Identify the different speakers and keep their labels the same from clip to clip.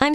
Speaker 1: I'm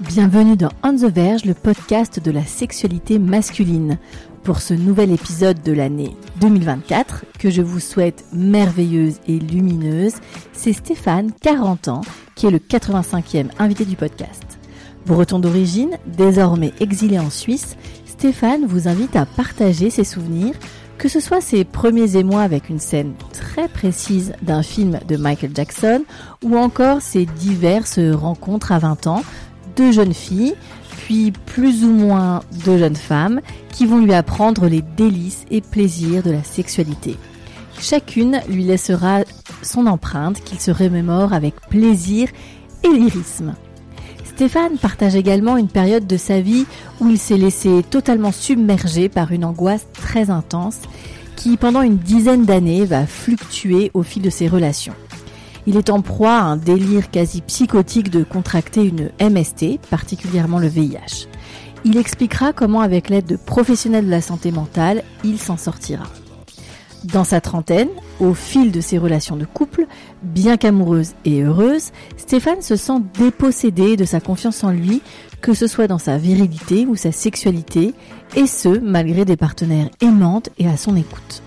Speaker 2: Bienvenue dans On the Verge, le podcast de la sexualité masculine. Pour ce nouvel épisode de l'année 2024, que je vous souhaite merveilleuse et lumineuse, c'est Stéphane, 40 ans, qui est le 85e invité du podcast. Breton d'origine, désormais exilé en Suisse, Stéphane vous invite à partager ses souvenirs, que ce soit ses premiers émois avec une scène très précise d'un film de Michael Jackson, ou encore ses diverses rencontres à 20 ans de jeunes filles, puis plus ou moins de jeunes femmes, qui vont lui apprendre les délices et plaisirs de la sexualité. Chacune lui laissera son empreinte qu'il se remémore avec plaisir et lyrisme. Stéphane partage également une période de sa vie où il s'est laissé totalement submerger par une angoisse très intense qui, pendant une dizaine d'années, va fluctuer au fil de ses relations. Il est en proie à un délire quasi psychotique de contracter une MST, particulièrement le VIH. Il expliquera comment, avec l'aide de professionnels de la santé mentale, il s'en sortira. Dans sa trentaine, au fil de ses relations de couple, bien qu'amoureuse et heureuse, Stéphane se sent dépossédé de sa confiance en lui, que ce soit dans sa virilité ou sa sexualité, et ce, malgré des partenaires aimantes et à son écoute.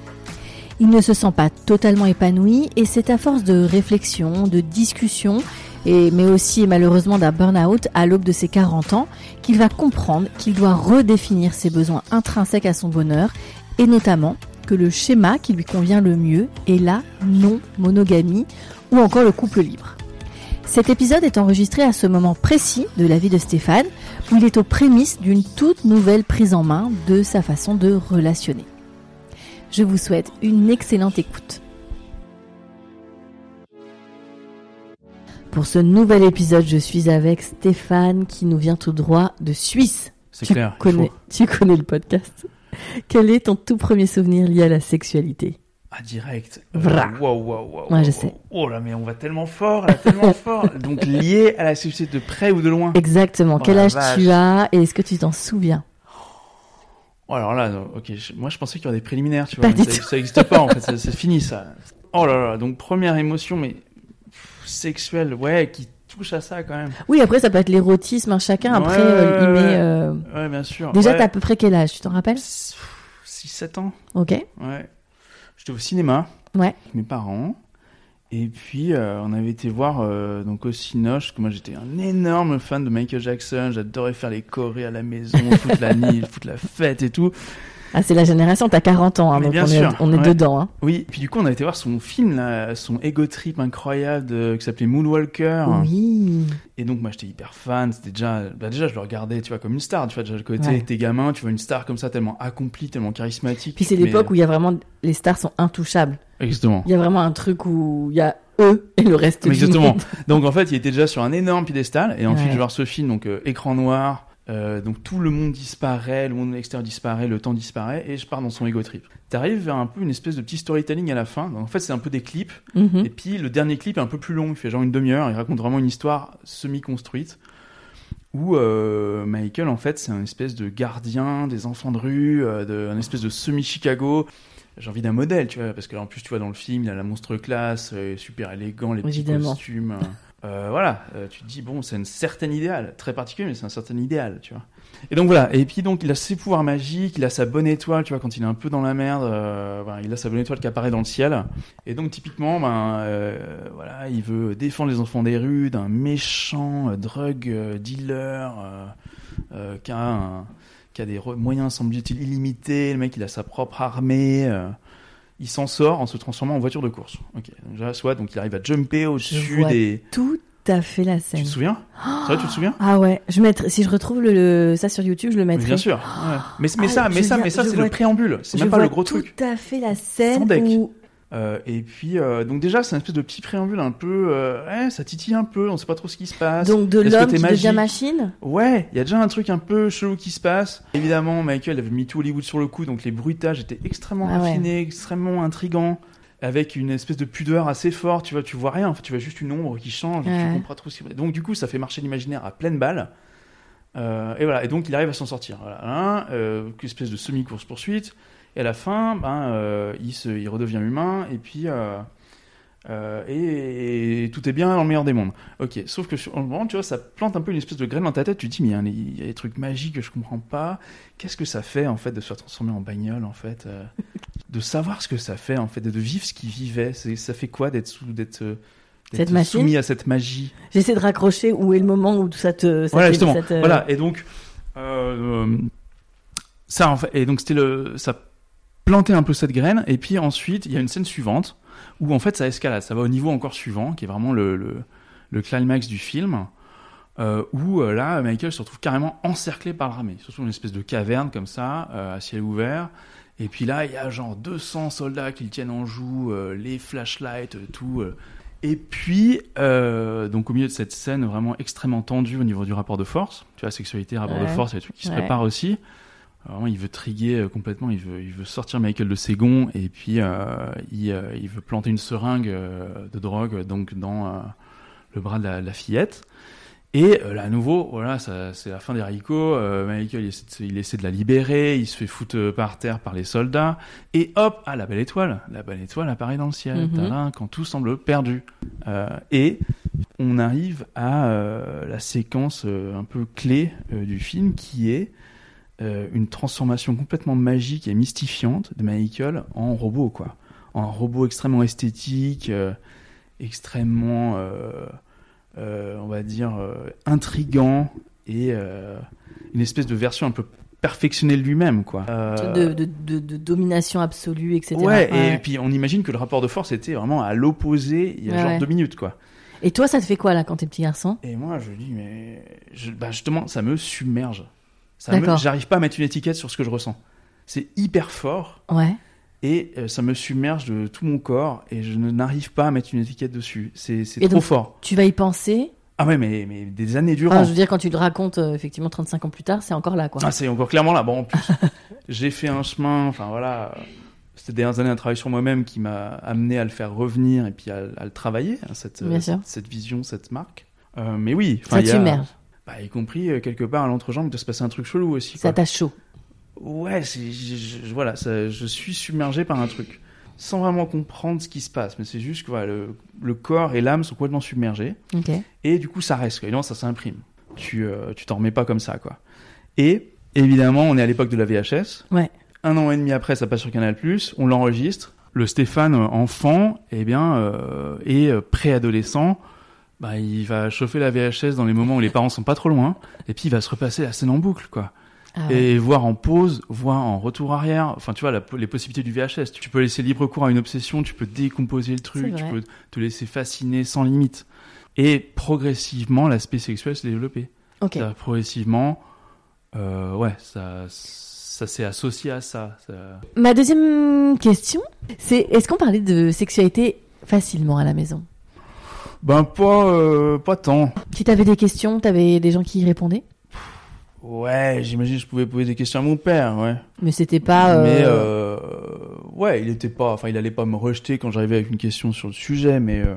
Speaker 2: Il ne se sent pas totalement épanoui et c'est à force de réflexion, de discussion, et, mais aussi et malheureusement d'un burn-out à l'aube de ses 40 ans, qu'il va comprendre qu'il doit redéfinir ses besoins intrinsèques à son bonheur et notamment que le schéma qui lui convient le mieux est la non-monogamie ou encore le couple libre. Cet épisode est enregistré à ce moment précis de la vie de Stéphane où il est aux prémices d'une toute nouvelle prise en main de sa façon de relationner. Je vous souhaite une excellente écoute. Pour ce nouvel épisode, je suis avec Stéphane qui nous vient tout droit de Suisse.
Speaker 3: C'est
Speaker 2: Tu
Speaker 3: clair. il
Speaker 2: Connais,
Speaker 3: faut-
Speaker 2: tu connais le podcast. Quel est ton tout premier souvenir lié à la sexualité
Speaker 3: Ah, direct.
Speaker 2: Vra.
Speaker 3: Wow, wow, wow.
Speaker 2: Ouais, je
Speaker 3: wow,
Speaker 2: sais.
Speaker 3: wow. Oh là, mais on va tellement fort, là, tellement fort. Donc lié à la société de près ou de loin.
Speaker 2: Exactement.
Speaker 3: Oh
Speaker 2: Quel
Speaker 3: la
Speaker 2: âge
Speaker 3: vache.
Speaker 2: tu as et est-ce que tu t'en souviens
Speaker 3: Oh, alors là, non, ok. je- Moi, je pensais qu'il y aurait des préliminaires, tu
Speaker 2: Pas
Speaker 3: vois.
Speaker 2: du
Speaker 3: mais ça- ça n'existe pas, en fait. C'est- C'est fini, ça. Oh là là. Donc première émotion, mais pff, sexuelle, ouais, qui touche à ça quand même.
Speaker 2: Oui, après ça peut être l'érotisme. hein, Chacun après
Speaker 3: Ouais,
Speaker 2: euh, il
Speaker 3: ouais,
Speaker 2: met.
Speaker 3: ouais.
Speaker 2: euh,
Speaker 3: Ouais, bien sûr.
Speaker 2: Déjà,
Speaker 3: ouais.
Speaker 2: t'as à peu près quel âge Tu t'en rappelles
Speaker 3: 6-7 ans.
Speaker 2: Ok.
Speaker 3: Ouais. J'étais au cinéma.
Speaker 2: Ouais.
Speaker 3: Avec mes parents. Et puis, euh, on avait été voir euh, donc au Cinoche, parce que moi j'étais un énorme fan de Michael Jackson. J'adorais faire les chorés à la maison, foutre la Nil, foutre la fête et tout.
Speaker 2: Ah, c'est la génération. T'as 40 ans, hein,
Speaker 3: Mais
Speaker 2: donc
Speaker 3: bien
Speaker 2: on est,
Speaker 3: sûr,
Speaker 2: on est
Speaker 3: ouais.
Speaker 2: dedans. hein.
Speaker 3: Oui, et puis du coup, on a été voir son film, là, son ego trip incroyable de- qui s'appelait Moonwalker.
Speaker 2: Oui.
Speaker 3: Et donc, moi j'étais hyper fan. C'était déjà, bah, déjà, je le regardais, tu vois, comme une star. Tu vois, déjà, le côté,
Speaker 2: Ouais.
Speaker 3: t'es gamin, tu vois une star comme ça, tellement accomplie, tellement charismatique.
Speaker 2: Puis c'est l'époque où il y a vraiment les stars sont intouchables.
Speaker 3: Exactement.
Speaker 2: Il y a vraiment un truc où il y a eux et le reste.
Speaker 3: Mais
Speaker 2: du
Speaker 3: Exactement.
Speaker 2: monde.
Speaker 3: Donc en fait, il était déjà sur un énorme piédestal. Et ensuite,
Speaker 2: Ouais.
Speaker 3: je vais voir ce film, donc euh, écran noir. euh, donc tout le monde disparaît, le monde extérieur disparaît, le temps disparaît, et je pars dans son ego trip. T'arrives vers un peu une espèce de petit storytelling à la fin. Donc, en fait, c'est un peu des clips.
Speaker 2: Mhm.
Speaker 3: Et puis le dernier clip est un peu plus long, il fait genre une demi-heure. Il raconte vraiment une histoire semi-construite où euh, Michael, en fait, c'est un espèce de gardien des enfants de rue, euh, de, un espèce de semi-Chicago. J'ai envie d'un modèle, tu vois, parce que en plus, tu vois, dans le film, il a la monstre classe, euh, super élégant, les petits
Speaker 2: Évidemment.
Speaker 3: costumes. euh, euh, voilà, Euh, tu te dis, bon, c'est une certaine idéal, très particulier, mais c'est un certain idéal, tu vois. Et donc voilà, et puis donc il a ses pouvoirs magiques, il a sa bonne étoile, tu vois, quand il est un peu dans la merde, euh, voilà, il a sa bonne étoile qui apparaît dans le ciel. Et donc typiquement, ben euh, voilà, il veut défendre les enfants des rues d'un méchant euh, drug euh, dealer euh, euh, qui a, un- qui a des re- moyens semble-t-il illimités. Le mec, il a sa propre armée. euh. il s'en sort en se transformant en voiture de course. Ok, donc déjà, soit donc il arrive à jumper
Speaker 2: Je
Speaker 3: au-dessus
Speaker 2: vois
Speaker 3: des.
Speaker 2: Tout à fait la
Speaker 3: Tu
Speaker 2: scène.
Speaker 3: te souviens C'est vrai, tu te souviens
Speaker 2: Ah ouais, je mettrai, si je retrouve le, le- ça sur YouTube, je le
Speaker 3: Mais
Speaker 2: mettrai.
Speaker 3: Bien sûr. ouais. Mais, mais
Speaker 2: Ah,
Speaker 3: ça, mais
Speaker 2: je
Speaker 3: ça,
Speaker 2: viens-
Speaker 3: mais ça,
Speaker 2: je
Speaker 3: c'est
Speaker 2: vois-
Speaker 3: le préambule. C'est
Speaker 2: Je
Speaker 3: même pas
Speaker 2: vois
Speaker 3: le gros
Speaker 2: tout
Speaker 3: truc.
Speaker 2: à fait la
Speaker 3: Sans
Speaker 2: scène
Speaker 3: deck.
Speaker 2: où
Speaker 3: Euh, et puis, euh, donc déjà, c'est un espèce de petit préambule un peu. euh, eh, ça titille un peu, on sait pas trop ce qui se passe.
Speaker 4: Donc de
Speaker 3: Ah, Est-ce que
Speaker 4: l'homme
Speaker 3: t'es
Speaker 4: qui devient
Speaker 3: magique
Speaker 4: machine
Speaker 3: Ouais, il y a déjà un truc un peu chelou qui se passe. Évidemment, Michael avait mis tout Hollywood sur le coup, donc les bruitages étaient extrêmement
Speaker 4: Ah ouais.
Speaker 3: raffinés, extrêmement intrigants, avec une espèce de pudeur assez forte. Tu vois, tu vois rien, en fait, tu vois juste une ombre qui change,
Speaker 4: Ouais.
Speaker 3: tu comprends pas trop ce qui... Donc du coup, ça fait marcher l'imaginaire à pleine balle. Euh, et voilà, et donc il arrive à s'en sortir. Voilà, hein, euh, une espèce de semi-course poursuite. Et à la fin, ben, euh, il, se, il redevient humain, et puis. euh, euh, et, et tout est bien dans le meilleur des mondes. Ok, sauf que sur le moment, tu vois, ça plante un peu une espèce de graine dans ta tête. Tu te dis, mais il y a un- il y, a des trucs magiques que je comprends pas. Qu'est-ce que ça fait en fait de se faire transformer en bagnole en fait, euh, de savoir ce que ça fait en fait, de de vivre ce qu'il vivait. C'est- Ça fait quoi d'être sous, d'être, euh,
Speaker 4: Cette
Speaker 3: d'être
Speaker 4: machine
Speaker 3: soumis à cette magie
Speaker 2: J'essaie de raccrocher où est le moment où ça te. ça
Speaker 3: voilà
Speaker 2: te-
Speaker 3: justement
Speaker 2: ça
Speaker 4: euh,
Speaker 2: te-
Speaker 3: voilà et donc euh, euh, ça en fait et donc c'était le ça plantait un peu cette graine et puis ensuite il y a une scène suivante où en fait ça escalade ça va au niveau encore suivant qui est vraiment le le, le climax du film euh, où euh, là Michael se retrouve carrément encerclé par l'armée il se retrouve dans une espèce de caverne comme ça euh, à ciel ouvert et puis là il y a genre 200 soldats qui le tiennent en joue euh, les flashlights euh, tout euh, et puis, euh, donc au milieu de cette scène vraiment extrêmement tendue au niveau du rapport de force, tu vois, sexualité, rapport de
Speaker 4: Ouais.
Speaker 3: force, il y a des trucs qui se
Speaker 4: Ouais.
Speaker 3: préparent aussi. Vraiment, il veut triguer euh, complètement, il veut, il veut sortir Michael de ses gonds et puis euh, il, euh, il veut planter une seringue euh, de drogue euh, donc dans euh, le bras de la, de la fillette. Et euh, là, à nouveau, voilà, ça- c'est la fin des haricots. euh, Michael, il essaie, de, se- il essaie de la libérer, il se fait foutre par terre par les soldats. Et hop, ah, la belle étoile. La belle étoile apparaît dans le ciel.
Speaker 4: Mhm.
Speaker 3: Tadam, quand tout semble perdu. Euh, et on arrive à euh, la séquence euh, un peu clé euh, du film qui est euh, une transformation complètement magique et mystifiante de Michael en robot, quoi. En robot extrêmement esthétique, euh, extrêmement, euh, euh, on va dire, euh, intrigant et euh, une espèce de version un peu perfectionnée de lui-même, quoi. Euh,
Speaker 4: de, de, de, de domination absolue, etc.
Speaker 3: Ouais, et
Speaker 4: Ouais.
Speaker 3: puis on imagine que le rapport de force était vraiment à l'opposé il y a
Speaker 4: Ouais,
Speaker 3: genre
Speaker 4: ouais.
Speaker 3: deux minutes, quoi.
Speaker 4: Et toi, ça te fait quoi là quand t'es petit garçon
Speaker 3: Et moi, je dis, mais je- bah, justement, ça me submerge. Ça me-
Speaker 4: D'accord.
Speaker 3: J'arrive pas à mettre une étiquette sur ce que je ressens. C'est hyper fort
Speaker 4: Ouais.
Speaker 3: et euh, ça me submerge de tout mon corps et je ne- n'arrive pas à mettre une étiquette dessus. C'est c'est
Speaker 4: Et
Speaker 3: trop
Speaker 4: donc-
Speaker 3: fort.
Speaker 4: Tu vas y penser.
Speaker 3: Ah ouais, mais, mais des années durant.
Speaker 4: Enfin, je veux dire, quand tu le racontes, euh, effectivement, 35 ans plus tard, c'est encore là, quoi.
Speaker 3: Ah, c'est encore clairement là. Bon, en plus, j'ai fait un chemin, enfin voilà. euh, C'était des dernières années un travail sur moi-même qui m'a amené à le faire revenir et puis à, à le travailler, hein, cette, euh,
Speaker 4: Bien sûr.
Speaker 3: cette, cette vision, cette marque. Euh, mais oui, enfin,
Speaker 4: ça
Speaker 3: il y a-
Speaker 4: t'immerge,
Speaker 3: bah, y compris euh, quelque part à l'entrejambe, il doit se passer un truc chelou aussi.
Speaker 4: ça
Speaker 3: quoi.
Speaker 4: t'a chaud.
Speaker 3: Ouais, c'est- je, je- je- voilà, ça- je suis submergé par un truc, sans vraiment comprendre ce qui se passe. Mais c'est juste que voilà, le, le corps et l'âme sont complètement submergés,
Speaker 4: Ok.
Speaker 3: et du coup ça reste. Quoi. Évidemment, ça s'imprime. Tu, euh, tu t'en remets pas comme ça, quoi. Et évidemment, on est à l'époque de la VHS.
Speaker 4: Ouais.
Speaker 3: Un an et demi après, ça passe sur Canal+. On l'enregistre. Le Stéphane euh, enfant, eh bien, euh, est euh, préadolescent. Bah, il va chauffer la VHS dans les moments où les parents sont pas trop loin, et puis il va se repasser la scène en boucle, quoi
Speaker 4: Ah ouais.
Speaker 3: et voir en pause, voir en retour arrière. Enfin, tu vois, la- les possibilités du VHS. Tu peux laisser libre cours à une obsession, tu peux décomposer le
Speaker 4: C'est
Speaker 3: truc, tu
Speaker 4: vrai.
Speaker 3: peux te laisser fasciner sans limite. Et progressivement, l'aspect sexuel s'est développé.
Speaker 4: Ok.
Speaker 3: Ça, progressivement, euh, ouais, ça, ça s'est associé à ça. ça-
Speaker 4: Ma deuxième question, c'est est-ce qu'on parlait de sexualité facilement à la maison
Speaker 3: Ben, pas, euh, pas tant.
Speaker 4: Si t'avais des questions, t'avais des gens qui y répondaient
Speaker 3: Ouais, j'imagine que je pouvais poser des questions à mon père, ouais.
Speaker 4: Mais c'était pas. euh,
Speaker 3: Mais euh, ouais, il était pas, enfin, il allait pas me rejeter quand j'arrivais avec une question sur le sujet, mais euh,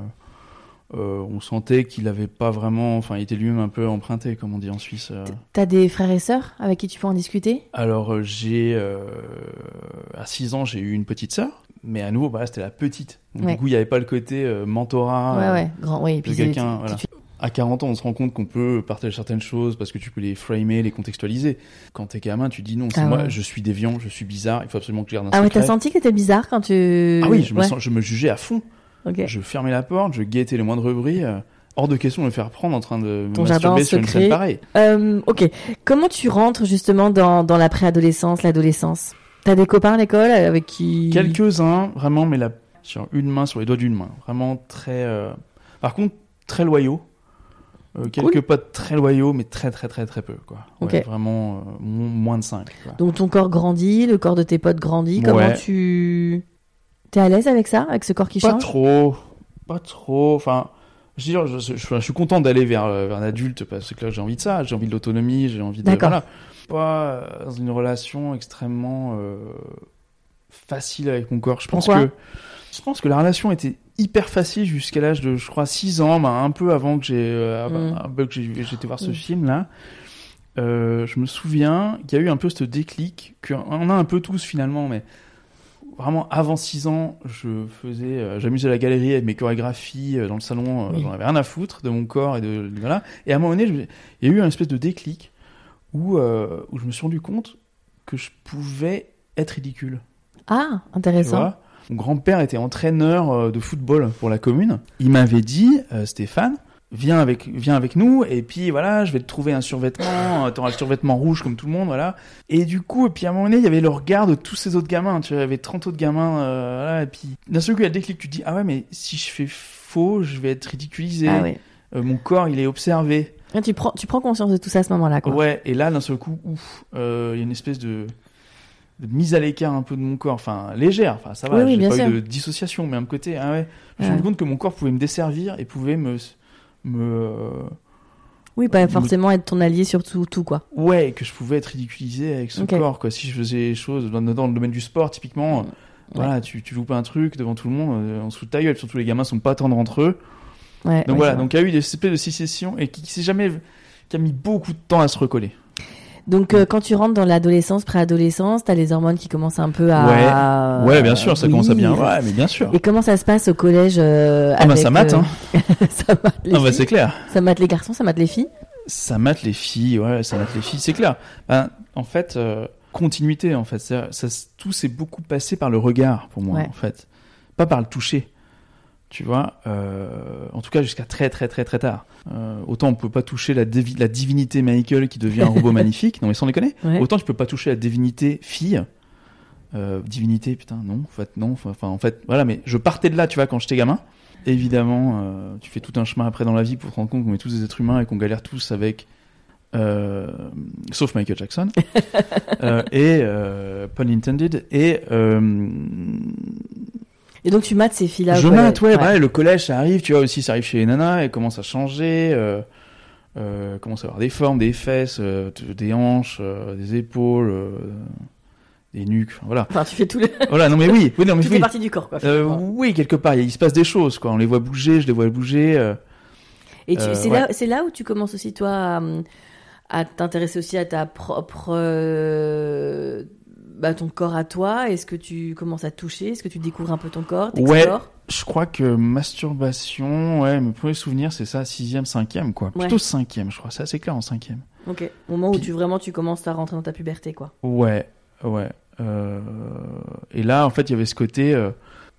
Speaker 3: euh, on sentait qu'il avait pas vraiment, enfin, il était lui-même un peu emprunté, comme on dit en Suisse. euh.
Speaker 4: T'as des frères et sœurs avec qui tu peux en discuter
Speaker 3: Alors euh, j'ai, euh, à 6 ans, j'ai eu une petite sœur, mais à nouveau, bah, c'était la petite. Donc,
Speaker 4: Ouais.
Speaker 3: Du coup, il n'y avait pas le côté euh, mentorat.
Speaker 4: Ouais,
Speaker 3: euh,
Speaker 4: ouais, grand, oui. Et puis
Speaker 3: de
Speaker 4: c'est-
Speaker 3: quelqu'un,
Speaker 4: tu-
Speaker 3: voilà.
Speaker 4: tu-
Speaker 3: À 40 ans, on se rend compte qu'on peut partager certaines choses parce que tu peux les framer, les contextualiser. Quand t'es gamin, tu dis non, c'est
Speaker 4: Ah
Speaker 3: moi,
Speaker 4: ouais.
Speaker 3: je suis déviant, je suis bizarre, il faut absolument que je garde un
Speaker 4: Ah ouais,
Speaker 3: secret.
Speaker 4: t'as senti que t'étais bizarre quand tu.
Speaker 3: Ah oui, je me,
Speaker 4: Ouais,
Speaker 3: sens- je me jugeais à fond.
Speaker 4: ok.
Speaker 3: Je fermais la porte, je guettais les moindres bruits. euh, hors de question de me faire prendre en train de
Speaker 4: Ton
Speaker 3: me
Speaker 4: jardin
Speaker 3: masturber sur une
Speaker 4: secret.
Speaker 3: scène pareille.
Speaker 4: Euh, ok. Comment tu rentres justement dans, dans la préadolescence, l'adolescence T'as des copains à l'école avec qui
Speaker 3: Quelques-uns, vraiment, mais la, sur une main, sur les doigts d'une main. Vraiment très. euh, Par contre, très loyaux. Euh, quelques potes très loyaux, mais très, très, très, très peu. Quoi. Ouais,
Speaker 4: Ok.
Speaker 3: Vraiment euh, mo- moins de 5.
Speaker 4: Donc ton corps grandit, le corps de tes potes grandit. Comment
Speaker 3: Ouais.
Speaker 4: tu
Speaker 2: T'es à l'aise avec ça, avec ce corps qui
Speaker 3: Pas
Speaker 2: change
Speaker 3: trop, pas trop. Enfin, je, veux dire, je, je- je suis content d'aller vers, euh, vers un adulte parce que là j'ai envie de ça, j'ai envie de l'autonomie, j'ai envie de.
Speaker 2: D'accord.
Speaker 3: Voilà. Pas euh, dans une relation extrêmement euh, facile avec mon corps. Je pense
Speaker 2: Pourquoi
Speaker 3: que je pense que la relation était hyper facile jusqu'à l'âge de, je crois, 6 ans, bah, un peu avant que j'ai euh,
Speaker 5: Mm.
Speaker 3: un peu que j'ai- j'étais voir ce
Speaker 5: Mm.
Speaker 3: film là. je me souviens qu'il y a eu un peu ce déclic qu'on a un peu tous finalement, mais vraiment avant 6 ans, je faisais, euh, j'amusais la galerie avec mes chorégraphies euh, dans le salon, euh,
Speaker 5: Oui.
Speaker 3: j'en avais rien à foutre de mon corps et de, de- voilà. Et à un moment donné, je- il y a eu un espèce de déclic où euh, où je me suis rendu compte que je pouvais être ridicule.
Speaker 2: Ah,
Speaker 3: Tu
Speaker 2: intéressant.
Speaker 3: vois Mon grand-père était entraîneur euh, de football pour la commune. Il m'avait dit, euh, Stéphane, viens avec, viens avec nous, et puis voilà, je vais te trouver un survêtement, euh, t'auras le survêtement rouge comme tout le monde, voilà. Et du coup, et puis à un moment donné, il y avait le regard de tous ces autres gamins, tu vois, il y avait 30 autres gamins, euh, voilà, et puis d'un seul coup, il y a le déclic, tu te dis, ah ouais, mais si je fais faux, je vais être ridiculisé,
Speaker 2: Ah ouais.
Speaker 3: Euh, mon corps, il est observé.
Speaker 2: Ah, tu, prends, tu prends conscience de tout ça à ce moment-là, quoi.
Speaker 3: Ouais, et là, d'un seul coup, ouf, euh, il y a une espèce de, de mise à l'écart un peu de mon corps, enfin légère, enfin ça va,
Speaker 2: Oui, oui,
Speaker 3: j'ai
Speaker 2: bien
Speaker 3: pas
Speaker 2: sûr.
Speaker 3: eu de dissociation, mais à me côté, ah ouais, je me suis
Speaker 2: Ouais.
Speaker 3: rendu compte que mon corps pouvait me desservir et pouvait me. me euh,
Speaker 2: Oui, pas forcément être ton allié sur tout, tout quoi.
Speaker 3: ouais, que je pouvais être ridiculisé avec ce
Speaker 2: Ok.
Speaker 3: corps, quoi. Si je faisais des choses dans, dans le domaine du sport, typiquement, euh, voilà, tu, tu loupes un truc devant tout le monde, euh, on se fout de ta gueule, surtout les gamins sont pas tendres entre eux.
Speaker 2: Ouais,
Speaker 3: Donc
Speaker 2: ouais,
Speaker 3: voilà,
Speaker 2: je vois.
Speaker 3: donc il y a eu des espèces de sécession et qui, qui s'est jamais. qui a mis beaucoup de temps à se recoller.
Speaker 2: Donc, euh, quand tu rentres dans l'adolescence, préadolescence, t'as les hormones qui commencent un peu à.
Speaker 3: ouais, bien sûr, ça commence à bien.
Speaker 2: bouillir.
Speaker 3: Ouais, mais bien sûr.
Speaker 2: Et comment ça se passe au collège euh,
Speaker 3: Ah bah,
Speaker 2: avec,
Speaker 3: ça mate,
Speaker 2: euh,
Speaker 3: hein.
Speaker 2: ça mate les
Speaker 3: Ah bah
Speaker 2: filles.
Speaker 3: c'est clair.
Speaker 2: Ça mate les garçons, ça mate les filles.
Speaker 3: Ça mate les filles, ouais, ça mate les filles, c'est clair. Ben, en fait, euh, continuité, en fait. Ça, ça- tout s'est beaucoup passé par le regard, pour moi,
Speaker 2: Ouais.
Speaker 3: en fait. Pas par le toucher. Tu vois, euh, en tout cas jusqu'à très très très très tard. Euh, autant on peut pas toucher la, dévi- la divinité Michael qui devient un robot magnifique, non mais sans déconner.
Speaker 2: Ouais.
Speaker 3: Autant tu peux pas toucher la divinité fille. Euh, divinité, putain, non, en fait, non, enfin, en fait, voilà, mais je partais de là, tu vois, quand j'étais gamin. Évidemment, euh, tu fais tout un chemin après dans la vie pour te rendre compte qu'on est tous des êtres humains et qu'on galère tous avec. euh, sauf Michael Jackson. Euh, et. Euh, pun intended. Et. euh,
Speaker 2: Et donc, tu mates ces filles-là. au
Speaker 3: je
Speaker 2: collège.
Speaker 3: mate, ouais, bah, et le collège, ça arrive, tu vois, aussi, ça arrive chez les nanas, et commence à changer, euh, euh, commence à avoir des formes, des fesses, euh, t- des hanches, euh, des épaules, euh, des nuques, enfin, voilà.
Speaker 5: Enfin, tu fais tout le...
Speaker 3: Voilà, non mais oui, oui, non mais
Speaker 5: toutes les
Speaker 3: oui.
Speaker 5: parties du corps, quoi.
Speaker 3: Euh,
Speaker 5: finalement.
Speaker 3: oui, quelque part, il il se passe des choses, quoi. On les voit bouger, je les vois bouger. euh,
Speaker 5: Et tu-
Speaker 3: euh,
Speaker 5: c'est
Speaker 3: ouais.
Speaker 5: là-
Speaker 2: C'est là où tu commences aussi, toi, à, hum, à t'intéresser aussi à ta propre. euh, bah, ton corps à toi. Est-ce que tu commences à toucher Est-ce que tu découvres un peu ton corps
Speaker 3: Ouais.
Speaker 2: t'explores
Speaker 3: Je crois que masturbation, ouais, mes premiers souvenirs, c'est ça, sixième, cinquième, quoi.
Speaker 2: Ouais.
Speaker 3: Plutôt cinquième, je crois. C'est assez clair en cinquième.
Speaker 2: Ok. Au moment où
Speaker 3: Puis-
Speaker 2: tu vraiment tu commences à rentrer dans ta puberté, quoi.
Speaker 3: Ouais, ouais. Euh, Et là, en fait, il y avait ce côté, euh,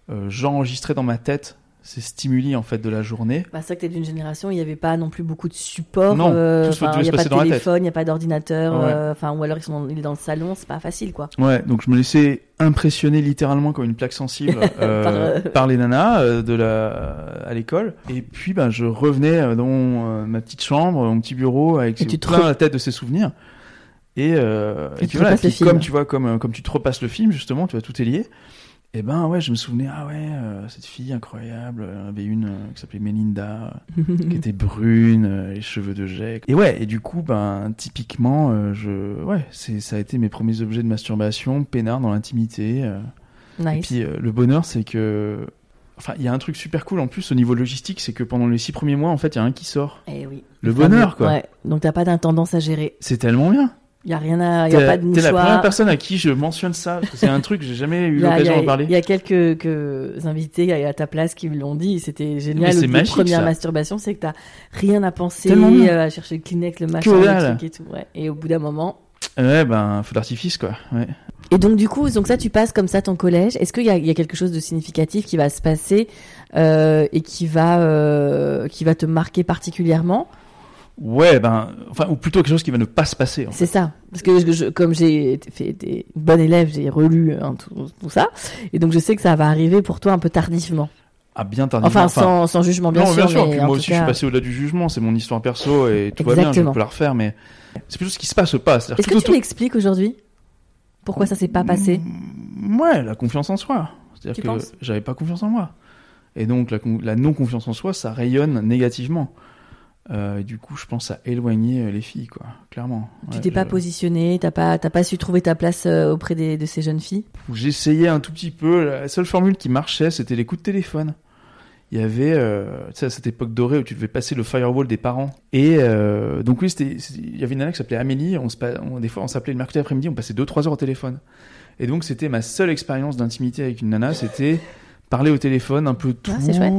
Speaker 3: euh, j'enregistrais dans ma tête ces stimuli en fait de la journée.
Speaker 2: Bah, c'est vrai que t'es d'une génération, il n'y avait pas non plus beaucoup de support.
Speaker 3: Non,
Speaker 2: euh,
Speaker 3: tout se-
Speaker 2: enfin,
Speaker 3: tout
Speaker 2: il n'y
Speaker 3: se
Speaker 2: a pas de
Speaker 3: passait dans la tête.
Speaker 2: téléphone, il n'y a pas d'ordinateur,
Speaker 3: Ouais.
Speaker 2: euh, enfin, ou alors ils sont dans, il est dans le salon, c'est pas facile, quoi.
Speaker 3: Ouais, donc je me laissais impressionner littéralement comme une plaque sensible euh,
Speaker 2: Par,
Speaker 3: par,
Speaker 2: euh,
Speaker 3: les nanas euh, de la à l'école. Et puis ben je revenais euh, dans euh, ma petite chambre, mon petit bureau avec
Speaker 2: Et tu te
Speaker 3: plein
Speaker 2: re-
Speaker 3: la tête de ces souvenirs. Et, euh,
Speaker 2: Et tu
Speaker 3: puis voilà,
Speaker 2: repasses le
Speaker 3: puis
Speaker 2: film.
Speaker 3: comme tu vois comme euh, comme tu te repasses le film justement, tu vois tout est lié. Et ben ouais, je me souvenais ah ouais euh, cette fille incroyable, elle en avait une euh, qui s'appelait Melinda
Speaker 2: Mm.
Speaker 3: qui était brune, euh, les cheveux de jet. Et ouais, et du coup, ben, typiquement, euh, je, ouais, c'est, ça a été mes premiers objets de masturbation, peinard dans l'intimité. euh. Et
Speaker 2: Nice.
Speaker 3: puis, euh, le bonheur, c'est que, enfin, il y a un truc super cool en plus au niveau logistique, c'est que pendant les six premiers mois, en fait, il y a un qui sort.
Speaker 2: Eh oui.
Speaker 3: Le bonheur, quoi.
Speaker 2: Ouais. Donc t'as pas d'intendance à gérer.
Speaker 3: C'est tellement bien.
Speaker 2: Il y a rien à, il y
Speaker 3: t'es
Speaker 2: a pas de
Speaker 3: t'es la première
Speaker 2: nichoir.
Speaker 3: personne à qui je mentionne ça. parce que C'est un truc que j'ai jamais eu
Speaker 2: Il y a- il y
Speaker 3: l'occasion
Speaker 2: a-
Speaker 3: d'en parler.
Speaker 2: il y a quelques que- invités à à ta place qui me l'ont dit, c'était génial.
Speaker 3: c'est
Speaker 2: la
Speaker 3: magique,
Speaker 2: première
Speaker 3: ça.
Speaker 2: masturbation, c'est que t'as rien à penser,
Speaker 3: Tellement bien.
Speaker 2: euh, à chercher le Kleenex, le machin,
Speaker 3: Que
Speaker 2: le
Speaker 3: dalle.
Speaker 2: truc et tout. ouais. Et au bout d'un moment,
Speaker 3: Ouais, ben, feu d'artifice, quoi. Ouais.
Speaker 2: Et donc du coup, donc ça, tu passes comme ça ton collège. Est-ce qu'il y a, il y a quelque chose de significatif qui va se passer euh, et qui va euh, qui va te marquer particulièrement
Speaker 3: Ouais, ben, enfin, ou plutôt quelque chose qui va ne pas se passer. en fait.
Speaker 2: C'est ça, parce que je- je- comme j'ai été- fait des bonnes élèves, j'ai relu hein, tout, tout ça, et donc je sais que ça va arriver pour toi un peu tardivement.
Speaker 3: Ah, bien tardivement.
Speaker 2: Enfin,
Speaker 3: enfin,
Speaker 2: sans, sans jugement, bien
Speaker 3: non,
Speaker 2: sûr.
Speaker 3: bien sûr.
Speaker 2: mais
Speaker 3: Puis
Speaker 2: en
Speaker 3: moi
Speaker 2: tout
Speaker 3: aussi,
Speaker 2: cas-
Speaker 3: je suis passé au-delà du jugement. C'est mon histoire perso et tout va bien. Je
Speaker 2: Exactement.
Speaker 3: peux la refaire, mais c'est plutôt ce qui se passe, se passe. C'est-à-dire
Speaker 2: Est-ce que
Speaker 3: tout
Speaker 2: tu
Speaker 3: autour- Mmh,
Speaker 2: l'expliques aujourd'hui pourquoi ça s'est pas passé
Speaker 3: Mm, Ouais, la confiance en soi. C'est-à-dire
Speaker 4: Tu
Speaker 3: que
Speaker 4: penses
Speaker 3: j'avais pas confiance en moi. Et donc la, con- la non-confiance en soi, ça rayonne négativement. Euh, et du coup, je pense à éloigner euh, les filles, quoi, clairement.
Speaker 2: tu
Speaker 3: Ouais,
Speaker 2: t'es pas
Speaker 3: je-
Speaker 2: positionné, t'as pas, t'as pas su trouver ta place euh, auprès des, de ces jeunes filles.
Speaker 3: J'essayais un tout petit peu. La seule formule qui marchait, c'était les coups de téléphone. Il y avait, euh, tu sais, à cette époque dorée où tu devais passer le firewall des parents. Et euh, donc oui, c'était, c'était- il y avait une nana qui s'appelait Amélie. On se, pa- on- des fois, on s'appelait le mercredi après-midi, on passait 2-3 heures au téléphone. Et donc, c'était ma seule expérience d'intimité avec une nana. C'était parler au téléphone un peu tout.
Speaker 4: Ah, c'est chouette.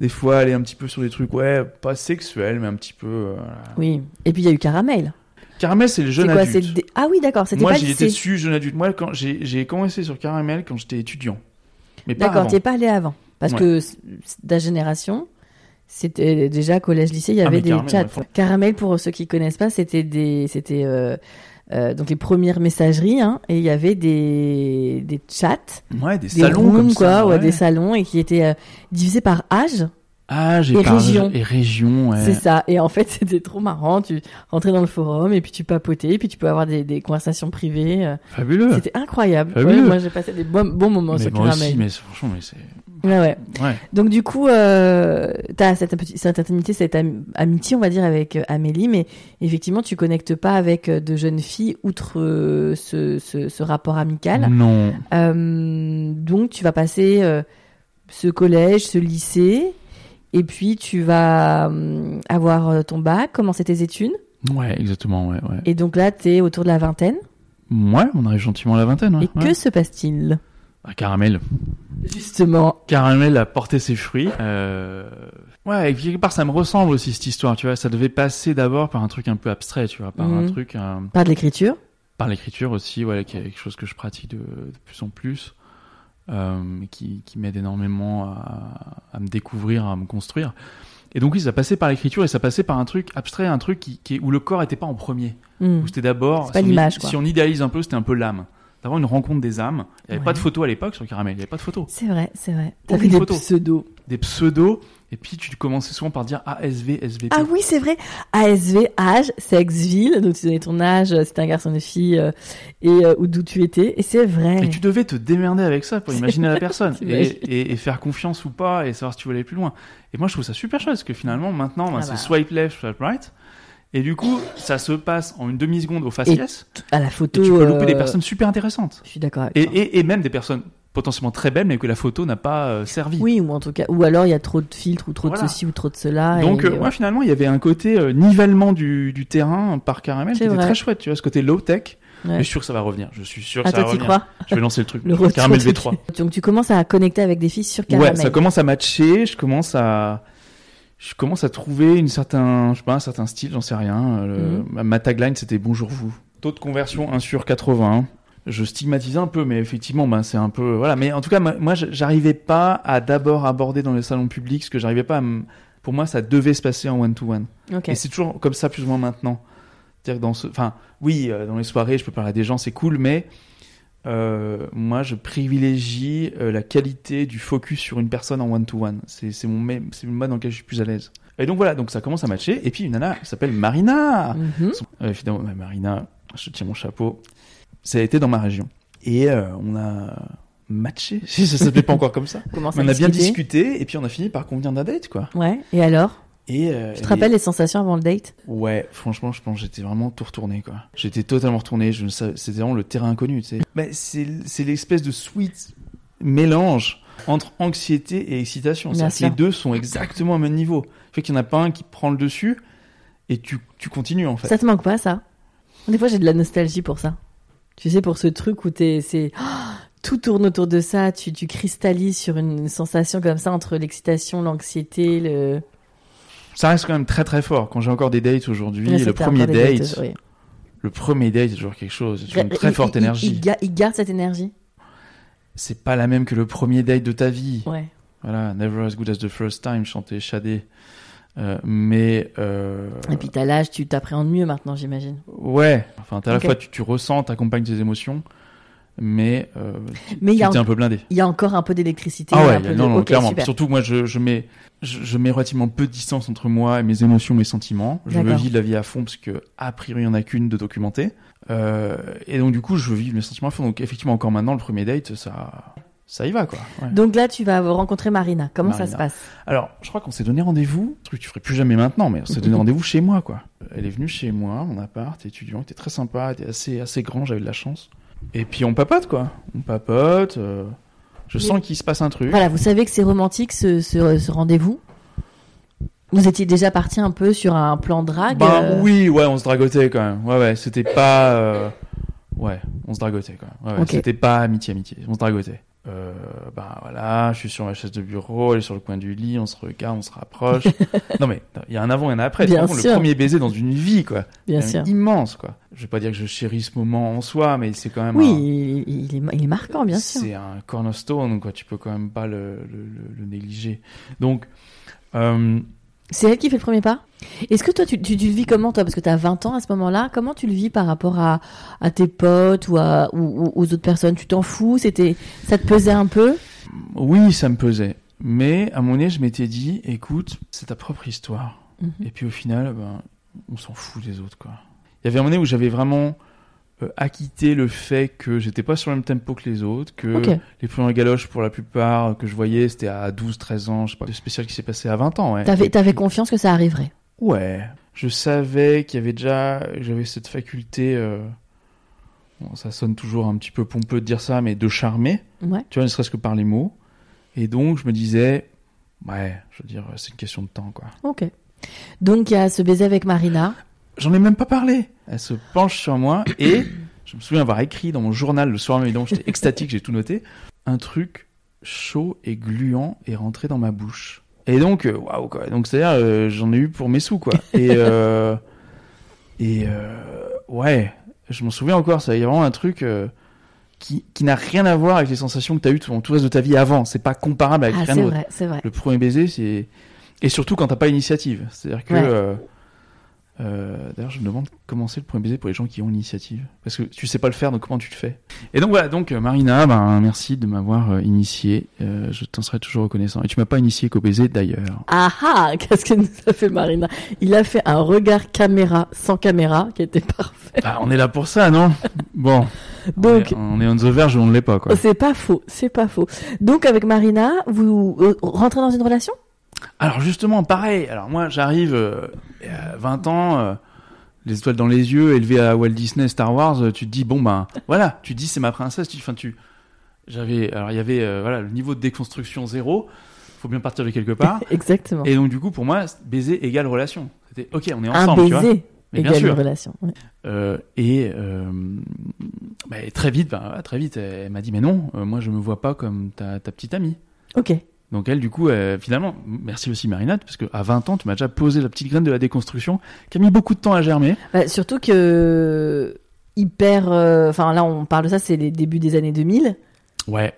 Speaker 3: des fois, aller un petit peu sur des trucs, ouais, pas sexuels, mais un petit peu. euh, voilà.
Speaker 2: Oui. Et puis il y a eu Caramel.
Speaker 3: Caramel, c'est le
Speaker 2: C'est
Speaker 3: jeune
Speaker 2: quoi
Speaker 3: adulte.
Speaker 2: c'est le dé- Ah oui, d'accord. C'était
Speaker 3: Moi,
Speaker 2: pas
Speaker 3: j'y
Speaker 2: le
Speaker 3: étais
Speaker 2: lycée.
Speaker 3: dessus, jeune adulte. Moi, quand j'ai j'ai commencé sur Caramel quand j'étais étudiant. Mais pas
Speaker 2: D'accord.
Speaker 3: avant.
Speaker 2: T'y es pas allé avant, parce
Speaker 3: Ouais.
Speaker 2: que c- ta génération, c'était déjà collège, lycée, il y
Speaker 3: Ah,
Speaker 2: avait
Speaker 3: mais
Speaker 2: des
Speaker 3: Caramel,
Speaker 2: chats.
Speaker 3: ouais, faut-
Speaker 2: Caramel, pour ceux qui connaissent pas, c'était des, c'était euh, euh, donc les premières messageries, hein, et il y avait des des chats,
Speaker 3: Ouais, des,
Speaker 2: des
Speaker 3: salons
Speaker 2: rooms,
Speaker 3: comme ça.
Speaker 2: quoi, ouais,
Speaker 3: ouais.
Speaker 2: des salons, et qui étaient euh, divisés par âge.
Speaker 3: Ah, j'ai
Speaker 2: et
Speaker 3: pas-
Speaker 2: régions.
Speaker 3: Et régions, ouais.
Speaker 2: C'est ça. Et en fait, c'était trop marrant. Tu rentrais dans le forum et puis tu papotais, et puis tu peux avoir des, des conversations privées. euh.
Speaker 3: Fabuleux.
Speaker 2: C'était incroyable. Ouais,
Speaker 3: Fabuleux.
Speaker 2: moi, j'ai passé des bons, bons moments
Speaker 3: mais
Speaker 2: sur
Speaker 3: moi aussi,
Speaker 2: Caramel.
Speaker 3: mais c'est- franchement, mais c'est.
Speaker 2: Ouais, ouais.
Speaker 3: Ouais.
Speaker 2: Donc du coup, euh, t'as cette, petit- cette intimité, cette am- amitié, on va dire, avec euh, Amélie, mais effectivement, tu connectes pas avec euh, de jeunes filles outre euh, ce, ce, ce rapport amical.
Speaker 3: Non.
Speaker 2: Euh, donc tu vas passer euh, ce collège, ce lycée, et puis tu vas euh, avoir euh, ton bac, commencer tes études.
Speaker 3: Ouais, exactement, ouais, ouais.
Speaker 2: Et donc là, t'es autour de la vingtaine.
Speaker 3: Ouais, on arrive gentiment à la vingtaine. hein,
Speaker 2: et
Speaker 3: ouais.
Speaker 2: que se passe-t-il
Speaker 3: Ah, Caramel.
Speaker 2: Justement.
Speaker 3: Caramel a porté ses fruits. Euh... Ouais, et quelque part, ça me ressemble aussi, cette histoire, tu vois. Ça devait passer d'abord par un truc un peu abstrait, tu vois, par un
Speaker 2: Mhm.
Speaker 3: truc. euh,
Speaker 2: Par de l'écriture.
Speaker 3: par l'écriture aussi, voilà, qui est quelque chose que je pratique de, de plus en plus, euh, qui, qui m'aide énormément à, à me découvrir, à me construire. Et donc oui, ça passait par l'écriture et ça passait par un truc abstrait, un truc qui, qui est- où le corps n'était pas en premier,
Speaker 2: Hmm.
Speaker 3: où c'était d'abord,
Speaker 2: C'est pas
Speaker 3: si on-
Speaker 2: l'image, quoi.
Speaker 3: si on idéalise un peu, c'était un peu l'âme. D'avoir une rencontre des âmes. Il n'y avait
Speaker 2: Ouais.
Speaker 3: pas de photo à l'époque sur Caramel, il n'y avait pas de photo.
Speaker 2: C'est vrai, c'est vrai.
Speaker 3: Aucune
Speaker 2: T'avais des
Speaker 3: photo.
Speaker 2: pseudos.
Speaker 3: Des pseudos, et puis tu commençais souvent par dire ASV, SVP.
Speaker 2: Ah oui, c'est vrai. ASV, âge, sexe, ville. Donc tu donnais ton âge, euh, si t'es un garçon, une fille, euh, et euh, ou d'où tu étais. Et c'est vrai.
Speaker 3: Et tu devais te démerder avec ça pour
Speaker 2: Mm. C'est
Speaker 3: imaginer la personne et,
Speaker 2: t'imagines.
Speaker 3: et- et faire confiance ou pas et savoir si tu voulais aller plus loin. Et moi, je trouve ça super chouette parce que finalement, maintenant, ben,
Speaker 2: Ah
Speaker 3: c'est
Speaker 2: bah.
Speaker 3: swipe left, swipe right. Et du coup, ça se passe en une demi-seconde au
Speaker 2: Et
Speaker 3: faciès.
Speaker 2: À la
Speaker 3: Et,
Speaker 2: photo.
Speaker 3: tu peux louper des
Speaker 2: euh,
Speaker 3: personnes super intéressantes.
Speaker 2: Je suis d'accord avec
Speaker 3: Et,
Speaker 2: toi.
Speaker 3: et- et même des personnes potentiellement très belles, mais que la photo n'a pas euh, servi.
Speaker 2: Oui, ou en tout cas, ou alors il y a trop de filtres, ou trop
Speaker 3: Voilà.
Speaker 2: de ceci, ou trop de cela.
Speaker 3: Donc,
Speaker 2: ah, et,
Speaker 3: euh, moi, finalement, il y avait un côté euh, nivellement du, du terrain par caramel qui
Speaker 2: C'est
Speaker 3: était
Speaker 2: vrai.
Speaker 3: très chouette, tu vois, ce côté low-tech.
Speaker 2: Ouais.
Speaker 3: Mais Je suis sûr que ça va revenir. Je suis sûr que
Speaker 2: Ah,
Speaker 3: ça
Speaker 2: toi,
Speaker 3: va
Speaker 2: t'y
Speaker 3: revenir.
Speaker 2: crois
Speaker 3: Je vais lancer le truc.
Speaker 2: Le retour.
Speaker 3: caramel
Speaker 2: de-
Speaker 3: V3.
Speaker 2: Donc, tu commences à connecter avec des filles sur Caramel.
Speaker 3: Ouais, ça commence à matcher, je commence à je commence à trouver une certain, je sais pas, un certain style, j'en sais rien. euh,
Speaker 2: Mhm.
Speaker 3: le- ma- Ma tagline c'était bonjour vous. Taux de conversion 1 sur 80. Je stigmatise un peu, mais effectivement, ben, c'est un peu voilà. Mais en tout cas, ma- moi, je- j'arrivais pas à d'abord aborder dans les salons publics ce que j'arrivais pas. à m- Pour moi, ça devait se passer en one to one.
Speaker 2: Ok.
Speaker 3: Et c'est toujours comme ça plus ou moins maintenant. C'est-à-dire que dans ce, enfin, oui, euh, dans les soirées, je peux parler à des gens, c'est cool, mais euh, moi, je privilégie euh, la qualité du focus sur une personne en one-to-one. C'est c'est mon, même- c'est le mode dans lequel je suis plus à l'aise. Et donc voilà, donc ça commence à matcher. Et puis une nana qui s'appelle Marina.
Speaker 2: Mhm.
Speaker 3: Euh, évidemment, ouais, Marina, je tiens mon chapeau. Ça a été dans ma région. Et euh, on a matché. Si ça s'appelait pas encore comme ça.
Speaker 2: Commence à
Speaker 3: On a bien
Speaker 2: discuter.
Speaker 3: discuté et puis on a fini par convenir d'un date, quoi.
Speaker 2: Ouais. Et alors
Speaker 3: Et, euh,
Speaker 2: Tu te
Speaker 3: et-
Speaker 2: rappelles les sensations avant le date
Speaker 3: Ouais, franchement, je pense que j'étais vraiment tout retourné, quoi. J'étais totalement retourné, je ne savais- c'était vraiment le terrain inconnu, tu sais. Mais c'est c'est l'espèce de sweet mélange entre anxiété et excitation.
Speaker 2: Bien
Speaker 3: C'est-à-dire que
Speaker 2: sûr.
Speaker 3: Les deux sont exactement au même niveau. Fait qu'il n'y en a pas un qui prend le dessus et tu, tu continues, en fait.
Speaker 2: Ça te manque pas, ça Des fois, j'ai de la nostalgie pour ça. Tu sais, pour ce truc où t'es, c'est, Ah tout tourne autour de ça, tu, tu cristallises sur une sensation comme ça entre l'excitation, l'anxiété, le.
Speaker 3: Ça reste quand même très très fort. Quand j'ai encore des dates aujourd'hui,
Speaker 2: Ouais, ça
Speaker 3: le
Speaker 2: te fait
Speaker 3: premier
Speaker 2: encore des
Speaker 3: date,
Speaker 2: dates, oui.
Speaker 3: le premier date, c'est toujours quelque chose. C'est une
Speaker 2: Il-
Speaker 3: très
Speaker 2: il-
Speaker 3: forte
Speaker 2: il-
Speaker 3: énergie.
Speaker 2: Il, ga- il garde cette énergie.
Speaker 3: C'est pas la même que le premier date de ta vie.
Speaker 2: Ouais.
Speaker 3: Voilà, Never as good as the first time, chanté Shadé. Euh, mais euh,
Speaker 2: Et puis t'as l'âge, tu t'appréhendes mieux maintenant, j'imagine.
Speaker 3: ouais, enfin, t'as à
Speaker 2: Ok.
Speaker 3: la fois tu, tu ressens, t'accompagnes tes émotions, mais euh,
Speaker 2: Mais il y,
Speaker 3: tu
Speaker 2: a
Speaker 3: t'es
Speaker 2: en-
Speaker 3: un peu blindé.
Speaker 2: il y a encore un peu d'électricité.
Speaker 3: Ah
Speaker 2: un
Speaker 3: ouais,
Speaker 2: peu
Speaker 3: y a-
Speaker 2: de-
Speaker 3: non, non,
Speaker 2: Ok,
Speaker 3: clairement.
Speaker 2: super.
Speaker 3: Surtout que moi, je, je mets, je, je mets relativement peu de distance entre moi et mes émotions, mes sentiments. Je veux
Speaker 2: D'accord.
Speaker 3: vivre la vie à fond parce que a priori, il y en a qu'une de documentée. Euh, et donc du coup, je veux vivre mes sentiments à fond. Donc effectivement, encore maintenant, le premier date, ça, ça y va, quoi. Ouais.
Speaker 2: Donc là, tu vas rencontrer Marina. Comment ça
Speaker 3: Marina.
Speaker 2: se passe
Speaker 3: Alors, je crois qu'on s'est donné rendez-vous, truc que tu ferais plus jamais maintenant, mais on s'est donné rendez-vous chez moi, quoi. Elle est venue chez moi, mon appart, étudiant, était très sympa, elle était assez, assez grand, j'avais de la chance. Et puis on papote, quoi. On papote, euh, je
Speaker 2: Mais-
Speaker 3: sens qu'il se passe un truc.
Speaker 2: Voilà, vous savez que c'est romantique ce, ce, ce rendez-vous. Vous étiez déjà parti un peu sur un plan drague.
Speaker 3: Bah
Speaker 2: euh,
Speaker 3: oui, ouais, on se dragotait quand même. Ouais, ouais, c'était pas. euh, Ouais, on se dragotait quand même. Ouais, ouais,
Speaker 2: Ok.
Speaker 3: C'était pas amitié-amitié, on se dragotait. Euh, bah voilà, je suis sur ma chaise de bureau, elle est sur le coin du lit, on se regarde, on se rapproche. non mais, il y a un avant et un après.
Speaker 2: Bien
Speaker 3: Par contre,
Speaker 2: sûr.
Speaker 3: Le premier baiser dans une vie, quoi.
Speaker 2: Bien
Speaker 3: quand même
Speaker 2: sûr.
Speaker 3: immense, quoi. Je vais pas dire que je chéris ce moment en soi, mais c'est quand même.
Speaker 2: Oui,
Speaker 3: un-
Speaker 2: il, il est, il est marquant, bien sûr.
Speaker 3: C'est un cornerstone, quoi. Tu peux quand même pas le, le- le- le négliger. Donc, euh,
Speaker 2: C'est elle qui fait le premier pas Est-ce que toi, tu, tu, tu le vis comment, toi Parce que tu as 20 ans à ce moment-là. Comment tu le vis par rapport à, à tes potes ou, à, ou- ou aux autres personnes Tu t'en fous C'était, Ça te pesait un peu
Speaker 3: oui, ça me pesait. Mais à mon nez, je m'étais dit, écoute, c'est ta propre histoire.
Speaker 2: Mhm.
Speaker 3: Et puis au final, ben, on s'en fout des autres, quoi. Il y avait un moment où j'avais vraiment euh, acquitté le fait que j'étais pas sur le même tempo que les autres, que
Speaker 2: Ok.
Speaker 3: les premières galoches pour la plupart que je voyais, c'était à 12, 13 ans, je sais pas, le spécial qui s'est passé à 20 ans, ouais.
Speaker 2: T'avais avais confiance que ça arriverait
Speaker 3: Ouais, je savais qu'il y avait déjà, j'avais cette faculté, euh, bon, ça sonne toujours un petit peu pompeux de dire ça, mais de charmer,
Speaker 2: Ouais.
Speaker 3: tu vois, ne serait-ce que par les mots. Et donc, je me disais, ouais, je veux dire, c'est une question de temps, quoi.
Speaker 2: Ok. Donc, il y a ce baiser avec Marina.
Speaker 3: J'en ai même pas parlé. Elle se penche sur moi et je me souviens avoir écrit dans mon journal le soir même, donc j'étais extatique, j'ai tout noté, un truc chaud et gluant est rentré dans ma bouche. Et donc, euh, waouh, quoi. Donc, c'est-à-dire, euh, j'en ai eu pour mes sous, quoi. Et, euh, et euh, ouais, je m'en souviens encore, ça. Il y a vraiment un truc euh, qui, qui n'a rien à voir avec les sensations que tu as eues tout, tout le reste de ta vie avant. C'est pas comparable avec
Speaker 2: Ah,
Speaker 3: rien
Speaker 2: c'est
Speaker 3: d'autre.
Speaker 2: vrai, c'est vrai.
Speaker 3: Le premier baiser, c'est. Et surtout quand t'as pas l'initiative. C'est-à-dire que.
Speaker 2: Ouais.
Speaker 3: euh, euh, D'ailleurs, je me demande comment c'est le premier baiser pour les gens qui ont l'initiative. Parce que tu sais pas le faire, donc comment tu le fais Et donc voilà, donc euh, Marina, ben, merci de m'avoir euh, initié. Euh, je t'en serai toujours reconnaissant. Et tu m'as pas initié qu'au baiser d'ailleurs.
Speaker 2: Ah ah Qu'est-ce que nous a fait Marina Il a fait un regard caméra, sans caméra, qui était parfait.
Speaker 3: Bah, on est là pour ça, non Bon.
Speaker 2: Donc-
Speaker 3: On est, on est on the verge ou on ne l'est pas, quoi.
Speaker 2: C'est pas faux, c'est pas faux. Donc, avec Marina, vous euh, rentrez dans une relation
Speaker 3: Alors justement, pareil. Alors moi, j'arrive euh, à 20 ans, euh, les étoiles dans les yeux, élevé à Walt Disney, Star Wars. euh, tu te dis bon ben voilà, tu te dis c'est ma princesse. Tu, enfin tu, j'avais, alors il y avait euh, voilà le niveau de déconstruction zéro. Faut bien partir de quelque part.
Speaker 2: Exactement.
Speaker 3: Et donc du coup pour moi, baiser égale relation. C'était ok, on est
Speaker 2: un
Speaker 3: ensemble, tu vois.
Speaker 2: baiser
Speaker 3: Mais bien
Speaker 2: égale une
Speaker 3: sûr.
Speaker 2: relation. ouais.
Speaker 3: Euh, et euh, bah, très vite, bah, très vite, elle m'a dit mais non, euh, moi je me vois pas comme ta, ta petite amie.
Speaker 2: Ok.
Speaker 3: Donc elle, du coup, euh, finalement, merci aussi Marinette, parce qu'à 20 ans, tu m'as déjà posé la petite graine de la déconstruction, qui a mis beaucoup de temps à germer.
Speaker 2: Bah, surtout que hyper. euh, Enfin, là, on parle de ça, c'est les débuts des années 2000.
Speaker 3: Ouais.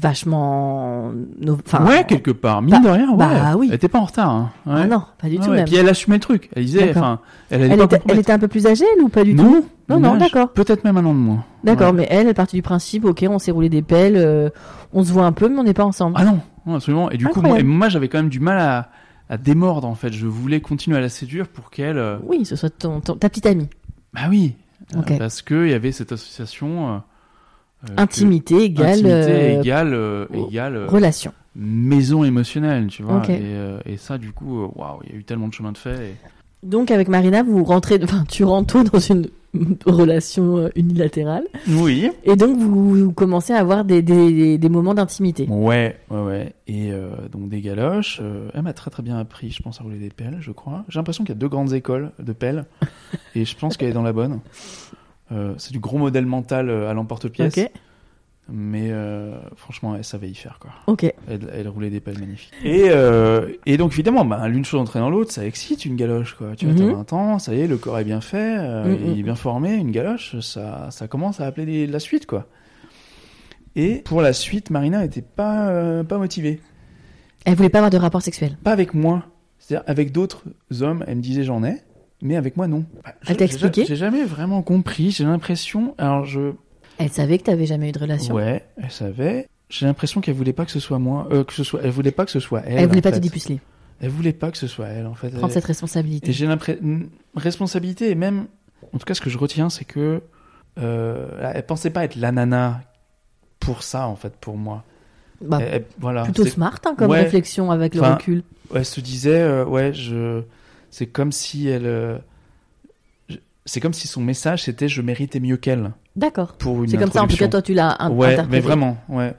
Speaker 2: Vachement. no- Enfin,
Speaker 3: ouais, quelque part, mine
Speaker 2: Ah. Bah-
Speaker 3: de rien, ouais.
Speaker 2: bah oui.
Speaker 3: Elle était pas en retard. Hein. Ouais.
Speaker 2: Ah non, pas du
Speaker 3: Ouais,
Speaker 2: tout
Speaker 3: ouais.
Speaker 2: même.
Speaker 3: Puis elle assumait le truc. Elle disait,
Speaker 2: D'accord.
Speaker 3: enfin, elle allait
Speaker 2: Elle
Speaker 3: pas
Speaker 2: était, elle
Speaker 3: compromettre.
Speaker 2: était un peu plus âgée, elle, ou pas du tout
Speaker 3: Non,
Speaker 2: Non, non,
Speaker 3: l'âge,
Speaker 2: d'accord. Mmh.
Speaker 3: Peut-être même un an de moins.
Speaker 2: D'accord,
Speaker 3: Ouais.
Speaker 2: mais elle, elle est partie du principe, ok, on s'est roulé des pelles, euh, on se voit un peu, mais on n'est pas ensemble.
Speaker 3: Ah non, non, absolument. Et du coup, moi,
Speaker 2: Incroyable.
Speaker 3: et moi, j'avais quand même du mal à, à démordre, en fait. Je voulais continuer à la séduire pour qu'elle... euh,
Speaker 2: Oui, ce soit ton, ton- ta petite amie.
Speaker 3: Bah oui, euh,
Speaker 2: Ok.
Speaker 3: parce qu'il y avait cette association... euh, euh, que-
Speaker 2: Intimité égale
Speaker 3: Intimité
Speaker 2: euh,
Speaker 3: égale, euh,
Speaker 2: oh,
Speaker 3: égale, euh,
Speaker 2: relation.
Speaker 3: maison émotionnelle, tu vois.
Speaker 2: Ok.
Speaker 3: Et, euh, et ça, du coup, euh, waouh, il y a eu tellement de chemin de fait. et-
Speaker 2: Donc, avec Marina, vous rentrez, enfin, tu rentres toi dans une relation euh, unilatérale,
Speaker 3: Oui.
Speaker 2: et donc vous, vous commencez à avoir des, des, des moments d'intimité.
Speaker 3: Ouais, ouais, ouais. Et euh, donc des galoches. euh, elle m'a très très bien appris, je pense, à rouler des pelles, je crois. J'ai l'impression qu'il y a deux grandes écoles de pelles, et je pense qu'elle est dans la bonne. Euh, c'est du gros modèle mental euh, à l'emporte-pièce,
Speaker 2: Ok.
Speaker 3: mais euh, franchement, elle savait y faire quoi.
Speaker 2: Ok.
Speaker 3: Elle, elle roulait des pelles magnifiques. Et, euh, et donc, évidemment, bah, l'une chose entraîne dans l'autre, ça excite une galoche, quoi. Tu vois,
Speaker 2: Mhm.
Speaker 3: t'as 20 ans, ça y est, le corps est bien fait, euh,
Speaker 2: Mhm.
Speaker 3: il est bien formé, une galoche, ça, ça commence à appeler des- la suite, quoi. Et pour la suite, Marina n'était pas, euh, pas motivée.
Speaker 2: Elle voulait pas avoir de rapport sexuel.
Speaker 3: Pas avec moi. C'est-à-dire, avec d'autres hommes, elle me disait j'en ai, mais avec moi, non. Bah, je-
Speaker 2: Elle t'a
Speaker 3: j'ai ja-
Speaker 2: expliqué
Speaker 3: J'ai jamais vraiment compris, j'ai l'impression. Alors, je.
Speaker 2: Elle savait que t'avais jamais eu de relation.
Speaker 3: Ouais, elle savait. J'ai l'impression qu'elle voulait pas que ce soit moi, euh, que ce soit, elle voulait pas que ce soit elle.
Speaker 2: elle voulait
Speaker 3: en
Speaker 2: pas te
Speaker 3: fait.
Speaker 2: dépuceler,
Speaker 3: Elle voulait pas que ce soit elle, en fait.
Speaker 2: prendre
Speaker 3: Elle-
Speaker 2: cette
Speaker 3: Et
Speaker 2: responsabilité.
Speaker 3: j'ai l'impression. Responsabilité, et même. En tout cas, ce que je retiens, c'est que. Euh, elle pensait pas être la nana pour ça, en fait, pour moi.
Speaker 2: Bah,
Speaker 3: Elle- elle- voilà.
Speaker 2: plutôt
Speaker 3: c'est-
Speaker 2: smart hein, comme
Speaker 3: Ouais.
Speaker 2: réflexion avec le
Speaker 3: Enfin,
Speaker 2: recul.
Speaker 3: elle se disait, euh, ouais, je. C'est comme si elle. euh, je- C'est comme si son message c'était je méritais mieux qu'elle
Speaker 2: D'accord.
Speaker 3: pour une
Speaker 2: C'est comme ça, en tout
Speaker 3: introduction.
Speaker 2: cas, toi, tu l'as un-
Speaker 3: Ouais,
Speaker 2: interprété.
Speaker 3: mais vraiment, ouais.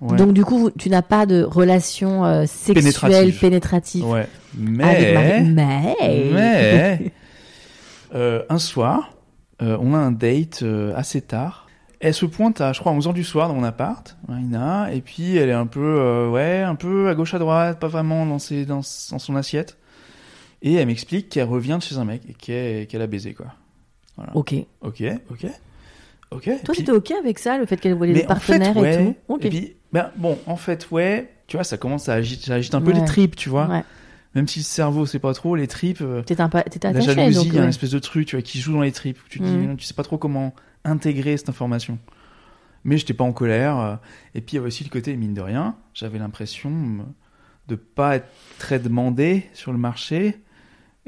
Speaker 3: Ouais.
Speaker 2: Donc, du coup, vous- tu n'as pas de relation euh, sexuelle
Speaker 3: Pénétrative.
Speaker 2: pénétrative,
Speaker 3: ouais.
Speaker 2: avec
Speaker 3: Mais.
Speaker 2: Marie. Mais...
Speaker 3: Mais euh, un soir, euh, on a un date euh, assez tard. Elle se pointe à, je crois, 11h du soir dans mon appart, Ina, et puis elle est un peu, euh, ouais, un peu à gauche à droite, pas vraiment dans, ses, dans, s- dans son assiette. Et elle m'explique qu'elle revient de chez un mec et qu'elle qu'elle a baisé, quoi.
Speaker 2: Ok.
Speaker 3: Ok, ok, ok. et
Speaker 2: Toi,
Speaker 3: puis-
Speaker 2: t'étais ok avec ça, le fait qu'elle voulait
Speaker 3: mais
Speaker 2: des partenaires
Speaker 3: en fait, ouais,
Speaker 2: et tout Ok.
Speaker 3: Et puis, ben, bon, en fait, ouais, tu vois, ça commence à agiter, ça agite un peu
Speaker 2: Ouais.
Speaker 3: les tripes, tu vois.
Speaker 2: Ouais.
Speaker 3: Même si le cerveau, c'est pas trop, les tripes. euh,
Speaker 2: T'étais un pa- t'étais
Speaker 3: la
Speaker 2: attaché,
Speaker 3: jalousie, hein, il
Speaker 2: donc,
Speaker 3: y a une
Speaker 2: ouais.
Speaker 3: espèce de truc tu vois, qui joue dans les tripes. où Tu te dis,
Speaker 2: Mm.
Speaker 3: mais non, tu sais pas trop comment intégrer cette information. Mais j'étais pas en colère. euh, Et puis il y avait aussi le côté, mine de rien, j'avais l'impression euh, de pas être très demandé sur le marché.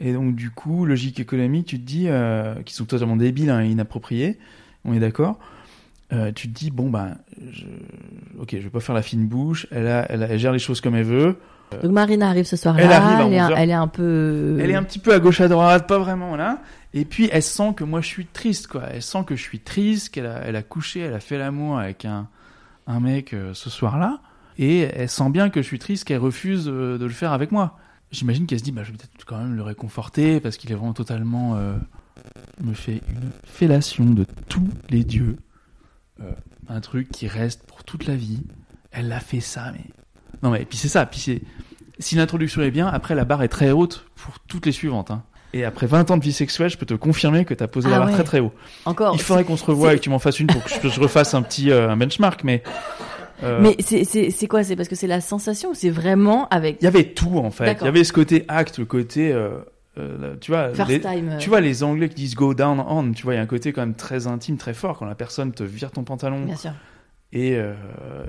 Speaker 3: Et donc, du coup, logique économique, tu te dis, euh, qui sont totalement débiles hein, et inappropriés, on est d'accord. Euh, tu te dis, bon, ben, je... ok, je vais pas faire la fine bouche, elle, a- elle, a- elle gère les choses comme elle veut.
Speaker 2: Donc, Marine arrive ce soir-là.
Speaker 3: Elle arrive à
Speaker 2: est,
Speaker 3: 11 heures.
Speaker 2: elle est un peu. euh,
Speaker 3: Elle est un petit peu à gauche à droite, pas vraiment là. Et puis elle sent que moi je suis triste, quoi. Elle sent que je suis triste, qu'elle a, elle a couché, elle a fait l'amour avec un, un mec euh, ce soir-là. Et elle sent bien que je suis triste, qu'elle refuse euh, de le faire avec moi. J'imagine qu'elle se dit, bah, je vais peut-être quand même le réconforter parce qu'il est vraiment totalement. euh, il me fait une fellation de tous les dieux. Euh, un truc qui reste pour toute la vie. Elle l'a fait ça, mais. Non, mais puis c'est ça. Puis c'est. Si l'introduction est bien, après la barre est très haute pour toutes les suivantes. hein. Et après 20 ans de vie sexuelle, je peux te confirmer que t'as posé
Speaker 2: Ah
Speaker 3: la barre
Speaker 2: ouais. Oh,
Speaker 3: très très haut.
Speaker 2: Encore.
Speaker 3: Il faudrait qu'on se revoie et que tu m'en fasses une pour que je, que je refasse un petit euh, un benchmark, mais. euh,
Speaker 2: Mais c'est- c'est c'est quoi C'est parce que c'est la sensation ou c'est vraiment avec.
Speaker 3: Il y avait tout en fait.
Speaker 2: D'accord.
Speaker 3: Il y avait ce côté acte, le côté, euh, euh, tu vois,
Speaker 2: First
Speaker 3: les-
Speaker 2: time. euh,
Speaker 3: tu vois les Anglais qui disent go down on. Tu vois, il y a un côté quand même très intime, très fort quand la personne te vire ton pantalon
Speaker 2: Bien sûr.
Speaker 3: et, euh,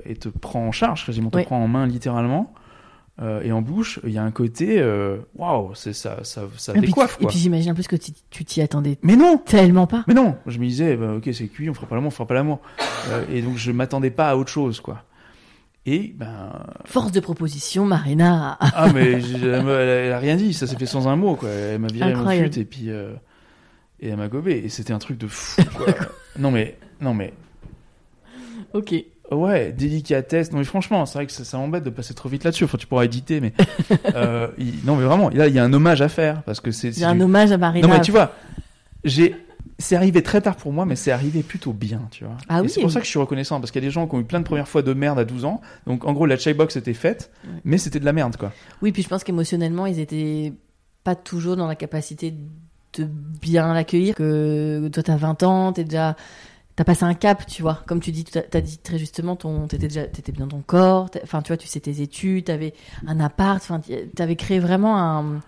Speaker 3: et te prend en charge, quasiment te
Speaker 2: Oui.
Speaker 3: prend en main littéralement. euh, et en bouche, il y a un côté, euh, waouh, c'est ça, ça, ça
Speaker 2: Et puis,
Speaker 3: décoiffe
Speaker 2: et
Speaker 3: quoi.
Speaker 2: puis j'imagine en plus que tu tu t'y attendais
Speaker 3: Mais non,
Speaker 2: tellement pas.
Speaker 3: mais non, je me disais, bah, ok, c'est cuit, on fera pas l'amour, on fera pas l'amour. Euh, et donc je m'attendais pas à autre chose, quoi. Et ben,
Speaker 2: Force de proposition, Marina.
Speaker 3: ah mais j'ai- elle, m'a- elle a rien dit, ça s'est fait sans un mot, quoi. Elle m'a viré mon
Speaker 2: Incroyable.
Speaker 3: chute et puis euh, et elle m'a gobé et c'était un truc de fou, quoi. non mais, non mais,
Speaker 2: ok.
Speaker 3: ouais, délicatesse. Non mais franchement, c'est vrai que ça, ça m'embête de passer trop vite là-dessus. Enfin, tu pourras éditer, mais euh, il- non mais vraiment, là il y a un hommage à faire parce que c'est
Speaker 2: J'ai
Speaker 3: c'est
Speaker 2: un
Speaker 3: du-
Speaker 2: hommage à Marina.
Speaker 3: Non, mais tu vois, j'ai. C'est arrivé très tard pour moi, mais c'est arrivé plutôt bien, tu vois.
Speaker 2: Ah
Speaker 3: Et
Speaker 2: oui.
Speaker 3: C'est pour ça que je suis reconnaissant, parce qu'il y a des gens qui ont eu plein de premières fois de merde à 12 ans. Donc, en gros, la checkbox était faite,
Speaker 2: Ouais.
Speaker 3: mais c'était de la merde, quoi.
Speaker 2: Oui, puis je pense qu'émotionnellement, ils étaient pas toujours dans la capacité de bien l'accueillir. Que toi, t'as 20 ans, t'es déjà. T'as passé un cap, tu vois. Comme tu dis, t'as t'as dit très justement, ton, t'étais déjà, t'étais bien dans ton corps. t'as- Enfin, tu vois, tu sais tes études, t'avais un appart. Enfin, t'y- t'avais créé vraiment un,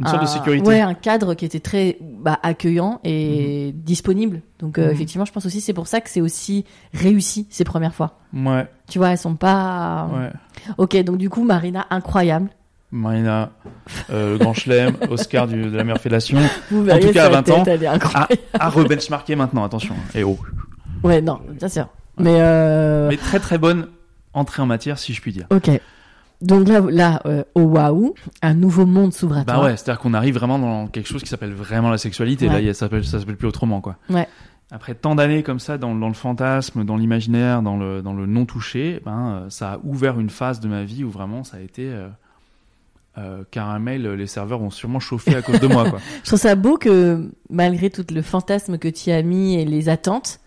Speaker 3: Une sorte de
Speaker 2: un-
Speaker 3: sécurité.
Speaker 2: Ah, Ouais, un cadre qui était très bah, accueillant et disponible. Donc euh,
Speaker 3: Mhm.
Speaker 2: effectivement, je pense aussi c'est pour ça que c'est aussi réussi ces premières fois.
Speaker 3: Ouais,
Speaker 2: Tu vois, elles sont pas.
Speaker 3: ouais.
Speaker 2: Ok, donc du coup, Marina, incroyable.
Speaker 3: Marina, euh, le grand chelem, Oscar du- de la meilleure fellation,
Speaker 2: Vous
Speaker 3: tout cas,
Speaker 2: sa
Speaker 3: à 20 ans. Ah.
Speaker 2: tête, elle est
Speaker 3: à,
Speaker 2: incroyable.
Speaker 3: à rebenchmarker maintenant, attention. Et oh.
Speaker 2: Ouais, non, bien sûr. Mais, euh,
Speaker 3: Mais très très bonne entrée en matière, si je puis dire.
Speaker 2: ok. Donc là, là, euh, oh waouh, un nouveau monde s'ouvre à
Speaker 3: Bah
Speaker 2: toi.
Speaker 3: ouais, c'est-à-dire qu'on arrive vraiment dans quelque chose qui s'appelle vraiment la sexualité.
Speaker 2: Ouais.
Speaker 3: Là, il y a- ça s'appelle ça s'appelle plus autrement, quoi.
Speaker 2: Ouais.
Speaker 3: Après tant d'années comme ça dans, dans le fantasme, dans l'imaginaire, dans le, dans le non touché, ben euh, ça a ouvert une phase de ma vie où vraiment ça a été euh, euh, caramel. Les serveurs ont sûrement chauffé à cause de moi, quoi.
Speaker 2: Je trouve ça beau que malgré tout le fantasme que tu y as mis et les attentes,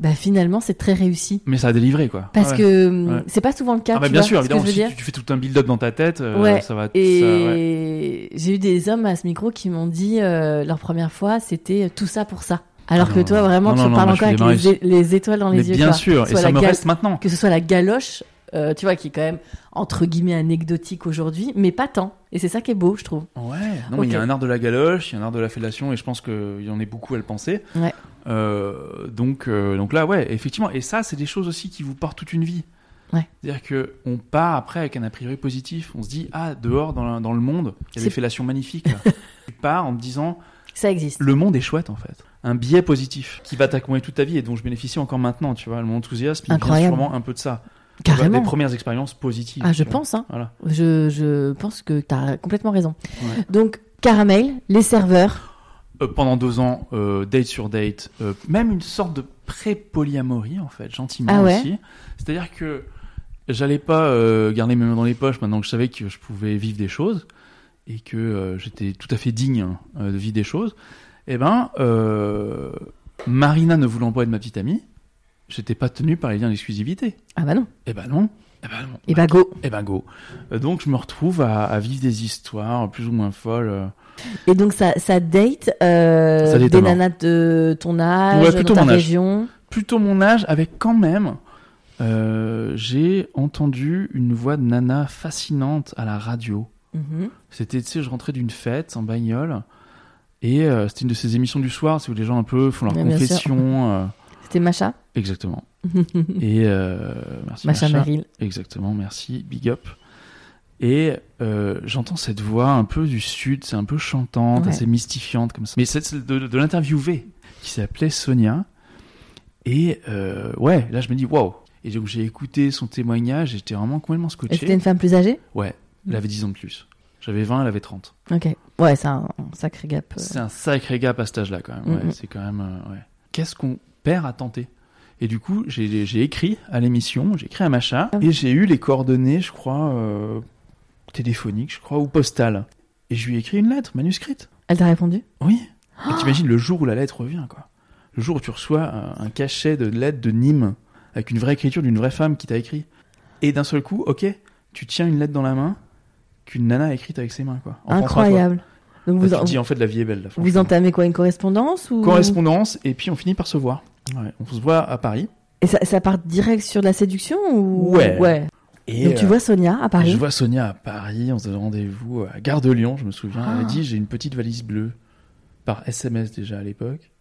Speaker 2: bah finalement c'est très réussi.
Speaker 3: Mais ça a délivré, quoi.
Speaker 2: Parce
Speaker 3: Ouais.
Speaker 2: que hum,
Speaker 3: ouais.
Speaker 2: c'est pas souvent le cas.
Speaker 3: ah bah
Speaker 2: tu
Speaker 3: bien
Speaker 2: vois
Speaker 3: sûr,
Speaker 2: ce que je
Speaker 3: évidemment,
Speaker 2: veux
Speaker 3: si
Speaker 2: dire.
Speaker 3: tu, tu fais tout un build-up dans ta tête, euh,
Speaker 2: Ouais.
Speaker 3: ça va. ça- ouais.
Speaker 2: Et j'ai eu des hommes à ce micro qui m'ont dit euh, leur première fois, c'était euh, tout ça pour ça. Alors
Speaker 3: Ah
Speaker 2: que
Speaker 3: non,
Speaker 2: toi,
Speaker 3: non.
Speaker 2: vraiment,
Speaker 3: Non,
Speaker 2: tu
Speaker 3: non,
Speaker 2: en
Speaker 3: non,
Speaker 2: parles
Speaker 3: moi, je
Speaker 2: encore avec
Speaker 3: suis
Speaker 2: les, les étoiles dans les
Speaker 3: Mais
Speaker 2: yeux.
Speaker 3: bien
Speaker 2: quoi.
Speaker 3: sûr,
Speaker 2: Que ce
Speaker 3: et
Speaker 2: soit
Speaker 3: ça
Speaker 2: la
Speaker 3: me
Speaker 2: gal-
Speaker 3: reste maintenant.
Speaker 2: Que ce soit la galoche, euh, tu vois, qui est quand même entre guillemets anecdotique aujourd'hui, mais pas tant. Et c'est ça qui est beau, je trouve.
Speaker 3: Ouais, non, mais il y a
Speaker 2: Ok.
Speaker 3: un art de la galoche, il y a un art de la fellation, et je pense qu'il y en a beaucoup à le penser.
Speaker 2: Ouais.
Speaker 3: Euh, donc, euh, donc là, ouais, effectivement. Et ça, c'est des choses aussi qui vous portent toute une vie.
Speaker 2: Ouais.
Speaker 3: C'est-à-dire que on part après avec un a priori positif. On se dit, ah, dehors, dans, la- dans le monde, il y a
Speaker 2: C'est-
Speaker 3: des fellations magnifiques. là. tu pars en te disant,
Speaker 2: Ça existe.
Speaker 3: le monde est chouette en fait. Un biais positif qui va t'accompagner toute ta vie et dont je bénéficie encore maintenant, tu vois. Mon enthousiasme, il vient
Speaker 2: Incroyable.
Speaker 3: sûrement un peu de ça. Tu vois,
Speaker 2: Carrément.
Speaker 3: Bah, Des premières expériences positives.
Speaker 2: Ah, je
Speaker 3: tu vois.
Speaker 2: pense, hein.
Speaker 3: Voilà.
Speaker 2: Je, je pense que t'as complètement raison.
Speaker 3: Ouais.
Speaker 2: Donc, caramel, les serveurs.
Speaker 3: Euh, pendant deux ans, euh, date sur date, euh, même une sorte de pré-polyamorie en fait, gentiment
Speaker 2: Ah ouais
Speaker 3: aussi. C'est-à-dire que j'allais pas euh, garder mes mains dans les poches maintenant que je savais que je pouvais vivre des choses et que euh, j'étais tout à fait digne hein, euh, de vivre des choses. Eh ben, euh, Marina ne voulant pas être ma petite amie, j'étais pas tenu par les liens d'exclusivité.
Speaker 2: Ah bah non.
Speaker 3: Eh ben non. Eh ben non.
Speaker 2: Et bah go.
Speaker 3: Eh ben go. Euh, Donc je me retrouve à, à vivre des histoires plus ou moins folles. euh.
Speaker 2: Et donc, ça, ça date euh,
Speaker 3: Ça date à
Speaker 2: des
Speaker 3: mort.
Speaker 2: nanas de ton âge,
Speaker 3: Ouais,
Speaker 2: dans
Speaker 3: plutôt
Speaker 2: ta
Speaker 3: mon âge.
Speaker 2: région.
Speaker 3: Plutôt mon âge, avec quand même, euh, j'ai entendu une voix de nana fascinante à la radio.
Speaker 2: Mhm.
Speaker 3: C'était, tu sais, je rentrais d'une fête en bagnole. Et euh, c'était une de ces émissions du soir, c'est où les gens un peu font leur
Speaker 2: Ouais, bien sûr.
Speaker 3: confession. euh,
Speaker 2: C'était Macha.
Speaker 3: exactement. Et euh, merci.
Speaker 2: Macha
Speaker 3: Macha.
Speaker 2: Meryl.
Speaker 3: Exactement, merci, big up. Et euh, j'entends cette voix un peu du sud, c'est un peu chantante,
Speaker 2: Ouais.
Speaker 3: assez mystifiante comme ça. Mais c'est celle de, de l'interviewée qui s'appelait Sonia. Et euh, ouais, là je me dis waouh. Et donc j'ai écouté son témoignage, j'étais vraiment complètement
Speaker 2: Et c'était
Speaker 3: scotché.
Speaker 2: une femme plus âgée
Speaker 3: Ouais, elle avait 10 ans de plus. J'avais 20, elle avait 30.
Speaker 2: Ok. Ouais, c'est un un sacré gap. euh.
Speaker 3: C'est un sacré gap à cet âge-là quand même. Ouais,
Speaker 2: Mhm.
Speaker 3: C'est quand même. euh, ouais. Qu'est-ce qu'on perd à tenter Et du coup, j'ai j'ai écrit à l'émission, j'ai écrit à Macha,
Speaker 2: Ah oui.
Speaker 3: et j'ai eu les coordonnées, je crois, euh, téléphoniques, je crois, ou postales. Et je lui ai écrit une lettre manuscrite.
Speaker 2: Elle t'a répondu
Speaker 3: Oui.
Speaker 2: Ah.
Speaker 3: Et T'imagines le jour où la lettre revient, quoi. Le jour où tu reçois un, un cachet de lettre de Nîmes, avec une vraie écriture d'une vraie femme qui t'a écrit. Et d'un seul coup, ok, tu tiens une lettre dans la main qu'une nana a écrite avec ses mains, quoi. en pensant à toi.
Speaker 2: Incroyable. Donc
Speaker 3: Bah,
Speaker 2: vous,
Speaker 3: tu
Speaker 2: en-
Speaker 3: te dis, en fait, la vie est belle, là,
Speaker 2: vous
Speaker 3: franchement
Speaker 2: entamez quoi Une correspondance ou...
Speaker 3: correspondance et puis on finit par se voir. Ouais, on se voit à Paris.
Speaker 2: Et ça, ça part direct sur de la séduction ou...
Speaker 3: Ouais. Et
Speaker 2: Donc tu
Speaker 3: euh,
Speaker 2: vois Sonia à Paris
Speaker 3: je vois Sonia à Paris, on se donne rendez-vous à Gare de Lyon, je me souviens.
Speaker 2: Ah.
Speaker 3: Elle a dit j'ai une petite valise bleue par SMS déjà à l'époque,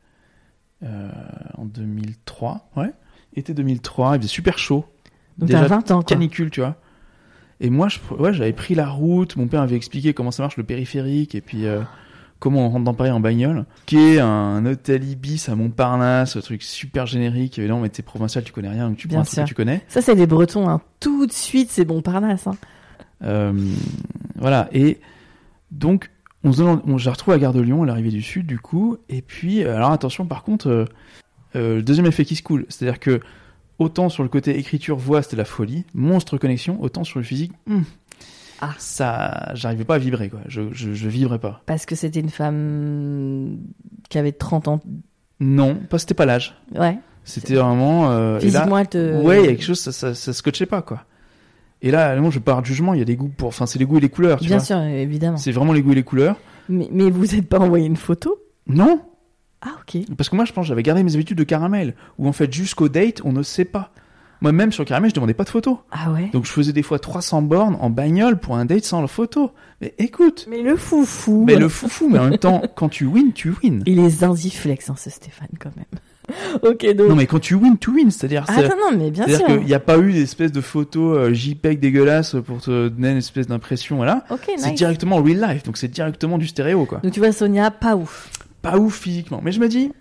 Speaker 3: euh, en 2003, ouais, été 2003, il faisait super chaud,
Speaker 2: Donc
Speaker 3: déjà
Speaker 2: t'as 20 ans. Quoi.
Speaker 3: canicule, tu vois. Et moi, je, pr- ouais, j'avais pris la route, mon père avait expliqué comment ça marche le périphérique et puis euh, comment on rentre dans Paris en bagnole, qui est un hôtel Ibis à Montparnasse, un truc super générique. Évidemment, mais t'es provincial, tu connais rien, donc tu prends
Speaker 2: Bien
Speaker 3: un truc
Speaker 2: sûr.
Speaker 3: que tu connais.
Speaker 2: Ça c'est des Bretons. Hein. Tout de suite c'est bon parnasse. Hein.
Speaker 3: Euh, voilà. Et donc, on se donne, on, je la retrouve à Gare de Lyon, à l'arrivée du Sud, du coup. Et puis, euh, alors attention, par contre, euh, euh, le deuxième effet qui se coule, c'est-à-dire que autant sur le côté écriture, voix, c'était la folie, monstre connexion, autant sur le physique, hmm,
Speaker 2: Ah.
Speaker 3: ça, j'arrivais pas à vibrer, quoi. Je, je, je vibrais pas.
Speaker 2: Parce que c'était une femme qui avait 30 ans.
Speaker 3: Non, pas, c'était pas l'âge.
Speaker 2: Ouais.
Speaker 3: C'était vraiment. euh, et là-
Speaker 2: Physiquement elle te.
Speaker 3: Ouais, il y a quelque chose, ça, ça, ça scotchait pas, quoi. Et là, non, je parle de jugement, il y a des goûts pour. Enfin, c'est les goûts et les couleurs, tu
Speaker 2: Bien
Speaker 3: vois.
Speaker 2: sûr, évidemment.
Speaker 3: C'est vraiment les goûts et les couleurs.
Speaker 2: Mais, mais vous êtes pas envoyé une photo
Speaker 3: Non,
Speaker 2: Ah ok.
Speaker 3: Parce que moi, je pense que j'avais gardé mes habitudes de caramel, où en fait, jusqu'au date, on ne sait pas. Moi-même, sur le caramel, je demandais pas de photos.
Speaker 2: Ah ouais.
Speaker 3: Donc, je faisais des fois 300 bornes en bagnole pour un date sans la photo. Mais écoute,
Speaker 2: Mais le foufou.
Speaker 3: mais le foufou, mais en même temps, quand tu win, tu win.
Speaker 2: Il est zinziflex hein, ce Stéphane quand même. ok donc.
Speaker 3: Non, mais quand tu win, tu win. C'est-à-dire,
Speaker 2: Ah
Speaker 3: c'est-
Speaker 2: non non mais bien sûr.
Speaker 3: c'est-à-dire qu'il n'y a pas eu d'espèce de photos euh, JPEG dégueulasse pour te donner une espèce d'impression, voilà.
Speaker 2: Ok
Speaker 3: C'est
Speaker 2: nice.
Speaker 3: directement real life, donc c'est directement du stéréo, quoi.
Speaker 2: Donc tu vois Sonia pas ouf.
Speaker 3: pas ouf physiquement. Mais je me dis,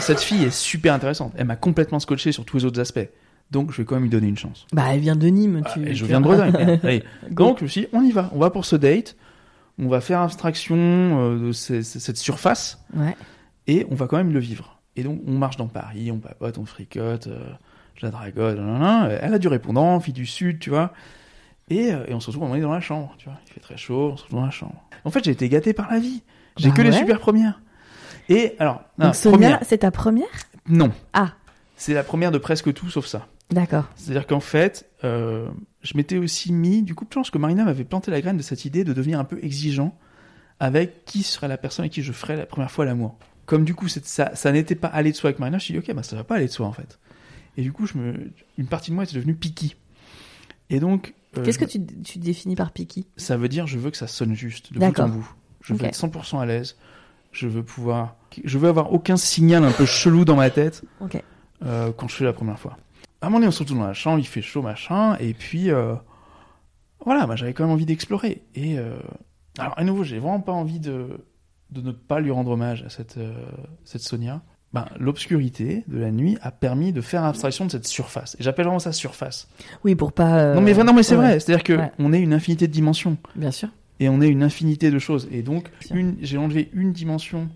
Speaker 3: cette fille est super intéressante. Elle m'a complètement scotché sur tous les autres aspects. Donc, je vais quand même lui donner une chance.
Speaker 2: Bah elle vient de Nîmes.
Speaker 3: Ah,
Speaker 2: Tu,
Speaker 3: et je
Speaker 2: tu-
Speaker 3: viens de Bretagne. merde. Allez.
Speaker 2: Go.
Speaker 3: Donc, je me suis dit, on y va. On va pour ce date. On va faire abstraction euh, de ces- ces- cette surface
Speaker 2: Ouais.
Speaker 3: et on va quand même le vivre. Et donc, on marche dans Paris, on papote, on fricote, euh, je la dragote, nanana. elle a du répondant, fille du Sud, tu vois. Et, euh, et on se retrouve, on est dans la chambre, tu vois. Il fait très chaud, on se retrouve dans la chambre. En fait, j'ai été gâté par la vie. J'ai
Speaker 2: Bah
Speaker 3: que les
Speaker 2: ouais.
Speaker 3: super premières. Et alors, non,
Speaker 2: Donc Sonia
Speaker 3: ah, première,
Speaker 2: c'est ta première
Speaker 3: non.
Speaker 2: Ah.
Speaker 3: C'est la première de presque tout sauf ça.
Speaker 2: D'accord.
Speaker 3: C'est-à-dire qu'en fait, euh, je m'étais aussi mis, du coup, je pense que Marina m'avait planté la graine de cette idée de devenir un peu exigeant avec qui serait la personne avec qui je ferais la première fois l'amour. Comme du coup, c'est- ça, ça n'était pas allé de soi avec Marina, je me suis dit, ok, bah, ça va pas aller de soi en fait. Et du coup, je me... une partie de moi était devenue piquée. Et donc, euh,
Speaker 2: Qu'est-ce que
Speaker 3: je-
Speaker 2: tu, tu définis par piqui
Speaker 3: ça veut dire je veux que ça sonne juste de bout
Speaker 2: D'accord.
Speaker 3: en bout. Je veux
Speaker 2: Ok.
Speaker 3: être 100% à l'aise. Je veux pouvoir. Je veux avoir aucun signal un peu chelou dans ma tête
Speaker 2: Ok.
Speaker 3: euh, quand je fais la première fois. À un moment donné, on se retrouve dans la chambre, il fait chaud, machin, et puis euh, voilà, bah, j'avais quand même envie d'explorer. Et euh, alors, à nouveau, j'ai vraiment pas envie de de ne pas lui rendre hommage à cette, euh, cette Sonia, ben, l'obscurité de la nuit a permis de faire abstraction de cette surface. Et j'appelle vraiment ça surface.
Speaker 2: Oui, pour pas. euh,
Speaker 3: Non mais, non, mais c'est
Speaker 2: ouais,
Speaker 3: vrai, c'est-à-dire que
Speaker 2: Ouais.
Speaker 3: on est une infinité de dimensions
Speaker 2: Bien sûr.
Speaker 3: et on est une infinité de choses. Et donc
Speaker 2: Bien sûr.
Speaker 3: une, j'ai enlevé une dimension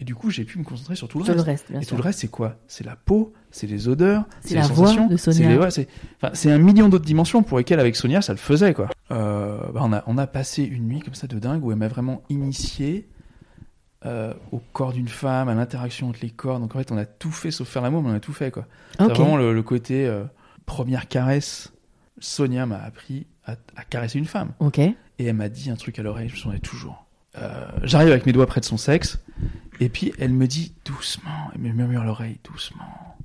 Speaker 3: et du coup j'ai pu me concentrer sur tout le
Speaker 2: Sur
Speaker 3: reste.
Speaker 2: le reste, bien
Speaker 3: et
Speaker 2: sûr.
Speaker 3: tout le reste c'est quoi C'est la peau, c'est les odeurs,
Speaker 2: C'est
Speaker 3: c'est
Speaker 2: la
Speaker 3: les
Speaker 2: voix
Speaker 3: sensations,
Speaker 2: de Sonia.
Speaker 3: c'est les- ouais, c'est enfin, c'est un million d'autres dimensions pour lesquelles avec Sonia ça le faisait quoi. Euh, bah, on a on a passé une nuit comme ça de dingue où elle m'a vraiment initié. euh, au corps d'une femme, à l'interaction entre les corps. Donc en fait, on a tout fait sauf faire l'amour, mais on a tout fait quoi. C'est
Speaker 2: Ok.
Speaker 3: vraiment le, le côté euh, première caresse. Sonia m'a appris à, à caresser une femme.
Speaker 2: Ok.
Speaker 3: Et elle m'a dit un truc à l'oreille, je me souviens toujours. Euh, J'arrive avec mes doigts près de son sexe. Et puis elle me dit doucement, elle me murmure à l'oreille doucement.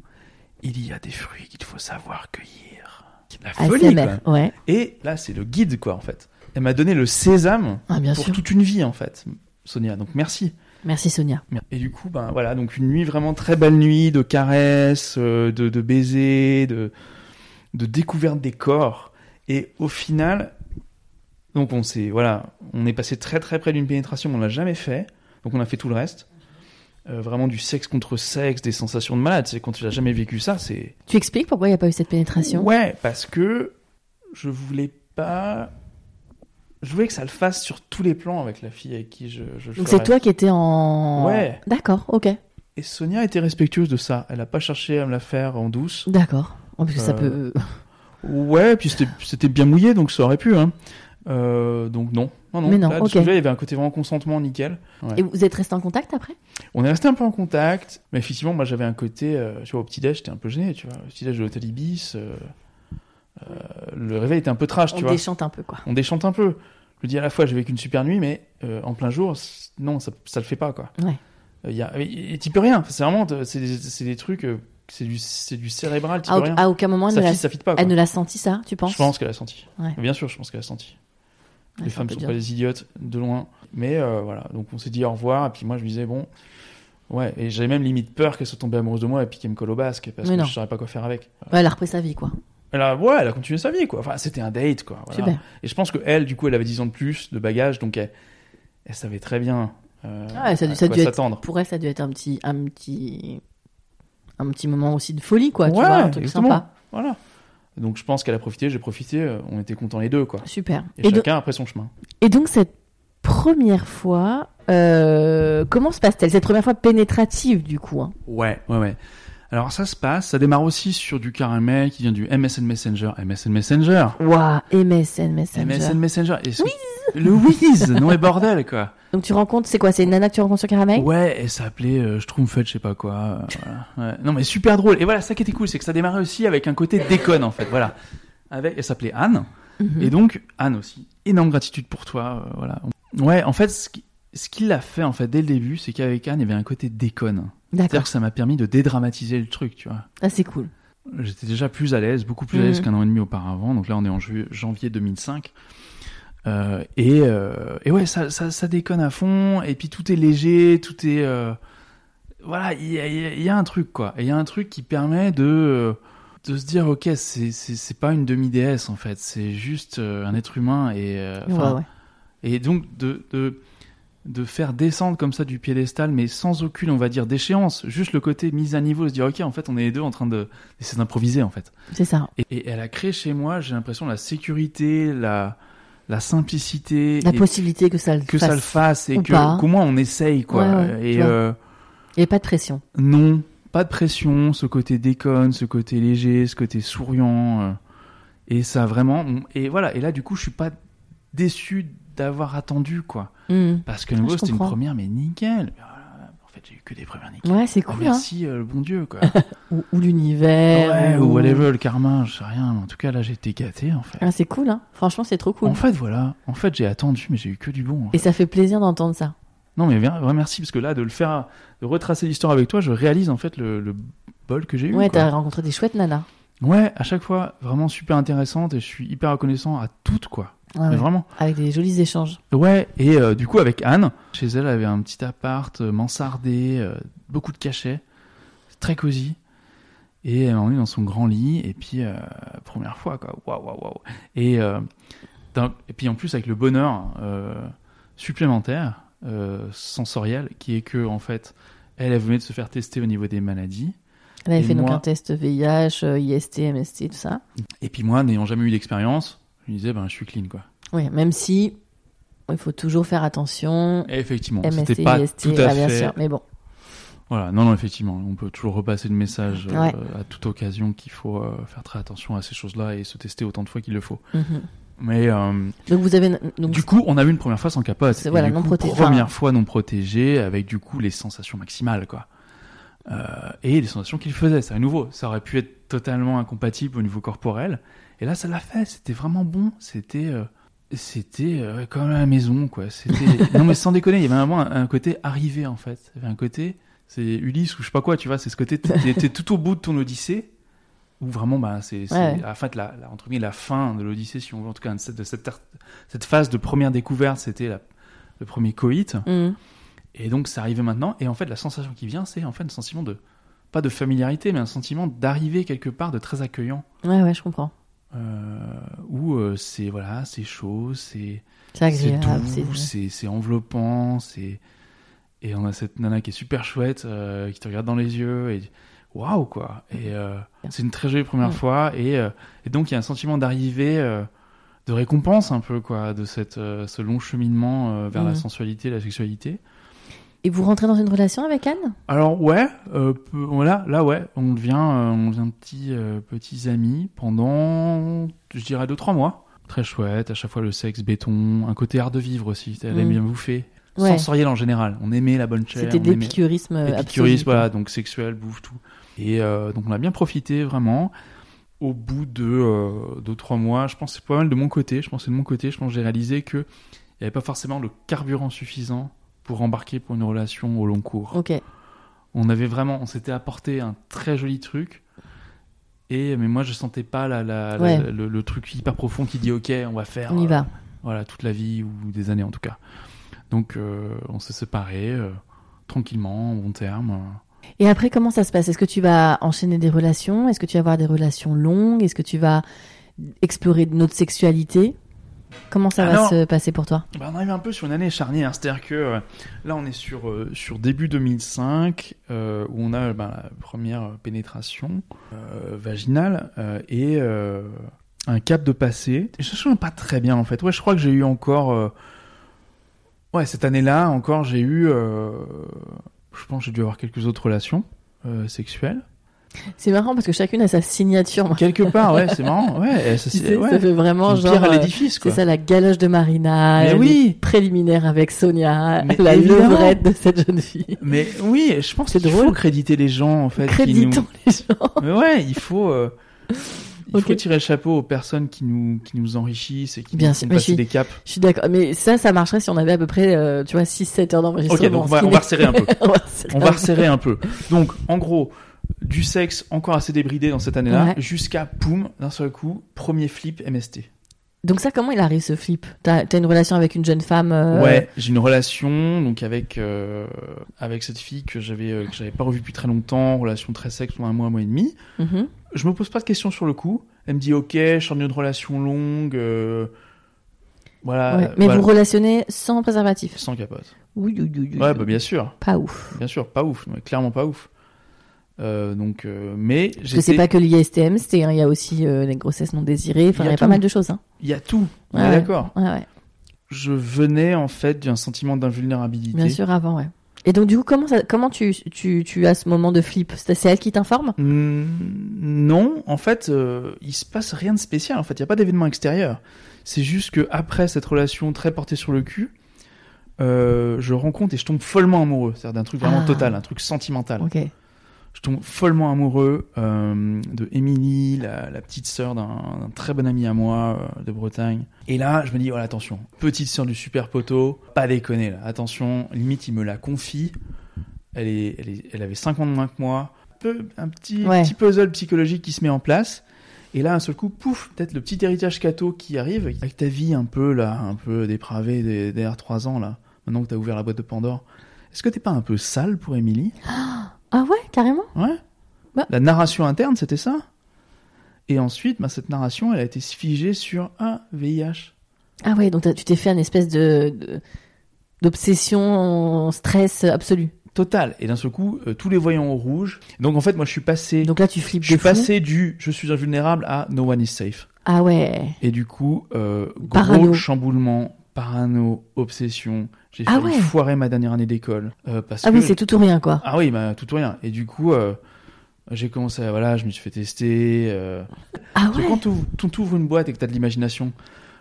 Speaker 3: Il y a des fruits qu'il faut savoir cueillir. La folie,
Speaker 2: ASMR.
Speaker 3: quoi.
Speaker 2: Ouais.
Speaker 3: Et là, c'est le guide, quoi, en fait. Elle m'a donné le sésame
Speaker 2: Ah, bien
Speaker 3: pour
Speaker 2: sûr.
Speaker 3: toute une vie, en fait, Sonia. Donc merci.
Speaker 2: Merci Sonia.
Speaker 3: Et du coup, ben voilà, donc une nuit vraiment très belle nuit de caresses, euh, de, de baisers, de, de découverte des corps. Et au final, donc on s'est, voilà, on est passé très très près d'une pénétration, mais on l'a jamais fait. Donc on a fait tout le reste. Euh, vraiment du sexe contre sexe, des sensations de malade. C'est quand tu n'as jamais vécu ça, c'est.
Speaker 2: Tu expliques pourquoi il n'y a pas eu cette pénétration
Speaker 3: Ouais, parce que je voulais pas. Je voulais que ça le fasse sur tous les plans avec la fille avec qui je. je
Speaker 2: Donc
Speaker 3: ferais.
Speaker 2: c'est toi qui étais en.
Speaker 3: Ouais.
Speaker 2: D'accord, ok.
Speaker 3: Et Sonia était respectueuse de ça. Elle n'a pas cherché à me la faire en douce.
Speaker 2: D'accord. Oh, parce que ça
Speaker 3: Euh,
Speaker 2: peut.
Speaker 3: Ouais, puis c'était- c'était bien mouillé, donc ça aurait pu. Hein. Euh, donc non. Non, non.
Speaker 2: Mais non,
Speaker 3: Là, de
Speaker 2: ok.
Speaker 3: ce sujet, il y avait un côté vraiment consentement, nickel. Ouais.
Speaker 2: Et vous êtes resté en contact après
Speaker 3: On est resté un peu en contact, mais effectivement, moi j'avais un côté, euh, tu vois, au petit-déj, j'étais un peu gêné, tu vois. Au petit-déj de l'hôtel Ibis, euh, euh, le réveil était un peu trash,
Speaker 2: On
Speaker 3: tu vois.
Speaker 2: déchante un peu, quoi.
Speaker 3: On déchante un peu. Je me dis à la fois, j'ai vécu une super nuit, mais euh, en plein jour, c- non, ça, ça le fait pas, quoi.
Speaker 2: Ouais.
Speaker 3: Euh, y a- et et t'y peux rien. C'est vraiment, de- c'est des, c'est des trucs, euh, c'est du, c'est du cérébral, t'y
Speaker 2: À,
Speaker 3: peux
Speaker 2: au-
Speaker 3: rien.
Speaker 2: à Ah, aucun moment elle,
Speaker 3: ça
Speaker 2: ne l'a...
Speaker 3: fit, ça fit pas. quoi.
Speaker 2: elle ne l'a senti, ça, tu penses
Speaker 3: Je pense qu'elle a senti.
Speaker 2: Ouais.
Speaker 3: Bien sûr, je pense qu'elle a senti.
Speaker 2: Ouais,
Speaker 3: les
Speaker 2: c'est un
Speaker 3: femmes
Speaker 2: peu
Speaker 3: sont
Speaker 2: dur.
Speaker 3: pas des idiotes de loin. Mais euh, voilà, donc on s'est dit au revoir. Et puis moi, je me disais bon, ouais. Et j'avais même limite peur qu'elle soit tombée amoureuse de moi et puis qu'elle me colle au basque parce
Speaker 2: Mais
Speaker 3: que
Speaker 2: non.
Speaker 3: je saurais pas quoi faire avec.
Speaker 2: Ouais, elle a repris sa vie, quoi.
Speaker 3: Elle a, ouais, elle a continué sa vie quoi. Enfin, c'était un date quoi. Voilà.
Speaker 2: Super.
Speaker 3: Et je pense que elle, du coup, elle avait 10 ans de plus de bagages, donc elle, elle savait très bien. euh,
Speaker 2: Ah, ça a
Speaker 3: à
Speaker 2: dû- ça a
Speaker 3: quoi
Speaker 2: dû être-
Speaker 3: s'attendre.
Speaker 2: Pour elle, ça a dû être un petit, un petit, un petit moment aussi de folie, quoi. tu
Speaker 3: Ouais,
Speaker 2: vois, un truc
Speaker 3: exactement.
Speaker 2: sympa.
Speaker 3: Voilà. Donc je pense qu'elle a profité, j'ai profité, euh, on était contents les deux quoi.
Speaker 2: Super.
Speaker 3: Et,
Speaker 2: Et, do-
Speaker 3: chacun après son chemin.
Speaker 2: et donc, cette première fois, euh, comment se passe-t-elle Cette première fois pénétrative, du coup. hein.
Speaker 3: Ouais, ouais, ouais. Alors ça se passe, ça démarre aussi sur du caramel qui vient du MSN Messenger. MSN Messenger
Speaker 2: Waouh, MSN, Messenger.
Speaker 3: MSN Messenger et ce- Le Wiz Non mais bordel quoi
Speaker 2: Donc, tu rencontres, c'est quoi C'est une nana que tu rencontres sur Caramel
Speaker 3: Ouais, et ça appelait euh, Schtroumpfette, je sais pas quoi. euh, voilà. Ouais. Non mais super drôle. Et voilà, ça qui était cool, c'est que ça démarrait aussi avec un côté déconne en fait. Voilà. Avec, elle s'appelait Anne.
Speaker 2: Mhm. Mm.
Speaker 3: Et donc, Anne aussi, énorme gratitude pour toi. euh, voilà. Ouais, en fait, ce qui, ce qui l'a fait en fait dès le début, c'est qu'avec Anne, il y avait un côté déconne.
Speaker 2: D'accord.
Speaker 3: C'est-à-dire que ça m'a permis de dédramatiser le truc, tu vois.
Speaker 2: Ah, c'est cool.
Speaker 3: J'étais déjà plus à l'aise, beaucoup plus à
Speaker 2: Mhm.
Speaker 3: l'aise qu'un an et demi auparavant. Donc là, on est en ju- janvier 2005. Euh, et, euh, et ouais, ça, ça, ça déconne à fond. Et puis tout est léger, tout est. euh, voilà, il y a, il y a- il y a un truc, quoi. Et il y a un truc qui permet de, euh, de se dire ok, c'est- c'est c'est pas une demi-déesse, en fait. C'est juste euh, un être humain. Et, euh, enfin,
Speaker 2: ouais, ouais.
Speaker 3: et donc de, de, de faire descendre comme ça du piédestal, mais sans aucune, on va dire, déchéance, juste le côté mise à niveau, se dire, ok, en fait, on est les deux en train de d'essayer d'improviser, en fait.
Speaker 2: C'est ça.
Speaker 3: Et, et elle a créé chez moi, j'ai l'impression, la sécurité, la, la simplicité,
Speaker 2: La
Speaker 3: et
Speaker 2: possibilité que ça le
Speaker 3: que
Speaker 2: fasse.
Speaker 3: ça le fasse, et
Speaker 2: ou
Speaker 3: que
Speaker 2: pas.
Speaker 3: qu'au moins on essaye, quoi.
Speaker 2: Ouais, ouais, tu
Speaker 3: et
Speaker 2: vois.
Speaker 3: euh,
Speaker 2: Il n'y avait pas de pression.
Speaker 3: non, pas de pression, ce côté déconne, ce côté léger, ce côté souriant. euh, et ça, vraiment, on- et voilà, et là, du coup, je suis pas déçu d'avoir attendu, quoi.
Speaker 2: Mhm.
Speaker 3: Parce que
Speaker 2: Ah,
Speaker 3: nouveau,
Speaker 2: je
Speaker 3: c'était une
Speaker 2: comprends.
Speaker 3: première, mais nickel. Mais voilà, En fait, j'ai eu que des premières nickel.
Speaker 2: Ouais, c'est Eh
Speaker 3: Ah,
Speaker 2: cool, hein.
Speaker 3: merci, euh, le bon Dieu, quoi.
Speaker 2: Ou, ou l'univers.
Speaker 3: ouais, ou whatever, le karma, je sais rien. mais en tout cas, là, j'ai été gâté, en fait.
Speaker 2: Ah, c'est cool, hein. Franchement, c'est trop cool.
Speaker 3: En fait, voilà. En fait, j'ai attendu, mais j'ai eu que du bon. en
Speaker 2: Et
Speaker 3: fait.
Speaker 2: ça fait plaisir d'entendre ça.
Speaker 3: Non, mais vraiment, merci, parce que là, de le faire, de retracer l'histoire avec toi, je réalise, en fait, le, le bol que j'ai eu.
Speaker 2: Ouais,
Speaker 3: quoi.
Speaker 2: t'as rencontré des chouettes nanas.
Speaker 3: ouais, à chaque fois, vraiment super intéressante, et je suis hyper reconnaissant à toutes, quoi.
Speaker 2: Ah Ouais,
Speaker 3: Mais
Speaker 2: ouais.
Speaker 3: vraiment.
Speaker 2: Avec des jolis échanges.
Speaker 3: Ouais, et euh, du coup, avec Anne, chez elle, elle avait un petit appart euh, mansardé, euh, beaucoup de cachets, très cosy. Et elle en est dans son grand lit, et puis, euh, première fois, quoi. Waouh, waouh, waouh. Et, euh, d'un- et puis, en plus, avec le bonheur euh, supplémentaire euh, sensorielle qui est que en fait, elle, elle venait de se faire tester au niveau des maladies.
Speaker 2: Elle avait
Speaker 3: Et
Speaker 2: fait donc
Speaker 3: moi-
Speaker 2: un test VIH, euh, IST, MST, tout ça.
Speaker 3: Et puis moi, n'ayant jamais eu d'expérience, je me disais ben je suis clean quoi.
Speaker 2: Oui, même si il faut toujours faire attention.
Speaker 3: Et effectivement,
Speaker 2: MST,
Speaker 3: c'était pas
Speaker 2: IST,
Speaker 3: tout à
Speaker 2: ah, bien
Speaker 3: fait.
Speaker 2: sûr. Mais bon,
Speaker 3: Voilà, non non effectivement, on peut toujours repasser le message euh,
Speaker 2: Ouais.
Speaker 3: à toute occasion qu'il faut euh, faire très attention à ces choses-là et se tester autant de fois qu'il le faut.
Speaker 2: Mhm.
Speaker 3: Mais euh,
Speaker 2: donc vous avez donc
Speaker 3: du coup, on a eu une première fois sans capote.
Speaker 2: C'est-
Speaker 3: Et
Speaker 2: voilà,
Speaker 3: du
Speaker 2: non
Speaker 3: coup,
Speaker 2: proté-
Speaker 3: Première
Speaker 2: enfin-
Speaker 3: fois non protégée, avec du coup les sensations maximales, quoi. Euh, et les sensations qu'il faisait, c'est à nouveau. Ça aurait pu être totalement incompatible au niveau corporel. Et là, ça l'a fait. C'était vraiment bon. C'était, euh, c'était euh, comme à la maison, quoi. C'était. non mais sans déconner, il y avait vraiment un, un côté arrivé en fait. Il y avait un côté, c'est Ulysse ou je sais pas quoi, tu vois. C'est ce côté, t'es- t'es t'es tout au bout de ton Odyssée. Où vraiment, bah, c'est, c'est
Speaker 2: Ouais, ouais.
Speaker 3: en fait la, la- entre guillemets, la fin de l'Odyssée, si on veut, en tout cas, de cette, de cette cette phase de première découverte, c'était la- le premier coït.
Speaker 2: Mhm.
Speaker 3: Et donc, ça arrivait maintenant. Et en fait, la sensation qui vient, c'est en fait un sentiment de, pas de familiarité, mais un sentiment d'arriver quelque part de très accueillant.
Speaker 2: ouais ouais, je comprends.
Speaker 3: Euh, où euh, c'est voilà, c'est chaud, c'est
Speaker 2: C'est
Speaker 3: c'est
Speaker 2: agréable.
Speaker 3: doux,
Speaker 2: c'est-
Speaker 3: c'est c'est enveloppant, c'est et on a cette nana qui est super chouette, euh, qui te regarde dans les yeux et waouh quoi. Et euh, c'est une très jolie première
Speaker 2: Ouais.
Speaker 3: fois et, euh, et donc il y a un sentiment d'arrivée, euh, de récompense un peu quoi, de cette euh, ce long cheminement euh, vers la
Speaker 2: Mhm.
Speaker 3: sensualité, la sexualité.
Speaker 2: Et vous rentrez dans une relation avec Anne
Speaker 3: Alors ouais, euh, peu- voilà, là ouais, on devient euh, on devient petits euh, petits amis pendant je dirais deux trois mois. Très chouette, à chaque fois le sexe béton, un côté art de vivre aussi, elle aime
Speaker 2: Mm.
Speaker 3: bien bouffer.
Speaker 2: Ouais.
Speaker 3: Sensoriel en général, on aimait la bonne chair,
Speaker 2: C'était
Speaker 3: on
Speaker 2: de
Speaker 3: aimait-
Speaker 2: l'épicurisme euh, absolu.
Speaker 3: épicurisme, voilà, donc sexuel, bouffe tout. Et euh, donc on a bien profité vraiment. Au bout de euh, deux trois mois, je pense que c'est pas mal de mon côté. Je pense que c'est de mon côté. Je pense que j'ai réalisé que il n'y avait pas forcément le carburant suffisant pour embarquer pour une relation au long cours.
Speaker 2: Ok.
Speaker 3: On avait vraiment, on s'était apporté un très joli truc. Et mais moi je sentais pas la, la- la-
Speaker 2: Ouais.
Speaker 3: le, le truc hyper profond qui dit ok on va faire
Speaker 2: On y
Speaker 3: euh,
Speaker 2: va.
Speaker 3: voilà toute la vie ou des années en tout cas. Donc euh, on s'est séparés euh, tranquillement en bon terme. euh,
Speaker 2: Et après, comment ça se passe Est-ce que tu vas enchaîner des relations Est-ce que tu vas avoir des relations longues Est-ce que tu vas explorer notre sexualité Comment ça va
Speaker 3: Alors-
Speaker 2: se passer pour toi
Speaker 3: Bah, on arrive un peu sur une année charnière, c'est-à-dire que euh, là on est sur, euh, sur début 2005 euh, où on a euh, bah, la première pénétration euh, vaginale euh, et euh, un cap de passé. Je me souviens pas très bien en fait. Ouais, je crois que j'ai eu encore. euh, Ouais, cette année-là encore j'ai eu. euh, Je pense que j'ai dû avoir quelques autres relations euh, sexuelles.
Speaker 2: C'est marrant parce que chacune a sa signature. moi.
Speaker 3: Quelque part, ouais, c'est marrant. Ouais, elle, ça,
Speaker 2: Tu
Speaker 3: c'est-
Speaker 2: sais,
Speaker 3: ouais,
Speaker 2: ça fait vraiment
Speaker 3: une
Speaker 2: genre.
Speaker 3: pierre à
Speaker 2: euh,
Speaker 3: l'édifice
Speaker 2: c'est
Speaker 3: quoi.
Speaker 2: ça la galoche de Marina,
Speaker 3: Mais
Speaker 2: les
Speaker 3: oui.
Speaker 2: préliminaires avec Sonia,
Speaker 3: Mais
Speaker 2: la
Speaker 3: évidemment.
Speaker 2: levrette de cette jeune fille.
Speaker 3: Mais oui, je pense
Speaker 2: C'est
Speaker 3: qu'il
Speaker 2: drôle.
Speaker 3: faut créditer les gens en fait. qui nous-
Speaker 2: Créditons les gens.
Speaker 3: Mais ouais, il faut. euh, Il
Speaker 2: Ok.
Speaker 3: faut tirer le chapeau aux personnes qui nous, qui nous enrichissent et qui
Speaker 2: Bien
Speaker 3: nous
Speaker 2: sûr,
Speaker 3: font
Speaker 2: mais je
Speaker 3: passer
Speaker 2: suis-
Speaker 3: des caps.
Speaker 2: Je suis d'accord, mais ça, ça marcherait si on avait à peu près, euh, tu vois, 6-7 heures d'enregistrement.
Speaker 3: Ok, donc on
Speaker 2: ce
Speaker 3: va,
Speaker 2: qui
Speaker 3: on va
Speaker 2: n'est-
Speaker 3: resserrer un peu.
Speaker 2: on va resserrer
Speaker 3: On
Speaker 2: un
Speaker 3: va
Speaker 2: peu.
Speaker 3: resserrer un peu. Donc, en gros, du sexe encore assez débridé dans cette année-là,
Speaker 2: Ouais.
Speaker 3: jusqu'à, poum, d'un seul coup, premier flip MST.
Speaker 2: Donc ça, comment il arrive ce flip T'as as une relation avec une jeune femme euh,
Speaker 3: Ouais, j'ai une relation donc avec euh, avec cette fille que j'avais euh, que j'avais pas revue depuis très longtemps, relation très sexe pendant un mois, un mois et demi.
Speaker 2: mhm.
Speaker 3: Je me pose pas de questions sur le coup. Elle me dit OK, je suis en une relation longue, euh, voilà.
Speaker 2: Ouais. Mais
Speaker 3: Euh, voilà.
Speaker 2: vous relationnez sans préservatif
Speaker 3: sans capote.
Speaker 2: Oui, oui, oui, oui.
Speaker 3: Ouais, bah bien sûr,
Speaker 2: Pas ouf.
Speaker 3: bien sûr, pas ouf, mais clairement pas ouf. Euh, donc, euh, mais
Speaker 2: Parce que c'est
Speaker 3: j'étais-
Speaker 2: pas que l'ISTM, c'était, il y a aussi euh, les grossesses non désirées, enfin,
Speaker 3: Il
Speaker 2: il
Speaker 3: y a
Speaker 2: y a pas
Speaker 3: tout.
Speaker 2: mal de choses. Hein.
Speaker 3: il y a tout, on est
Speaker 2: Ouais, ouais.
Speaker 3: d'accord.
Speaker 2: Ouais, ouais.
Speaker 3: Je venais en fait d'un sentiment d'invulnérabilité.
Speaker 2: Bien sûr, avant, ouais. Et donc, du coup, comment, ça, comment tu, tu, tu as ce moment de flip C'est c'est elle qui t'informe
Speaker 3: Mm, non, en fait, euh, il se passe rien de spécial. En fait, il y a pas d'événement extérieur. C'est juste que après cette relation très portée sur le cul, euh, je rencontre et je tombe follement amoureux. C'est-à-dire d'un truc vraiment
Speaker 2: Ah.
Speaker 3: total, un truc sentimental.
Speaker 2: Ok.
Speaker 3: Je tombe follement amoureux euh, de Émilie, la, la petite sœur d'un d'un très bon ami à moi euh, de Bretagne. Et là, je me dis, voilà, attention, petite sœur du super poteau, pas déconner là, attention, limite, il me la confie. Elle, est, elle, est- elle avait 5 ans de moins que moi. Peu, un petit,
Speaker 2: Ouais.
Speaker 3: petit puzzle psychologique qui se met en place. Et là, un seul coup, pouf, peut-être le petit héritage cato qui arrive, avec ta vie un peu là, un peu dépravée des- derrière 3 ans là, maintenant que t'as ouvert la boîte de Pandore. Est-ce que t'es pas un peu sale pour Émilie
Speaker 2: Ah ouais, carrément
Speaker 3: Ouais.
Speaker 2: Bah.
Speaker 3: La narration interne, c'était ça. Et ensuite, bah, cette narration, elle a été figée sur un VIH.
Speaker 2: Ah ouais, donc t'as- tu t'es fait un espèce de, de, d'obsession, stress absolu.
Speaker 3: Total. Et d'un seul coup, euh, tous les voyants au rouge. Donc en fait, moi, je suis passé.
Speaker 2: Donc là, tu flippes
Speaker 3: je suis
Speaker 2: de fou.
Speaker 3: passé du je suis invulnérable à no one is safe.
Speaker 2: Ah ouais.
Speaker 3: Et du coup, euh, gros
Speaker 2: Parano.
Speaker 3: chamboulement, parano, obsession. J'ai
Speaker 2: Ah
Speaker 3: failli
Speaker 2: ouais.
Speaker 3: foirer ma dernière année d'école. euh, parce
Speaker 2: Ah
Speaker 3: que
Speaker 2: oui, c'est tout ou rien quoi.
Speaker 3: Ah oui, bah, tout ou rien. Et du coup, euh, j'ai commencé à. Voilà, je me suis fait tester. euh,
Speaker 2: Ah
Speaker 3: parce que
Speaker 2: ouais.
Speaker 3: Quand t'ouvres- quand t'ouvres une boîte et que t'as de l'imagination,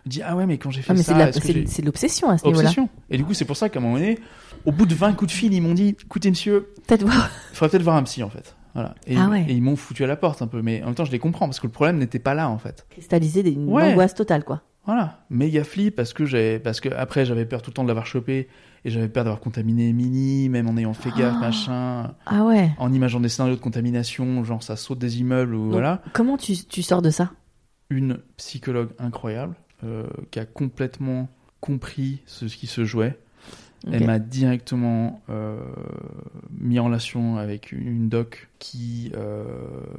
Speaker 3: tu dis Ah ouais, mais quand j'ai fait
Speaker 2: Ah mais c'est
Speaker 3: ça.
Speaker 2: de la-
Speaker 3: est-ce que
Speaker 2: c'est
Speaker 3: j'ai-
Speaker 2: c'est de l'obsession à ce niveau-là.
Speaker 3: Obsession. Et du coup, c'est pour ça qu'à un moment donné, au bout de 20 coups de fil, ils m'ont dit Écoutez, monsieur,
Speaker 2: Peut-être voir.
Speaker 3: il faudrait peut-être voir un psy en fait. Voilà. Et,
Speaker 2: Ah ouais.
Speaker 3: et ils m'ont foutu à la porte un peu, mais en même temps, je les comprends parce que le problème n'était pas là en fait.
Speaker 2: Cristalliser des- une
Speaker 3: Ouais.
Speaker 2: angoisse totale quoi.
Speaker 3: Voilà, méga flip parce que j'avais, parce que après j'avais peur tout le temps de l'avoir chopé et j'avais peur d'avoir contaminé Mini, même en ayant fait gaffe,
Speaker 2: Ah.
Speaker 3: machin,
Speaker 2: Ah ouais.
Speaker 3: en imaginant des scénarios de contamination, genre ça saute des immeubles ou
Speaker 2: Donc,
Speaker 3: voilà.
Speaker 2: Comment tu, tu sors de ça
Speaker 3: Une psychologue incroyable euh, qui a complètement compris ce ce qui se jouait.
Speaker 2: Ok.
Speaker 3: Elle m'a directement euh, mis en relation avec une- une doc qui euh,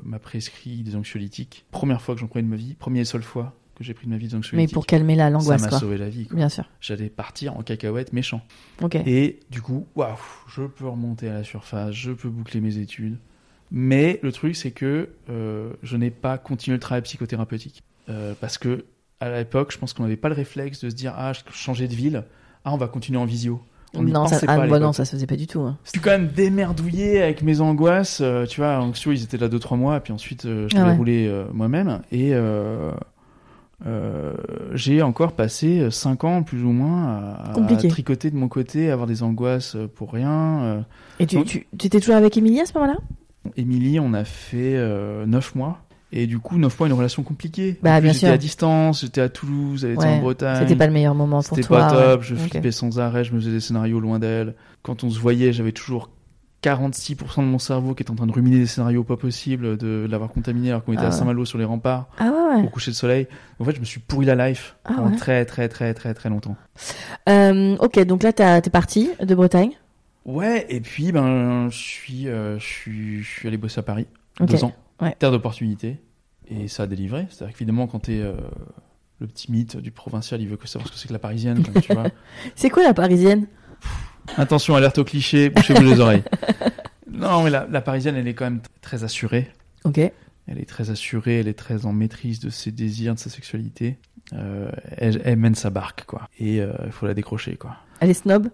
Speaker 3: m'a prescrit des anxiolytiques. Première fois que j'en prenais de ma vie, première et seule fois que j'ai pris de ma vie des
Speaker 2: Mais
Speaker 3: anxiolytiques.
Speaker 2: pour calmer la
Speaker 3: ça
Speaker 2: l'angoisse
Speaker 3: m'a
Speaker 2: quoi.
Speaker 3: sauvé la vie. quoi.
Speaker 2: Bien sûr.
Speaker 3: J'allais partir en cacahuète méchant.
Speaker 2: Ok.
Speaker 3: Et du coup, waouh, je peux remonter à la surface, je peux boucler mes études. Mais le truc, c'est que euh, je n'ai pas continué le travail psychothérapeutique. Euh, parce que à l'époque, je pense qu'on n'avait pas le réflexe de se dire Ah, je changer de ville, ah, on va continuer en visio. On n'y
Speaker 2: non, ça,
Speaker 3: pensait
Speaker 2: ah,
Speaker 3: pas. à
Speaker 2: bah non,
Speaker 3: l'époque.
Speaker 2: ça se faisait pas du tout. hein.
Speaker 3: Je suis quand même démerdouillé avec mes angoisses. euh, tu vois, anxieux, ils étaient là 2-3 mois, puis ensuite, euh, je
Speaker 2: Ah
Speaker 3: devais
Speaker 2: ouais.
Speaker 3: rouler euh, moi-même. Et euh, euh, j'ai encore passé 5 ans, plus ou moins, à, à
Speaker 2: Compliqué.
Speaker 3: tricoter de mon côté, à avoir des angoisses euh, pour rien. euh.
Speaker 2: Et tu,
Speaker 3: Donc-
Speaker 2: tu, tu étais toujours avec Émilie à ce moment-là
Speaker 3: Émilie, on a fait 9 mois. Et du coup, 9 mois, une relation compliquée.
Speaker 2: Bah,
Speaker 3: En plus,
Speaker 2: bien
Speaker 3: j'étais
Speaker 2: sûr.
Speaker 3: à distance, j'étais à Toulouse, elle était
Speaker 2: Ouais,
Speaker 3: en Bretagne.
Speaker 2: C'était pas le meilleur moment pour
Speaker 3: Euh, C'était
Speaker 2: toi.
Speaker 3: pas
Speaker 2: ouais.
Speaker 3: top, je
Speaker 2: Ok.
Speaker 3: flippais sans arrêt, je me faisais des scénarios loin d'elle. Quand on se voyait, j'avais toujours 46% de mon cerveau qui était en train de ruminer des scénarios pas possibles, de l'avoir contaminé alors qu'on était
Speaker 2: Ah
Speaker 3: à
Speaker 2: ouais.
Speaker 3: Saint-Malo sur les remparts,
Speaker 2: Ah ouais, ouais.
Speaker 3: au coucher de soleil. En fait, je me suis pourri la life
Speaker 2: Ah
Speaker 3: pendant
Speaker 2: ouais.
Speaker 3: très très très très très longtemps.
Speaker 2: Euh, ok, donc là, t'as- t'es parti de Bretagne.
Speaker 3: Ouais, et puis ben, je suis, euh, je suis, je suis allé bosser à Paris,
Speaker 2: Ok.
Speaker 3: deux ans,
Speaker 2: Ouais.
Speaker 3: terre d'opportunités, et ça a délivré. C'est-à-dire qu'évidemment, quand t'es euh, le petit mythe du provincial, il veut que savoir ce que c'est que la parisienne, quoi, tu vois.
Speaker 2: C'est quoi la parisienne
Speaker 3: Attention, alerte au cliché, bouchez-vous les oreilles. Non, mais la, la parisienne, elle est quand même t- très assurée.
Speaker 2: Ok.
Speaker 3: Elle est très assurée, elle est très en maîtrise de ses désirs, de sa sexualité. Euh, elle, elle mène sa barque, quoi. Et euh, il faut la décrocher, quoi.
Speaker 2: Elle est snob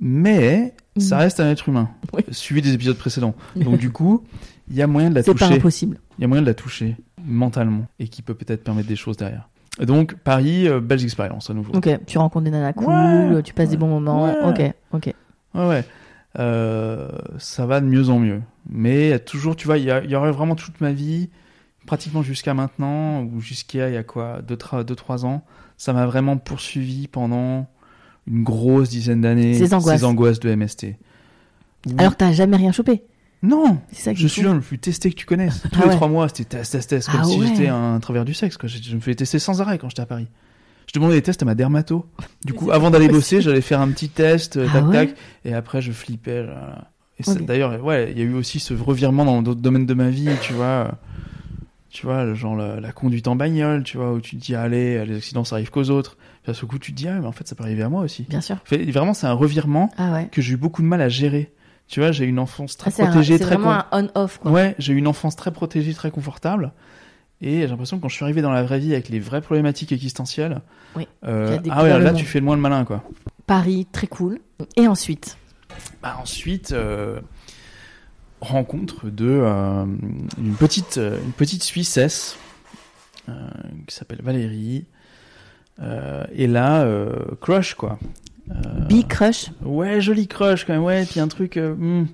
Speaker 3: Mais ça
Speaker 2: Mm.
Speaker 3: reste un être humain,
Speaker 2: Oui.
Speaker 3: suivi des épisodes précédents. Donc du coup, il y a moyen de la
Speaker 2: C'est pas
Speaker 3: toucher.
Speaker 2: impossible.
Speaker 3: Il y a moyen de la toucher mentalement et qui peut peut-être permettre des choses derrière. Donc Paris, euh, belles expériences à nouveau.
Speaker 2: Ok, tu rencontres des nanas cool,
Speaker 3: Ouais,
Speaker 2: tu passes des
Speaker 3: ouais,
Speaker 2: bons moments.
Speaker 3: ouais.
Speaker 2: Ok, ok.
Speaker 3: Ouais, ouais. Euh, ça va de mieux en mieux. Mais toujours, tu vois, il y, a- il y aurait vraiment toute ma vie, pratiquement jusqu'à maintenant, ou jusqu'à il y a quoi, 2-3 ans, ça m'a vraiment poursuivi pendant une grosse dizaine d'années.
Speaker 2: Ces angoisses.
Speaker 3: de MST. Oui.
Speaker 2: Alors, t'as jamais rien chopé
Speaker 3: Non
Speaker 2: C'est ça que
Speaker 3: je suis l'homme le plus testé que tu connaisses. Tous les
Speaker 2: Ah ouais.
Speaker 3: trois mois, c'était test, test, test, comme
Speaker 2: Ah
Speaker 3: si
Speaker 2: ouais.
Speaker 3: j'étais un travers du sexe. Quoi. Je, je me faisais tester sans arrêt quand j'étais à Paris. Je demandais des tests à ma dermato. Du coup, avant d'aller bosser, j'allais faire un petit test, euh,
Speaker 2: Ah
Speaker 3: tac,
Speaker 2: ouais.
Speaker 3: tac, et après je flippais. là. Et ça-
Speaker 2: Ok.
Speaker 3: D'ailleurs, ouais, il y a eu aussi ce revirement dans d'autres domaines de ma vie, tu vois. euh, Tu vois, le genre la, la conduite en bagnole, tu vois, où tu te dis, allez, euh, les accidents, ça arrive qu'aux autres. Puis à ce coup, tu te dis, ah, mais en fait, ça peut arriver à moi aussi.
Speaker 2: Bien sûr.
Speaker 3: Fait- vraiment, c'est un revirement
Speaker 2: Ah ouais.
Speaker 3: que j'ai eu beaucoup de mal à gérer. Tu vois, j'ai eu une enfance très
Speaker 2: Ah, c'est un-
Speaker 3: protégée,
Speaker 2: c'est
Speaker 3: très
Speaker 2: vraiment
Speaker 3: con-
Speaker 2: un on-off quoi.
Speaker 3: Ouais, j'ai eu une enfance très protégée, très confortable. Et j'ai l'impression que quand je suis arrivé dans la vraie vie avec les vraies problématiques existentielles,
Speaker 2: Oui,
Speaker 3: euh,
Speaker 2: tu as découvert
Speaker 3: ah ouais,
Speaker 2: le
Speaker 3: là
Speaker 2: monde.
Speaker 3: tu fais le moins le malin quoi.
Speaker 2: Paris, très cool. Et ensuite
Speaker 3: Bah, ensuite, euh, rencontre de euh, une petite euh, une petite Suissesse euh, qui s'appelle Valérie. Euh, et là, euh, crush quoi. Euh,
Speaker 2: Big Crush.
Speaker 3: Ouais, joli crush quand même. Ouais, puis un truc. euh, hmm.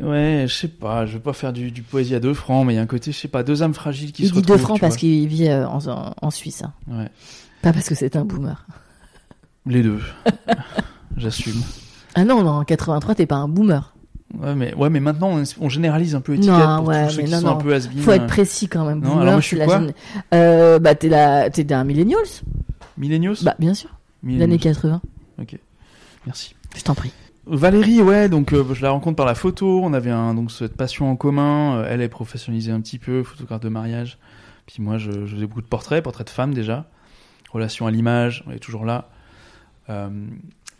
Speaker 3: Ouais, je sais pas. Je vais pas faire du, du poésie à deux francs, mais il y a un côté, je sais pas, deux âmes fragiles qui
Speaker 2: Il
Speaker 3: se
Speaker 2: dit
Speaker 3: retrouvent.
Speaker 2: deux francs
Speaker 3: tu
Speaker 2: parce
Speaker 3: vois.
Speaker 2: qu'il vit euh, en, en- en Suisse. hein.
Speaker 3: Ouais,
Speaker 2: Pas parce que c'est un boomer.
Speaker 3: les deux. J'assume.
Speaker 2: Ah non, non, en 83, t'es pas un boomer.
Speaker 3: Ouais, mais ouais, mais maintenant on, on généralise un peu étiquette
Speaker 2: Non,
Speaker 3: pour
Speaker 2: ouais,
Speaker 3: tous ceux
Speaker 2: mais
Speaker 3: qui
Speaker 2: non,
Speaker 3: sont
Speaker 2: non.
Speaker 3: un peu has
Speaker 2: Faut être précis quand même.
Speaker 3: Non,
Speaker 2: boomer,
Speaker 3: alors moi, je
Speaker 2: c'est
Speaker 3: suis
Speaker 2: la
Speaker 3: quoi
Speaker 2: jeune- euh, Bah, t'es la... t'es d'un millennials
Speaker 3: euh, Millennials.
Speaker 2: Bah, bien sûr.
Speaker 3: Millennials.
Speaker 2: L'année 80.
Speaker 3: Merci.
Speaker 2: Je t'en prie.
Speaker 3: Valérie, ouais, donc euh, je la rencontre par la photo. On avait un, donc cette passion en commun. Euh, elle est professionnalisée un petit peu, photographe de mariage. Puis moi, je, je faisais beaucoup de portraits, portraits de femmes déjà. Relation à l'image, on est toujours là. Euh,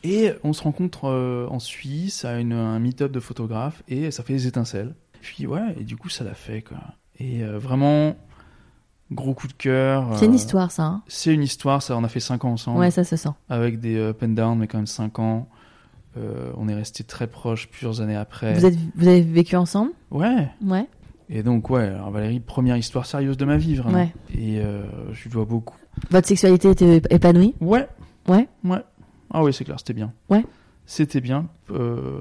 Speaker 3: et on se rencontre euh, en Suisse à une, un meet-up de photographes et ça fait des étincelles. Puis ouais, et du coup ça l'a fait quoi. Et euh, vraiment, gros coup de cœur.
Speaker 2: C'est une
Speaker 3: euh,
Speaker 2: histoire, ça. hein.
Speaker 3: C'est une histoire, ça on a fait 5 ans ensemble
Speaker 2: Ouais, ça se sent.
Speaker 3: avec des up and down, mais quand même 5 ans. Euh, on est resté très proches plusieurs années après.
Speaker 2: Vous, êtes, vous avez vécu ensemble
Speaker 3: Ouais.
Speaker 2: Ouais.
Speaker 3: Et donc ouais, alors Valérie, première histoire sérieuse de ma vie vraiment.
Speaker 2: Ouais.
Speaker 3: Et euh, je lui dois beaucoup.
Speaker 2: Votre sexualité était ép- épanouie
Speaker 3: Ouais.
Speaker 2: Ouais.
Speaker 3: Ouais. Ah oui, c'est clair, c'était bien.
Speaker 2: Ouais.
Speaker 3: C'était bien. euh,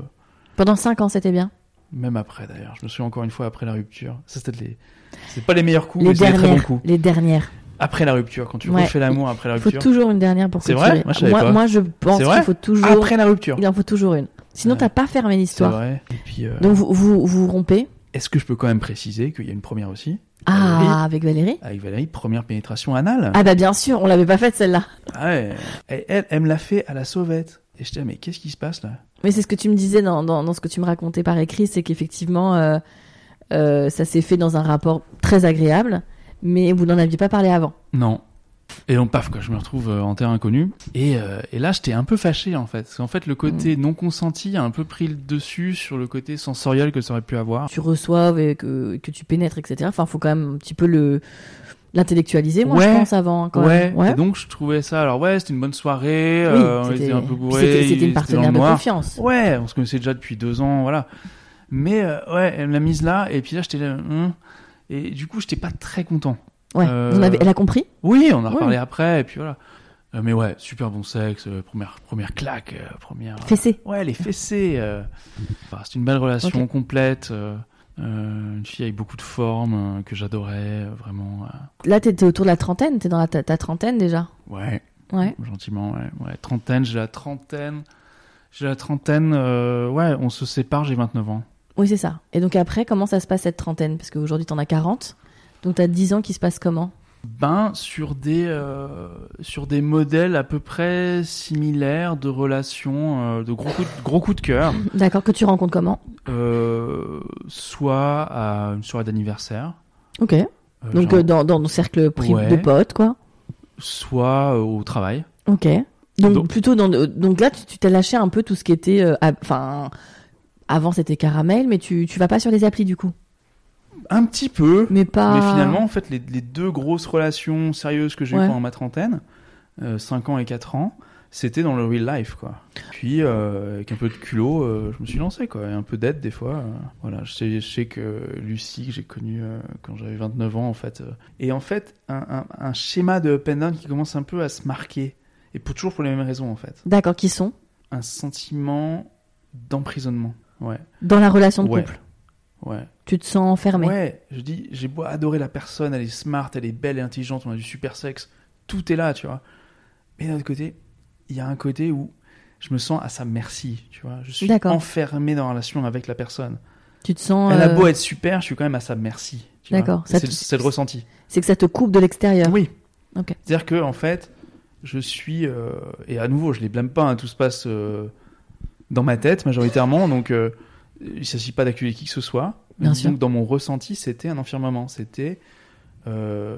Speaker 2: Pendant 5 ans, c'était bien
Speaker 3: même après d'ailleurs. Je me souviens encore une fois après la rupture. Ça c'était les. C'est pas les meilleurs coups,
Speaker 2: Les
Speaker 3: mais c'est des très bons
Speaker 2: dernières.
Speaker 3: coups.
Speaker 2: Les dernières.
Speaker 3: Après la rupture, quand tu
Speaker 2: Ouais.
Speaker 3: refais l'amour après la
Speaker 2: Il faut
Speaker 3: rupture.
Speaker 2: toujours une dernière pour
Speaker 3: C'est
Speaker 2: clôturer.
Speaker 3: vrai Moi, je savais pas.
Speaker 2: moi, je pense
Speaker 3: C'est vrai Ah,
Speaker 2: qu'il faut toujours.
Speaker 3: Après la rupture.
Speaker 2: Il en faut toujours une. Sinon,
Speaker 3: Ouais.
Speaker 2: t'as pas fermé
Speaker 3: C'est
Speaker 2: l'histoire.
Speaker 3: vrai. Et puis, euh,
Speaker 2: Donc, vous, vous, vous rompez.
Speaker 3: est-ce que je peux quand même préciser qu'il y a une première aussi
Speaker 2: Ah,
Speaker 3: Valérie.
Speaker 2: avec Valérie
Speaker 3: avec Valérie, première pénétration anale.
Speaker 2: Ah, bah, bien sûr, on l'avait pas faite celle-là.
Speaker 3: Ah ouais. Et elle, elle me l'a fait à la sauvette. Et je dis, mais qu'est-ce qui se passe là
Speaker 2: Mais c'est ce que tu me disais dans, dans, dans ce que tu me racontais par écrit, c'est qu'effectivement, euh, euh, ça s'est fait dans un rapport très agréable, mais vous n'en aviez pas parlé avant.
Speaker 3: Non. Et donc, paf, quoi, je me retrouve euh, en terre inconnue. Et, euh, et là, j'étais un peu fâché, en fait. Parce qu'en fait, le
Speaker 2: Mm.
Speaker 3: côté non consenti a un peu pris le dessus sur le côté sensoriel que ça aurait pu avoir.
Speaker 2: Tu reçois, et que, que tu pénètres, etc. Enfin, faut quand même un petit peu le l'intellectualiser, moi,
Speaker 3: Ouais.
Speaker 2: je pense, avant. Quand
Speaker 3: ouais.
Speaker 2: même.
Speaker 3: Et donc, je trouvais ça. Alors, ouais, c'était une bonne soirée.
Speaker 2: Oui,
Speaker 3: euh, on
Speaker 2: c'était-
Speaker 3: était un peu
Speaker 2: puis
Speaker 3: bourrés.
Speaker 2: c'était- C'était une
Speaker 3: il était dans le
Speaker 2: partenaire de
Speaker 3: noir.
Speaker 2: confiance.
Speaker 3: Ouais, on se connaissait déjà depuis deux ans, voilà. Mais euh, ouais, elle me l'a mise là, et puis là, j'étais là. hum. et du coup, j'étais pas très content.
Speaker 2: Ouais.
Speaker 3: Euh,
Speaker 2: Vous en avez- Elle a compris
Speaker 3: Oui, on a
Speaker 2: Oui.
Speaker 3: reparlé après, et puis voilà. Euh, mais ouais, super bon sexe, euh, première, première claque, euh, première.
Speaker 2: Fessé.
Speaker 3: Ouais, les fessées. euh. Enfin, c'est une belle relation
Speaker 2: Ok.
Speaker 3: complète. euh, euh, une fille avec beaucoup de forme euh, que j'adorais, euh, vraiment. euh.
Speaker 2: Là, t'étais autour de la trentaine, t'es dans la, ta, ta trentaine déjà.
Speaker 3: ouais,
Speaker 2: Ouais.
Speaker 3: gentiment, ouais. ouais. Trentaine, j'ai la trentaine. J'ai la trentaine, euh, ouais, on se sépare, j'ai 29 ans.
Speaker 2: Oui, c'est ça. Et donc après, comment ça se passe cette trentaine Parce qu'aujourd'hui, t'en as 40. Donc t'as 10 ans qui se passe comment
Speaker 3: Ben, sur des, euh, sur des modèles à peu près similaires de relations, euh, de gros coups de, gros coups de cœur,
Speaker 2: D'accord, que tu rencontres comment
Speaker 3: euh, soit à une soirée d'anniversaire,
Speaker 2: Ok.
Speaker 3: euh,
Speaker 2: Donc
Speaker 3: genre,
Speaker 2: euh, dans, dans nos cercles pri-
Speaker 3: Ouais.
Speaker 2: de potes, quoi.
Speaker 3: soit euh, au travail.
Speaker 2: Ok. Donc,
Speaker 3: Donc-
Speaker 2: plutôt dans euh, donc là tu tu t'es lâché un peu tout ce qui était euh, à- enfin avant c'était caramel mais tu tu vas pas sur les applis du coup.
Speaker 3: Un petit peu,
Speaker 2: Mais pas
Speaker 3: mais finalement, en fait, les, les deux grosses relations sérieuses que j'ai eues
Speaker 2: Ouais.
Speaker 3: pendant ma trentaine, 5 ans et 4 ans, c'était dans le real life, quoi. Puis, euh, avec un peu de culot, euh, je me suis lancé, quoi. Et un peu d'aide, des fois. euh, voilà, je sais, je sais que Lucie, que j'ai connue euh, quand j'avais 29 ans, en fait. euh, et en fait, un, un- un schéma de up and down qui commence un peu à se marquer. Et pour toujours pour les mêmes raisons, en fait.
Speaker 2: D'accord, qui sont
Speaker 3: Un sentiment d'emprisonnement. Ouais.
Speaker 2: dans la relation de
Speaker 3: Ouais.
Speaker 2: couple.
Speaker 3: Ouais.
Speaker 2: Tu te sens enfermé.
Speaker 3: Ouais, je dis, j'ai beau adorer la personne, elle est smart, elle est belle et intelligente, on a du super sexe, tout est là, tu vois. Mais d'un autre côté, il y a un côté où je me sens à sa merci, tu vois. Je suis
Speaker 2: D'accord.
Speaker 3: enfermé dans la relation avec la personne.
Speaker 2: Tu te sens
Speaker 3: Elle a
Speaker 2: euh,
Speaker 3: beau être super, je suis quand même à sa merci. tu vois.
Speaker 2: D'accord, ça
Speaker 3: C'est
Speaker 2: te-
Speaker 3: c'est le ressenti.
Speaker 2: c'est que ça te coupe de l'extérieur.
Speaker 3: Oui.
Speaker 2: Ok.
Speaker 3: C'est-à-dire que en fait, je suis euh, et à nouveau, je les blâme pas. hein, tout se passe euh, dans ma tête majoritairement, donc euh, il s'agit pas d'accuser qui que ce soit.
Speaker 2: Bien
Speaker 3: donc
Speaker 2: sûr.
Speaker 3: dans mon ressenti, c'était un enfermement. C'était euh,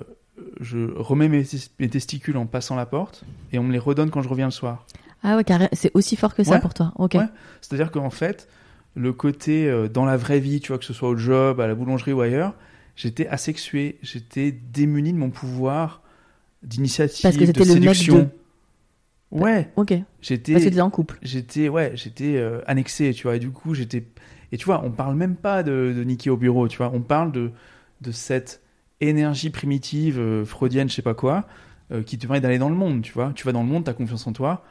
Speaker 3: je remets mes, tes- mes testicules en passant la porte et on me les redonne quand je reviens le soir.
Speaker 2: Ah ouais, carré- c'est aussi fort que ça
Speaker 3: Ouais.
Speaker 2: pour toi. OK.
Speaker 3: Ouais. C'est-à-dire qu'en fait, le côté euh, dans la vraie vie, tu vois, que ce soit au job, à la boulangerie ou ailleurs, j'étais asexué, j'étais démuni de mon pouvoir d'initiative,
Speaker 2: Parce que
Speaker 3: de
Speaker 2: t'étais le mec
Speaker 3: séduction.
Speaker 2: de-
Speaker 3: Ouais,
Speaker 2: OK. Parce que tu
Speaker 3: j'étais,
Speaker 2: en couple.
Speaker 3: j'étais, ouais, j'étais euh, annexé, tu vois, et du coup, j'étais, et tu vois, on parle même pas de, de niquer au bureau, tu vois, on parle de, de cette énergie primitive, euh, freudienne, je sais pas quoi, euh, qui te permet d'aller dans le monde, tu vois, tu vas dans le monde, t'as confiance en toi,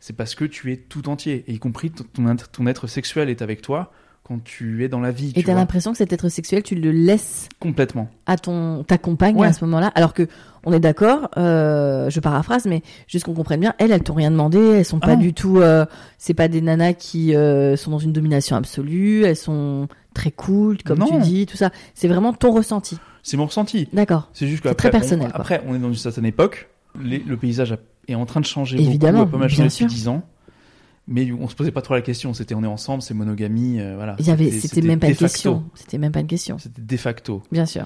Speaker 3: c'est parce que tu es tout entier, et y compris ton, ton int- ton être sexuel est avec toi quand tu es dans la vie,
Speaker 2: Et
Speaker 3: tu
Speaker 2: t'as
Speaker 3: vois,
Speaker 2: l'impression que cet être sexuel, tu le laisses
Speaker 3: complètement.
Speaker 2: à ton ta compagne
Speaker 3: Ouais.
Speaker 2: à ce moment-là, alors que on est d'accord, euh, je paraphrase, mais juste qu'on comprenne bien, elles, elles t'ont rien demandé, elles sont
Speaker 3: Ah
Speaker 2: pas
Speaker 3: non.
Speaker 2: du tout, euh, c'est pas des nanas qui euh, sont dans une domination absolue, elles sont très cool, comme tu
Speaker 3: Non.
Speaker 2: dis, tout ça. C'est vraiment ton ressenti,
Speaker 3: C'est mon ressenti.
Speaker 2: d'accord
Speaker 3: C'est juste
Speaker 2: C'est
Speaker 3: qu'après,
Speaker 2: très personnel,
Speaker 3: on,
Speaker 2: quoi.
Speaker 3: après, on est dans une certaine époque. Les- le paysage a- est en train de changer
Speaker 2: Évidemment,
Speaker 3: beaucoup, a pas mal changé
Speaker 2: bien
Speaker 3: depuis
Speaker 2: sûr.
Speaker 3: 10 ans. Mais on se posait pas trop la question. C'était on est ensemble, c'est monogamie, euh, voilà.
Speaker 2: Il y avait, c'était même pas
Speaker 3: de
Speaker 2: une
Speaker 3: facto.
Speaker 2: question, c'était même pas une question,
Speaker 3: C'était de facto.
Speaker 2: bien sûr.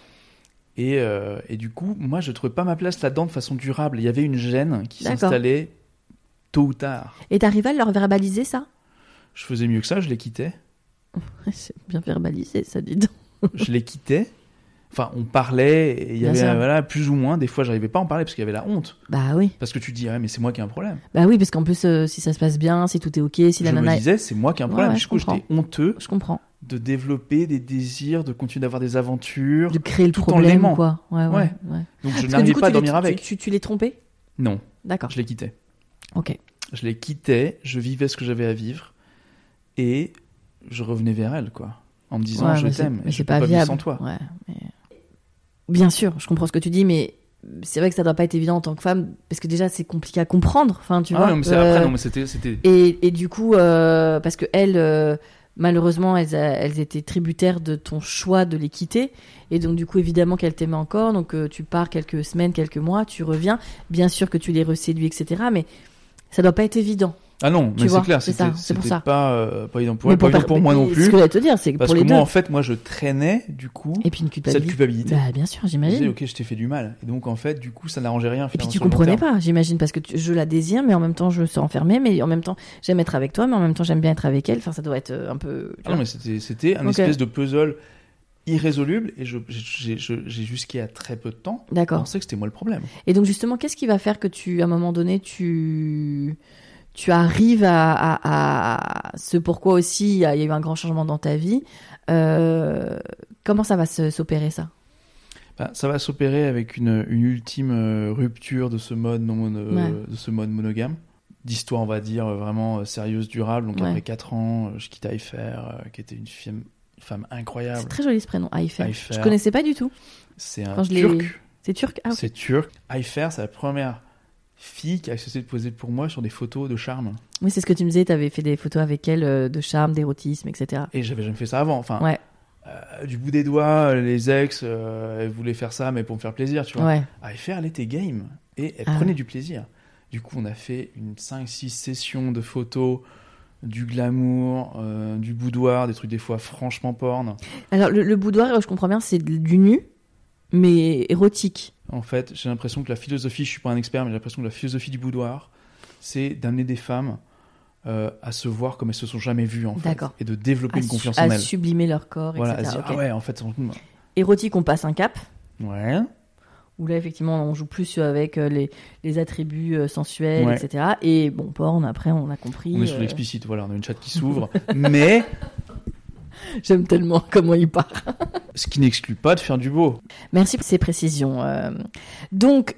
Speaker 3: Et, euh, et du coup, moi, je trouvais pas ma place là-dedans de façon durable. Il y avait une gêne qui
Speaker 2: D'accord.
Speaker 3: s'installait tôt ou tard.
Speaker 2: Et t'arrives à leur verbaliser ça
Speaker 3: Je faisais mieux que ça, je les quittais.
Speaker 2: C'est bien verbalisé, ça, dit donc.
Speaker 3: je les quittais. Enfin, on parlait, et il y
Speaker 2: Bien
Speaker 3: avait
Speaker 2: sûr.
Speaker 3: euh, voilà, plus ou moins. Des fois, j'arrivais pas à en parler parce qu'il y avait la honte.
Speaker 2: Bah oui.
Speaker 3: Parce que tu te dis, ah, mais c'est moi qui ai un problème.
Speaker 2: Bah oui, parce qu'en plus, euh, si ça se passe bien, si tout est ok, si la
Speaker 3: je
Speaker 2: nana.
Speaker 3: me disais, c'est moi qui ai un
Speaker 2: Ouais,
Speaker 3: problème.
Speaker 2: ouais,
Speaker 3: Du
Speaker 2: je
Speaker 3: coup,
Speaker 2: comprends.
Speaker 3: j'étais honteux
Speaker 2: Je comprends.
Speaker 3: de développer des désirs, de continuer d'avoir des aventures.
Speaker 2: De créer le
Speaker 3: Tout en
Speaker 2: problème,
Speaker 3: l'aimant.
Speaker 2: quoi. Ouais, ouais.
Speaker 3: Ouais.
Speaker 2: ouais.
Speaker 3: Donc, je
Speaker 2: Parce que du
Speaker 3: n'arrivais
Speaker 2: coup,
Speaker 3: pas à
Speaker 2: tu les-
Speaker 3: dormir
Speaker 2: tu-
Speaker 3: avec.
Speaker 2: Tu, tu les trompais
Speaker 3: Non,
Speaker 2: D'accord.
Speaker 3: je les quittais.
Speaker 2: Ok.
Speaker 3: Je les quittais, je vivais ce que j'avais à vivre. Et je revenais vers elle, quoi. En me disant,
Speaker 2: Ouais,
Speaker 3: je
Speaker 2: mais c'est-
Speaker 3: t'aime.
Speaker 2: mais
Speaker 3: je
Speaker 2: c'est
Speaker 3: peux pas,
Speaker 2: pas
Speaker 3: vivre
Speaker 2: viable.
Speaker 3: sans toi.
Speaker 2: Ouais, mais- Bien sûr, je comprends ce que tu dis, mais c'est vrai que ça doit pas être évident en tant que femme, parce que déjà c'est compliqué à comprendre. Enfin, tu
Speaker 3: Ah
Speaker 2: vois.
Speaker 3: non, mais c'est-
Speaker 2: euh,
Speaker 3: après, non, mais c'était. c'était-
Speaker 2: Et, et du coup, euh, parce que elles, euh, malheureusement, elles, a- elles étaient tributaires de ton choix de les quitter. Et donc, du coup, évidemment qu'elles t'aimaient encore. Donc, euh, tu pars quelques semaines, quelques mois, tu reviens. Bien sûr que tu les reséduis, etc. Mais ça doit pas être évident.
Speaker 3: Ah non,
Speaker 2: tu
Speaker 3: mais c'est
Speaker 2: vois,
Speaker 3: clair,
Speaker 2: c'est
Speaker 3: c'était
Speaker 2: ça, c'est pour
Speaker 3: c'était
Speaker 2: ça.
Speaker 3: pas, euh, pas évident pour
Speaker 2: Mais
Speaker 3: elle, pas évident
Speaker 2: par-
Speaker 3: pour moi non
Speaker 2: Ce
Speaker 3: plus.
Speaker 2: que j'allais te dire, c'est que
Speaker 3: Parce
Speaker 2: pour
Speaker 3: que
Speaker 2: les deux.
Speaker 3: moi, en fait, moi, je traînais, du coup,
Speaker 2: Et puis une culpabilité.
Speaker 3: cette culpabilité.
Speaker 2: Bah, bien sûr,
Speaker 3: Je me disais,
Speaker 2: j'imagine.
Speaker 3: ok, je t'ai fait du mal. Et donc, en fait, du coup, ça n'arrangeait rien.
Speaker 2: Et puis
Speaker 3: finalement,
Speaker 2: tu
Speaker 3: sur le long
Speaker 2: comprenais
Speaker 3: terme.
Speaker 2: pas, j'imagine, parce que tu- je la désire, mais en même temps je me sens enfermée, mais en même temps j'aime être avec toi, mais en même temps j'aime bien être avec elle. Enfin, ça doit être euh, un peu. tu
Speaker 3: Ah
Speaker 2: vois.
Speaker 3: non, mais c'était, c'était un
Speaker 2: Ok.
Speaker 3: espèce de puzzle irrésoluble. Et je, j'ai, je- j'ai jusqu'à très peu de temps
Speaker 2: D'accord.
Speaker 3: pensé que c'était moi le problème.
Speaker 2: Et donc justement, qu'est-ce qui va faire que tu, à un moment donné, tu, tu arrives à, à, à ce pourquoi aussi il y a il y a eu un grand changement dans ta vie euh, Comment ça va se- s'opérer ça
Speaker 3: Bah, ça va s'opérer avec une, une ultime euh, rupture de ce mode, non mono- euh,
Speaker 2: Ouais.
Speaker 3: de ce mode monogame. D'histoire, on va dire, euh, vraiment euh, sérieuse, durable. Donc,
Speaker 2: Ouais.
Speaker 3: après 4 ans, euh, je quitte Aifer, euh, qui était une femme, une femme
Speaker 2: C'est
Speaker 3: incroyable.
Speaker 2: très joli ce prénom, Aifer.
Speaker 3: Aifer.
Speaker 2: Je connaissais pas du tout.
Speaker 3: C'est un
Speaker 2: Quand je l'ai-
Speaker 3: turc.
Speaker 2: C'est turc Ah, ok.
Speaker 3: C'est turc. Ayfer, c'est la première fille qui a accepté de poser pour moi sur des photos de charme.
Speaker 2: Oui, c'est ce que tu me disais, tu avais fait des photos avec elle euh, de charme, d'érotisme, etc.
Speaker 3: Et j'avais jamais fait ça avant. Enfin,
Speaker 2: Ouais.
Speaker 3: euh, du bout des doigts, euh, les ex, euh, elles voulaient faire ça, mais pour me faire plaisir, tu vois.
Speaker 2: Ouais.
Speaker 3: Ayfer, elle était game et elle
Speaker 2: Ah.
Speaker 3: prenait du plaisir. Du coup, on a fait une 5-6 sessions de photos, du glamour, euh, du boudoir, des trucs des fois franchement porno.
Speaker 2: Alors, le, le boudoir, je comprends bien, c'est de- du nu, mais érotique.
Speaker 3: En fait, j'ai l'impression que la philosophie, je suis pas un expert, mais j'ai l'impression que la philosophie du boudoir, c'est d'amener des femmes euh, à se voir comme elles se sont jamais vues en fait,
Speaker 2: D'accord.
Speaker 3: et de développer
Speaker 2: À,
Speaker 3: une
Speaker 2: su-
Speaker 3: confiance
Speaker 2: à
Speaker 3: en elles.
Speaker 2: sublimer leur corps,
Speaker 3: Voilà, à se
Speaker 2: etc.
Speaker 3: dire
Speaker 2: Ok.
Speaker 3: ah ouais, en fait, on-
Speaker 2: Érotique, on passe un cap.
Speaker 3: ouais,
Speaker 2: où là effectivement on joue plus avec euh, les, les attributs euh, sensuels,
Speaker 3: Ouais.
Speaker 2: etc. Et bon, porn, après on a compris.
Speaker 3: on est sur
Speaker 2: euh,
Speaker 3: l'explicite, voilà, on a une chatte qui s'ouvre, mais
Speaker 2: J'aime tellement comment il part.
Speaker 3: ce qui n'exclut pas de faire du beau.
Speaker 2: Merci pour ces précisions. euh. Donc,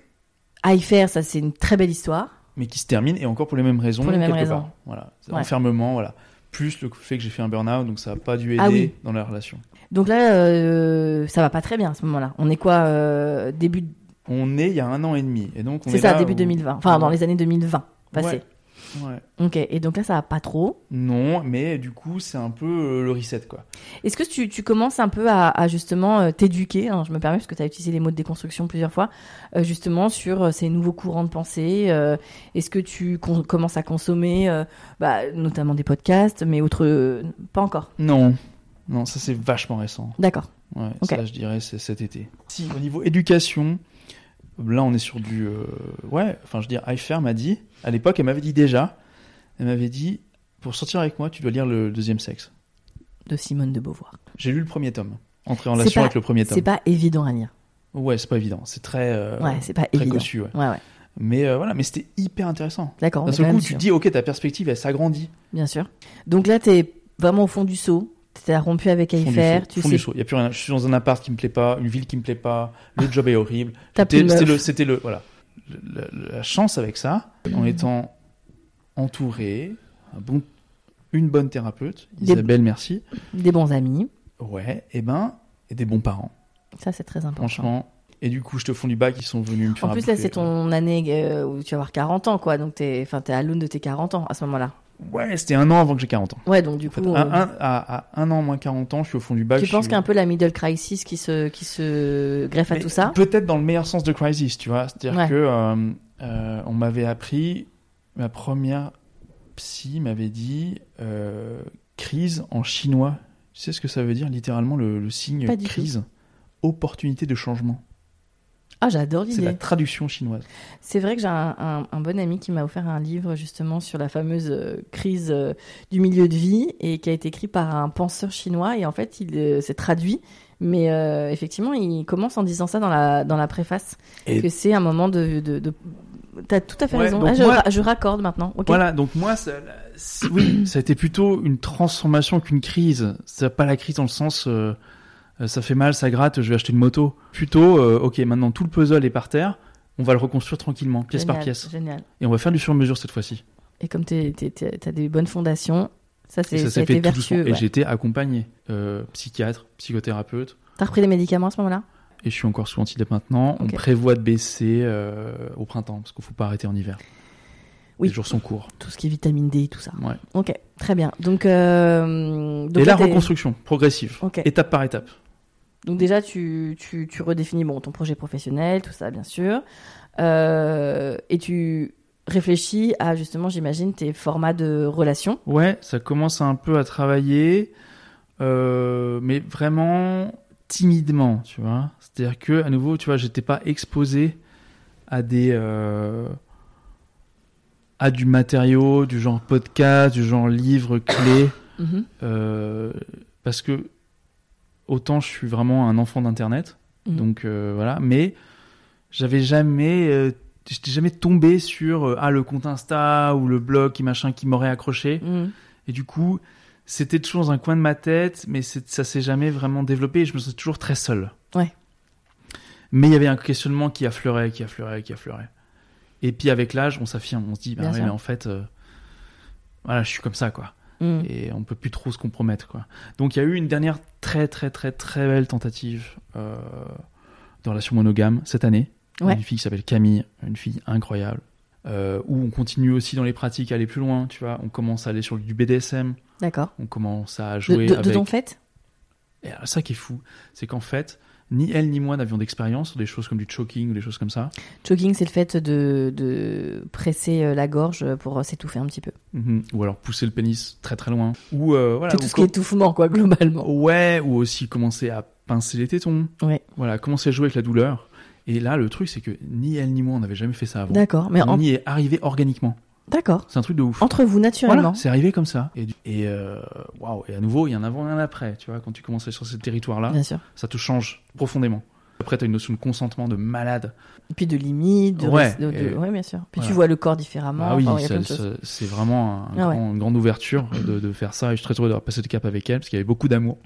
Speaker 2: iFair, ça c'est une très belle histoire.
Speaker 3: mais qui se termine et encore pour les mêmes raisons
Speaker 2: Pour les mêmes
Speaker 3: quelque
Speaker 2: raisons.
Speaker 3: part. Voilà, C'est
Speaker 2: Ouais.
Speaker 3: enfermement, voilà. Plus le fait que j'ai fait un burn-out, donc ça n'a pas dû aider
Speaker 2: Ah oui.
Speaker 3: dans la relation.
Speaker 2: Donc là, euh, ça va pas très bien à ce moment-là. On est quoi euh, Début,
Speaker 3: On est il y a un an et demi, et donc on
Speaker 2: c'est
Speaker 3: est
Speaker 2: ça,
Speaker 3: là
Speaker 2: début
Speaker 3: où-
Speaker 2: 2020. Enfin, dans les années 2020 passées.
Speaker 3: Ouais.
Speaker 2: Ok. Et donc là, ça va pas trop.
Speaker 3: Non, mais du coup, c'est un peu euh, le reset, quoi.
Speaker 2: Est-ce que tu, tu commences un peu à, à justement euh, t'éduquer hein, Je me permets parce que tu as utilisé les mots de déconstruction plusieurs fois, euh, justement sur euh, ces nouveaux courants de pensée. euh, Est-ce que tu con- commences à consommer, euh, bah, notamment des podcasts, mais autres euh, pas encore
Speaker 3: Non. Non, ça c'est vachement récent.
Speaker 2: D'accord.
Speaker 3: Ouais,
Speaker 2: Ok.
Speaker 3: Ça, je dirais, c'est cet été. Si, au niveau éducation, là, on est sur du. euh, ouais, enfin, je veux dire, Ifer m'a dit, à l'époque, elle m'avait dit déjà, elle m'avait dit, pour sortir avec moi, tu dois lire le deuxième sexe.
Speaker 2: De Simone de Beauvoir.
Speaker 3: J'ai lu le premier tome, entrer en
Speaker 2: C'est
Speaker 3: relation
Speaker 2: pas-
Speaker 3: avec le premier
Speaker 2: C'est
Speaker 3: tome.
Speaker 2: pas évident à lire.
Speaker 3: Ouais, c'est pas évident, c'est très, euh,
Speaker 2: ouais, c'est pas
Speaker 3: très
Speaker 2: évident.
Speaker 3: cossu. ouais.
Speaker 2: Ouais, ouais.
Speaker 3: Mais euh, voilà, mais c'était hyper intéressant.
Speaker 2: D'accord. on est
Speaker 3: D'un
Speaker 2: quand
Speaker 3: seul
Speaker 2: même
Speaker 3: coup, tu
Speaker 2: sûr.
Speaker 3: te dis, ok, ta perspective, elle s'agrandit.
Speaker 2: Bien sûr. Donc là, t'es vraiment au fond du seau. T'as rompu avec
Speaker 3: Fond du
Speaker 2: Aifer.
Speaker 3: saut,
Speaker 2: Tu
Speaker 3: fond du
Speaker 2: sais.
Speaker 3: saut. Y a plus rien. Je suis dans un appart qui me plaît pas, une ville qui me plaît pas, le job est horrible.
Speaker 2: T'as plus de
Speaker 3: C'était c'était
Speaker 2: meuf.
Speaker 3: le, c'était le, voilà. Le- le- la chance avec ça, en étant entouré, un bon, une bonne thérapeute,
Speaker 2: Des-
Speaker 3: Isabelle, merci.
Speaker 2: Des bons amis.
Speaker 3: Ouais, et ben, et des bons parents,
Speaker 2: Ça, c'est très important.
Speaker 3: franchement. Et du coup, je te fonds du bac, ils sont venus me faire
Speaker 2: En plus,
Speaker 3: à
Speaker 2: là,
Speaker 3: bouffer.
Speaker 2: c'est ton année euh, où tu vas avoir 40 ans, quoi. Donc, t'es enfin, t'es à l'aune de tes 40 ans à ce moment-là.
Speaker 3: Ouais, c'était un an avant que j'ai 40 ans.
Speaker 2: Ouais, donc du
Speaker 3: En fait,
Speaker 2: coup,
Speaker 3: un-
Speaker 2: euh,
Speaker 3: un- à, à un an moins 40 ans, je suis au fond du bac.
Speaker 2: tu
Speaker 3: je
Speaker 2: penses
Speaker 3: suis-
Speaker 2: qu'un peu la middle crisis qui se, qui se greffe à
Speaker 3: Mais
Speaker 2: tout ça
Speaker 3: Peut-être dans le meilleur sens de crisis, tu vois. C'est-à-dire
Speaker 2: Ouais.
Speaker 3: que euh, euh, on m'avait appris, ma première psy m'avait dit euh, crise en chinois. Tu sais ce que ça veut dire littéralement le, le signe
Speaker 2: Pas du
Speaker 3: crise Opportunité de changement.
Speaker 2: Ah, j'adore
Speaker 3: C'est la
Speaker 2: l'idée.
Speaker 3: traduction chinoise.
Speaker 2: C'est vrai que j'ai un, un- un bon ami qui m'a offert un livre justement sur la fameuse euh, crise euh, du milieu de vie et qui a été écrit par un penseur chinois et en fait il euh, s'est traduit. Mais euh, effectivement, il commence en disant ça dans la, dans la préface,
Speaker 3: Et-
Speaker 2: que c'est un moment de... de, de... T'as tout à fait
Speaker 3: Ouais,
Speaker 2: raison.
Speaker 3: donc
Speaker 2: Ah, je,
Speaker 3: moi-
Speaker 2: ra- je raccorde maintenant. ok
Speaker 3: Voilà, donc moi, ça, la- c- oui, ça a été plutôt une transformation qu'une crise. C'est pas la crise dans le sens, euh, euh, ça fait mal, ça gratte, je vais acheter une moto. Plutôt, euh, ok, maintenant tout le puzzle est par terre, on va le reconstruire tranquillement, pièce par
Speaker 2: Génial,
Speaker 3: pièce.
Speaker 2: Génial.
Speaker 3: Et on va faire du sur-mesure cette fois-ci.
Speaker 2: Et comme t'es- t'es- t'es- t'as des bonnes fondations, ça
Speaker 3: Et
Speaker 2: c'est
Speaker 3: ça
Speaker 2: ça a
Speaker 3: s'est
Speaker 2: été
Speaker 3: fait tout doucement.
Speaker 2: vertueux.
Speaker 3: Et
Speaker 2: ouais.
Speaker 3: j'ai été accompagné, euh, psychiatre, psychothérapeute.
Speaker 2: T'as repris des médicaments à ce moment-là
Speaker 3: Et je suis encore sous antidépresseur maintenant. On
Speaker 2: Ok.
Speaker 3: prévoit de baisser euh, au printemps, parce qu'il faut pas arrêter en hiver.
Speaker 2: Oui.
Speaker 3: Les jours sont courts.
Speaker 2: Tout ce qui est vitamine D, tout ça.
Speaker 3: Ouais.
Speaker 2: Ok, très bien. Donc, euh, donc
Speaker 3: et la
Speaker 2: là, t'es-
Speaker 3: reconstruction, progressive,
Speaker 2: Ok.
Speaker 3: étape par étape.
Speaker 2: Donc déjà, tu, tu, tu redéfinis bon, ton projet professionnel, tout ça, bien sûr. Euh, et tu réfléchis à, justement, j'imagine, tes formats de relations.
Speaker 3: Ouais, ça commence un peu à travailler, euh, mais vraiment timidement, tu vois. C'est-à-dire que, à nouveau, tu vois, j'étais pas exposé à des euh, à du matériau du genre podcast, du genre livre clé, euh, parce que autant je suis vraiment un enfant d'internet,
Speaker 2: Mhm.
Speaker 3: donc euh, voilà, mais j'avais jamais euh, J'étais jamais tombé sur euh, ah, le compte Insta ou le blog qui machin qui m'aurait accroché.
Speaker 2: Mhm.
Speaker 3: Et du coup, c'était toujours dans un coin de ma tête, mais c'est- ça s'est jamais vraiment développé et je me sentais toujours très seul.
Speaker 2: Ouais.
Speaker 3: Mais il y avait un questionnement qui affleurait, qui affleurait, qui affleurait. Et puis avec l'âge, on s'affirme, on se dit, bah
Speaker 2: Bien
Speaker 3: ouais,
Speaker 2: sûr.
Speaker 3: mais en fait, euh, voilà, je suis comme ça, quoi.
Speaker 2: Mhm.
Speaker 3: Et on peut plus trop se compromettre, quoi. Donc il y a eu une dernière très, très, très, très belle tentative euh, de relation monogame cette année.
Speaker 2: Ouais.
Speaker 3: Une fille qui s'appelle Camille, une fille incroyable. euh, où on continue aussi dans les pratiques à aller plus loin, tu vois. On commence à aller sur du BDSM.
Speaker 2: D'accord.
Speaker 3: On commence à
Speaker 2: De,
Speaker 3: jouer
Speaker 2: de- de
Speaker 3: avec.
Speaker 2: ton fait
Speaker 3: Et alors, ça qui est fou, c'est qu'en fait, ni elle ni moi n'avions d'expérience sur des choses comme du choking ou des choses comme ça.
Speaker 2: Choking, c'est le fait de, de presser euh, la gorge pour euh, s'étouffer un petit peu.
Speaker 3: Mhm. Ou alors pousser le pénis très très loin. Ou euh, voilà.
Speaker 2: c'est
Speaker 3: ou Oh.
Speaker 2: tout ce qui est étouffement, quoi, globalement.
Speaker 3: Ouais, ou aussi commencer à pincer les tétons.
Speaker 2: Ouais.
Speaker 3: Voilà, commencer à jouer avec la douleur. Et là, le truc, c'est que ni elle ni moi, on n'avait jamais fait ça avant.
Speaker 2: D'accord. Mais
Speaker 3: On
Speaker 2: en-
Speaker 3: y est arrivé organiquement.
Speaker 2: d'accord.
Speaker 3: C'est un truc de ouf.
Speaker 2: Entre vous, naturellement.
Speaker 3: Voilà, c'est arrivé comme ça. Et, du- et, euh, waouh, et à nouveau, il y a un avant et un après. Tu vois, quand tu commences à aller sur ce territoire-là,
Speaker 2: Bien sûr.
Speaker 3: ça te change profondément. Après, t'as une notion de consentement de malade.
Speaker 2: Et puis de limite, de,
Speaker 3: Ouais,
Speaker 2: res- de- de-
Speaker 3: et-
Speaker 2: ouais, bien sûr. Puis
Speaker 3: voilà.
Speaker 2: tu vois le corps différemment.
Speaker 3: Ah oui,
Speaker 2: enfin, il y a
Speaker 3: ça-
Speaker 2: plein de choses.
Speaker 3: ça- c'est vraiment un
Speaker 2: Ah ouais.
Speaker 3: grand- une grande ouverture de, de faire ça. Et je suis très heureux d'avoir passé le cap avec elle parce qu'il y avait beaucoup d'amour.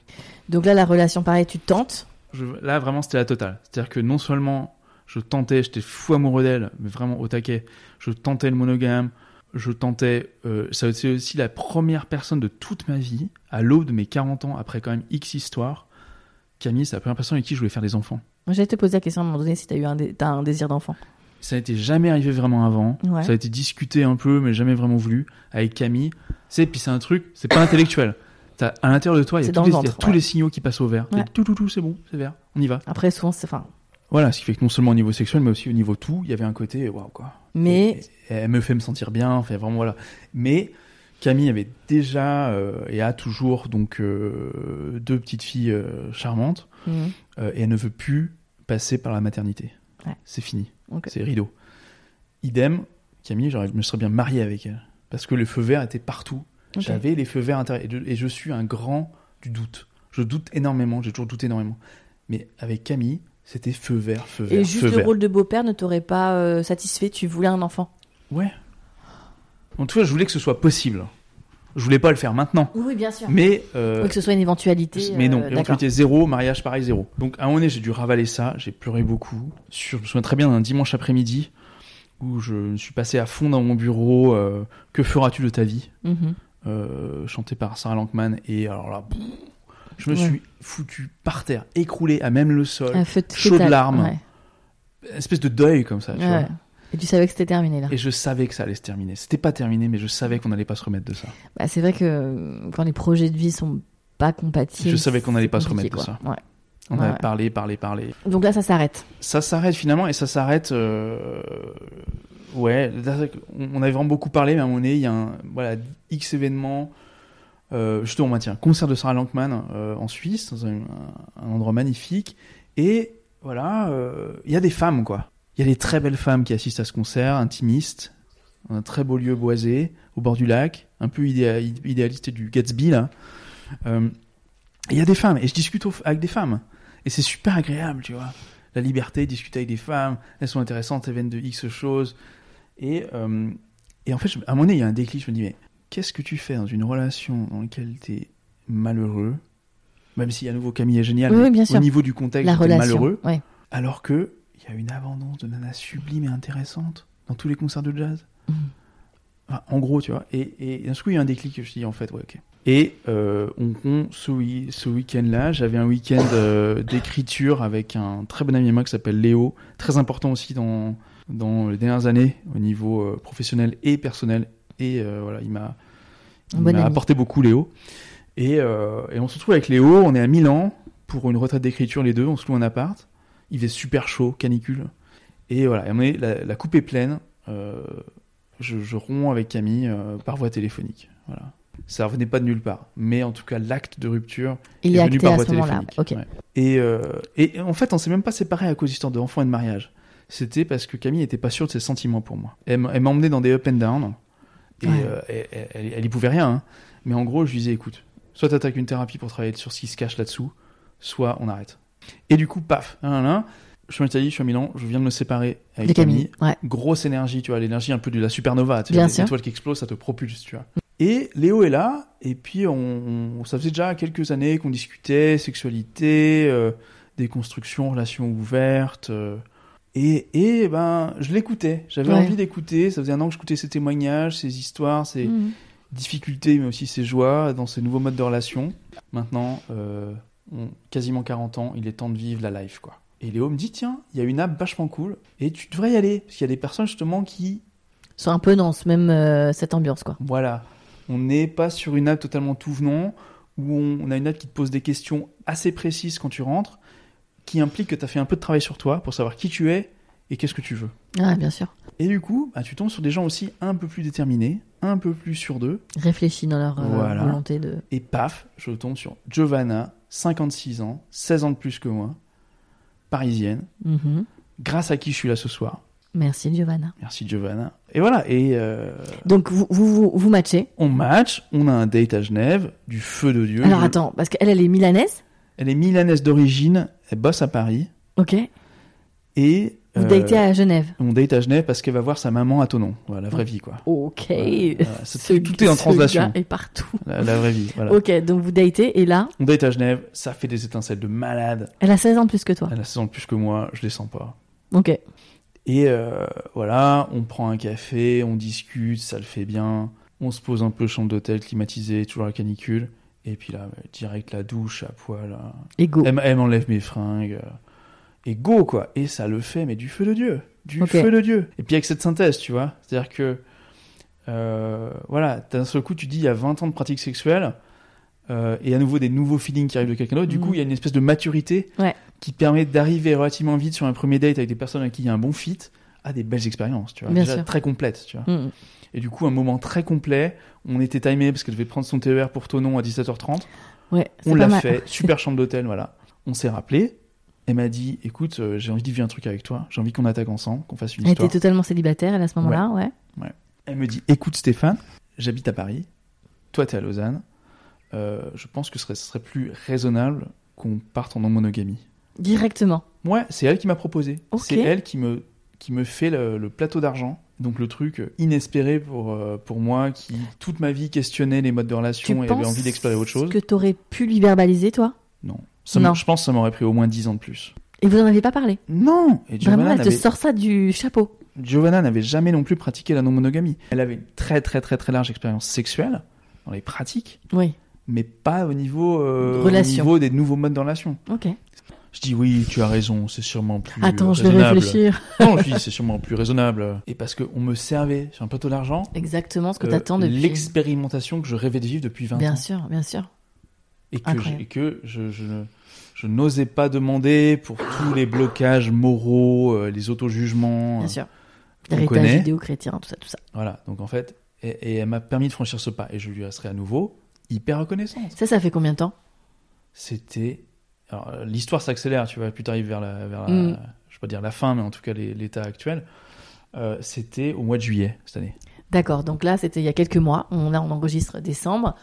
Speaker 2: Donc là, la relation, pareil, tu tentes.
Speaker 3: Je- là, vraiment, c'était la totale. C'est-à-dire que non seulement je tentais, j'étais fou amoureux d'elle, mais vraiment au taquet. Je tentais le monogame, je tentais. euh, ça c'est aussi la première personne de toute ma vie, à l'aube de mes 40 ans, après quand même X histoires. Camille, c'est la première personne avec qui je voulais faire des enfants.
Speaker 2: J'allais te poser la question à un moment donné si t'as eu un, dé- t'as un désir d'enfant.
Speaker 3: Ça n'était jamais arrivé vraiment avant.
Speaker 2: Ouais.
Speaker 3: Ça a été discuté un peu, mais jamais vraiment voulu. Avec Camille, c'est puis c'est un truc, c'est pas intellectuel. T'as- à l'intérieur de toi, il y a
Speaker 2: C'est
Speaker 3: tous,
Speaker 2: dans
Speaker 3: les,
Speaker 2: le ventre,
Speaker 3: il y a tous
Speaker 2: ouais.
Speaker 3: les signaux qui passent au vert. T'es
Speaker 2: Ouais.
Speaker 3: Tout, tout, tout, c'est bon, c'est vert. On y va.
Speaker 2: Après, souvent, c'est. Enfin,
Speaker 3: Voilà, ce qui fait que non seulement au niveau sexuel, mais aussi au niveau tout, il y avait un côté waouh quoi.
Speaker 2: mais
Speaker 3: Et- et elle me fait me sentir bien, enfin vraiment voilà. Mais Camille avait déjà euh, et a toujours donc euh, deux petites filles euh, charmantes
Speaker 2: Mhm.
Speaker 3: euh, et elle ne veut plus passer par la maternité.
Speaker 2: Ouais.
Speaker 3: C'est fini.
Speaker 2: Ok.
Speaker 3: C'est rideau. Idem, Camille, j'aurais- je me serais bien marié avec elle. Parce que le feu vert était partout.
Speaker 2: Ok.
Speaker 3: J'avais les feux verts intérieurs. Et, je- et je suis un grand du doute. Je doute énormément, j'ai toujours douté énormément. Mais avec Camille, c'était feu vert, feu vert,
Speaker 2: et
Speaker 3: feu
Speaker 2: juste le
Speaker 3: vert.
Speaker 2: rôle de beau-père ne t'aurait pas euh, satisfait. Tu voulais un enfant.
Speaker 3: Ouais. En tout cas, je voulais que ce soit possible. Je voulais pas le faire maintenant.
Speaker 2: Oui, bien sûr.
Speaker 3: Mais euh,
Speaker 2: que ce soit une éventualité.
Speaker 3: Mais non,
Speaker 2: euh, d'accord.
Speaker 3: éventualité zéro, mariage pareil zéro. Donc à un moment donné, j'ai dû ravaler ça, j'ai pleuré beaucoup. Sur- je me souviens très bien d'un dimanche après-midi où je me suis passé à fond dans mon bureau. euh, que feras-tu de ta vie
Speaker 2: Mhm.
Speaker 3: Euh, Chanté par Sarah Lankman. Et alors là, boum, je me
Speaker 2: Ouais.
Speaker 3: suis foutu par terre, écroulé à même le sol.
Speaker 2: Un Euh, feu de
Speaker 3: Euh, Chaud de
Speaker 2: fétal.
Speaker 3: larmes.
Speaker 2: Ouais.
Speaker 3: Espèce de deuil comme ça. tu
Speaker 2: Ouais.
Speaker 3: vois.
Speaker 2: Et tu savais que c'était terminé là.
Speaker 3: Et je savais que ça allait se terminer. C'était pas terminé, mais je savais qu'on allait pas se remettre de ça.
Speaker 2: Bah, c'est vrai que euh, quand les projets de vie sont pas compatibles.
Speaker 3: Je savais qu'on allait
Speaker 2: c'est
Speaker 3: pas se
Speaker 2: compliqué,
Speaker 3: remettre de
Speaker 2: quoi.
Speaker 3: On
Speaker 2: Ouais,
Speaker 3: a
Speaker 2: ouais.
Speaker 3: parlé, parlé, parlé.
Speaker 2: Ouais. Donc là, ça s'arrête.
Speaker 3: ça s'arrête finalement et ça s'arrête. euh, Ouais, là, c'est- on on avait vraiment beaucoup parlé, mais à un moment donné, il y a un voilà, X événements. Euh, justement, bah, tiens, concert de Sarah Lankman euh, en Suisse, dans un, un endroit magnifique. Et voilà, euh, il y a des femmes, quoi. Il y a des très belles femmes qui assistent à ce concert, intimistes, dans un très beau lieu boisé, au bord du lac, un peu idéa- idéaliste du Gatsby, là. Euh, et il y a des femmes, et je discute au- avec des femmes. Et c'est super agréable, tu vois. La liberté, discuter avec des femmes, elles sont intéressantes, elles viennent de X choses. Et, euh, et en fait, je- à un moment donné, il y a un déclic, je me dis, mais qu'est-ce que tu fais dans une relation dans laquelle tu es malheureux, même si à nouveau Camille est génial,
Speaker 2: Oui,
Speaker 3: mais
Speaker 2: oui, bien
Speaker 3: au
Speaker 2: sûr.
Speaker 3: niveau du contexte,
Speaker 2: La
Speaker 3: t'es
Speaker 2: relation.
Speaker 3: malheureux,
Speaker 2: ouais.
Speaker 3: alors que il y a une abondance de nanas sublimes et intéressantes dans tous les concerts de jazz. Enfin, en gros, tu vois. Et, et d'un coup, il y a un déclic. Je me suis dit, en fait, ouais, ok. Et euh, Hong Kong, ce, wi- ce week-end-là, j'avais un week-end euh, d'écriture avec un très bon ami à moi qui s'appelle Léo, très important aussi dans, dans les dernières années au niveau euh, professionnel et personnel. Et euh, voilà, il m'a il
Speaker 2: Un bon
Speaker 3: m'a
Speaker 2: ami.
Speaker 3: apporté beaucoup, Léo. Et, euh, et on se retrouve avec Léo, on est à Milan pour une retraite d'écriture, les deux, on se loue un appart. Il fait super chaud, canicule. Et voilà, et à un moment donné, la, la coupe est pleine. euh, je, je romps avec Camille euh, par voie téléphonique. Voilà. Ça revenait pas de nulle part. Mais en tout cas, l'acte de rupture
Speaker 2: Il
Speaker 3: est
Speaker 2: est
Speaker 3: venu
Speaker 2: acté
Speaker 3: par
Speaker 2: à
Speaker 3: voie
Speaker 2: ce moment-là.
Speaker 3: téléphonique.
Speaker 2: Ok.
Speaker 3: Ouais. Et, euh, et en fait, on s'est même pas séparés à cause d'histoire d'enfants et de mariage. C'était parce que Camille était pas sûre de ses sentiments pour moi. Elle m'a elle m'a emmené dans des up and down. Et
Speaker 2: Ouais.
Speaker 3: euh, elle, elle- elle y pouvait rien. hein. Mais en gros, je lui disais, écoute, soit t'attaques une thérapie pour travailler sur ce qui se cache là-dessous, soit on arrête. Et du coup, paf, un, un, un, je suis en Italie, je suis à Milan, je viens de me séparer avec
Speaker 2: De Camille.
Speaker 3: Camille
Speaker 2: Ouais.
Speaker 3: grosse énergie, tu vois, l'énergie un peu de la supernova, tu
Speaker 2: Bien
Speaker 3: vois,
Speaker 2: sûr.
Speaker 3: l'étoile qui explose, ça te propulse, tu vois. Et Léo est là, et puis on, on- ça faisait déjà quelques années qu'on discutait sexualité, euh, déconstruction, relations ouvertes, euh, et, et ben je l'écoutais, j'avais
Speaker 2: Ouais.
Speaker 3: envie d'écouter, ça faisait un an que j'écoutais ses témoignages, ses histoires, ses
Speaker 2: Mhm.
Speaker 3: difficultés, mais aussi ses joies dans ses nouveaux modes de relation. Maintenant, euh, on- quasiment 40 ans, il est temps de vivre la life, quoi. Et Léo me dit, tiens, il y a une app vachement cool, et tu devrais y aller, parce qu'il y a des personnes justement qui,
Speaker 2: Sont un peu dans ce même euh, cette ambiance quoi.
Speaker 3: voilà, on n'est pas sur une app totalement tout venant, où on, on a une app qui te pose des questions assez précises quand tu rentres, qui implique que tu as fait un peu de travail sur toi pour savoir qui tu es et qu'est-ce que tu veux.
Speaker 2: Ah bien sûr.
Speaker 3: Et du coup, bah, tu tombes sur des gens aussi un peu plus déterminés, un peu plus sûrs d'eux,
Speaker 2: Réfléchis dans leur euh,
Speaker 3: Voilà.
Speaker 2: volonté de.
Speaker 3: Et paf, je tombe sur Giovanna, 56 ans, 16 ans de plus que moi, parisienne,
Speaker 2: Mhm.
Speaker 3: grâce à qui je suis là ce soir.
Speaker 2: Merci Giovanna.
Speaker 3: Merci Giovanna. Et voilà, et euh,
Speaker 2: Donc vous vous vous, vous matchez.
Speaker 3: on match, on a un date à Genève, du feu de Dieu.
Speaker 2: Alors
Speaker 3: Je-
Speaker 2: attends parce qu'elle elle est milanaise.
Speaker 3: Elle est milanaise d'origine, elle bosse à Paris,
Speaker 2: Ok.
Speaker 3: et...
Speaker 2: Vous
Speaker 3: euh,
Speaker 2: datez à Genève.
Speaker 3: On date à Genève parce qu'elle va voir sa maman à Tonon, voilà, la vraie vie quoi.
Speaker 2: Ok.
Speaker 3: Ouais, voilà, c'est-
Speaker 2: Ce-
Speaker 3: tout est en
Speaker 2: ce
Speaker 3: translation.
Speaker 2: gars est partout.
Speaker 3: La, la vraie vie, voilà.
Speaker 2: Ok, donc vous datez et là,
Speaker 3: On date à Genève, ça fait des étincelles de malade.
Speaker 2: elle a 16 ans de plus que toi.
Speaker 3: Elle a 16 ans de plus que moi, je les sens pas.
Speaker 2: Ok.
Speaker 3: Et euh, voilà, on prend un café, on discute, ça le fait bien. On se pose un peu chambre d'hôtel climatisée, toujours la canicule. Et puis là, euh, direct la douche à poil. hein.
Speaker 2: Et go.
Speaker 3: Elle, m- elle m'enlève mes fringues. euh, Et go, quoi. Et ça le fait, mais du feu de Dieu. Du
Speaker 2: Ok.
Speaker 3: feu de Dieu. Et puis avec cette synthèse, tu vois. C'est-à-dire que, euh, voilà, d'un seul coup, tu dis, il y a 20 ans de pratique sexuelle, euh, et à nouveau des nouveaux feelings qui arrivent de quelqu'un d'autre. Du
Speaker 2: Mhm.
Speaker 3: coup, il y a une espèce de maturité
Speaker 2: Ouais.
Speaker 3: qui permet d'arriver relativement vite sur un premier date avec des personnes avec qui il y a un bon fit à des belles expériences, tu vois.
Speaker 2: Bien
Speaker 3: déjà
Speaker 2: sûr.
Speaker 3: très complètes, tu vois.
Speaker 2: Mhm.
Speaker 3: Et du coup, un moment très complet. On était timé parce qu'elle devait prendre son TER pour Tonon à 17h30.
Speaker 2: Ouais, c'est
Speaker 3: On
Speaker 2: pas
Speaker 3: l'a
Speaker 2: mal.
Speaker 3: fait, super chambre d'hôtel, voilà. On s'est rappelé. Elle m'a dit, écoute, euh, j'ai envie de vivre un truc avec toi. J'ai envie qu'on attaque ensemble, qu'on fasse une
Speaker 2: Elle était
Speaker 3: histoire.
Speaker 2: totalement célibataire elle, à ce moment-là, ouais.
Speaker 3: Elle me dit, écoute Stéphane, j'habite à Paris. Toi, t'es à Lausanne. Euh, je pense que ce serait, ce serait plus raisonnable qu'on parte en non-monogamie.
Speaker 2: Directement.
Speaker 3: Moi, c'est elle qui m'a proposé.
Speaker 2: Ok.
Speaker 3: C'est elle qui me, qui me fait le, le plateau d'argent. Donc le truc inespéré pour, euh, pour moi qui, toute ma vie, questionnait les modes de
Speaker 2: Tu
Speaker 3: relation et avait
Speaker 2: penses
Speaker 3: envie d'explorer autre chose.
Speaker 2: que t'aurais pu lui verbaliser, toi
Speaker 3: Non. Ça m-
Speaker 2: Non.
Speaker 3: Je pense que ça m'aurait pris au moins 10 ans de plus.
Speaker 2: Et vous en avez pas parlé
Speaker 3: Non Et
Speaker 2: Vraiment,
Speaker 3: Giovanna
Speaker 2: elle te
Speaker 3: n'avait-
Speaker 2: sort ça du chapeau.
Speaker 3: Giovanna n'avait jamais non plus pratiqué la non-monogamie. Elle avait une très très très très large expérience sexuelle dans les pratiques,
Speaker 2: Oui.
Speaker 3: mais pas au niveau, euh, au
Speaker 2: Relation.
Speaker 3: niveau des nouveaux modes de relation.
Speaker 2: Ok.
Speaker 3: Je dis oui, tu as raison, c'est sûrement plus
Speaker 2: Attends, je vais
Speaker 3: raisonnable.
Speaker 2: réfléchir.
Speaker 3: Non, je dis c'est sûrement plus raisonnable. Et parce qu'on me servait sur un plateau d'argent
Speaker 2: Exactement ce que
Speaker 3: euh,
Speaker 2: t'attends depuis.
Speaker 3: l'expérimentation que je rêvais de vivre depuis 20 ans.
Speaker 2: Bien sûr, bien sûr.
Speaker 3: et que, je,
Speaker 2: Incroyable.
Speaker 3: et que je, je, ne- je n'osais pas demander pour tous les blocages moraux, euh, les auto-jugements.
Speaker 2: Bien
Speaker 3: euh,
Speaker 2: sûr.
Speaker 3: on
Speaker 2: L'héritage
Speaker 3: connaît.
Speaker 2: judéo-chrétien, tout ça, tout ça.
Speaker 3: Voilà, donc en fait, et, et elle m'a permis de franchir ce pas. Et je lui resterai à nouveau hyper reconnaissante.
Speaker 2: Ça, ça fait combien de temps
Speaker 3: C'était alors, euh, l'histoire s'accélère, tu vois, plus t'arrives vers la, vers la-
Speaker 2: Mm.
Speaker 3: je vais pas dire la fin, mais en tout cas les- l'état actuel. Euh, c'était au mois de juillet cette année.
Speaker 2: D'accord, donc là c'était il y a quelques mois, on, là on enregistre décembre.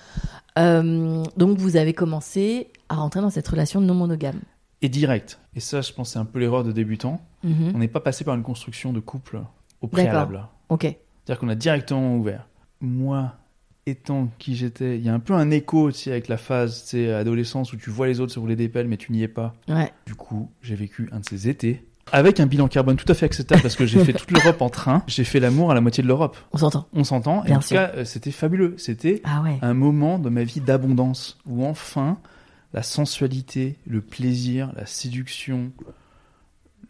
Speaker 2: Euh, donc vous avez commencé à rentrer dans cette relation non monogame.
Speaker 3: Et direct. Et ça, je pense, c'est un peu l'erreur de débutant.
Speaker 2: Mhm.
Speaker 3: On n'est pas passé par une construction de couple au préalable.
Speaker 2: Ok,
Speaker 3: C'est-à-dire qu'on a directement ouvert. Moi, étant qui j'étais, il y a un peu un écho aussi avec la phase tu sais, adolescence où tu vois les autres se rouler des pelles, mais tu n'y es pas.
Speaker 2: ouais.
Speaker 3: Du coup, j'ai vécu un de ces étés avec un bilan carbone tout à fait acceptable parce que j'ai fait toute l'Europe en train. J'ai fait l'amour à la moitié de l'Europe.
Speaker 2: on s'entend.
Speaker 3: On s'entend. Et
Speaker 2: Bien
Speaker 3: en
Speaker 2: sûr.
Speaker 3: tout cas, euh, c'était fabuleux. C'était
Speaker 2: Ah ouais.
Speaker 3: un moment de ma vie d'abondance où enfin la sensualité, le plaisir, la séduction,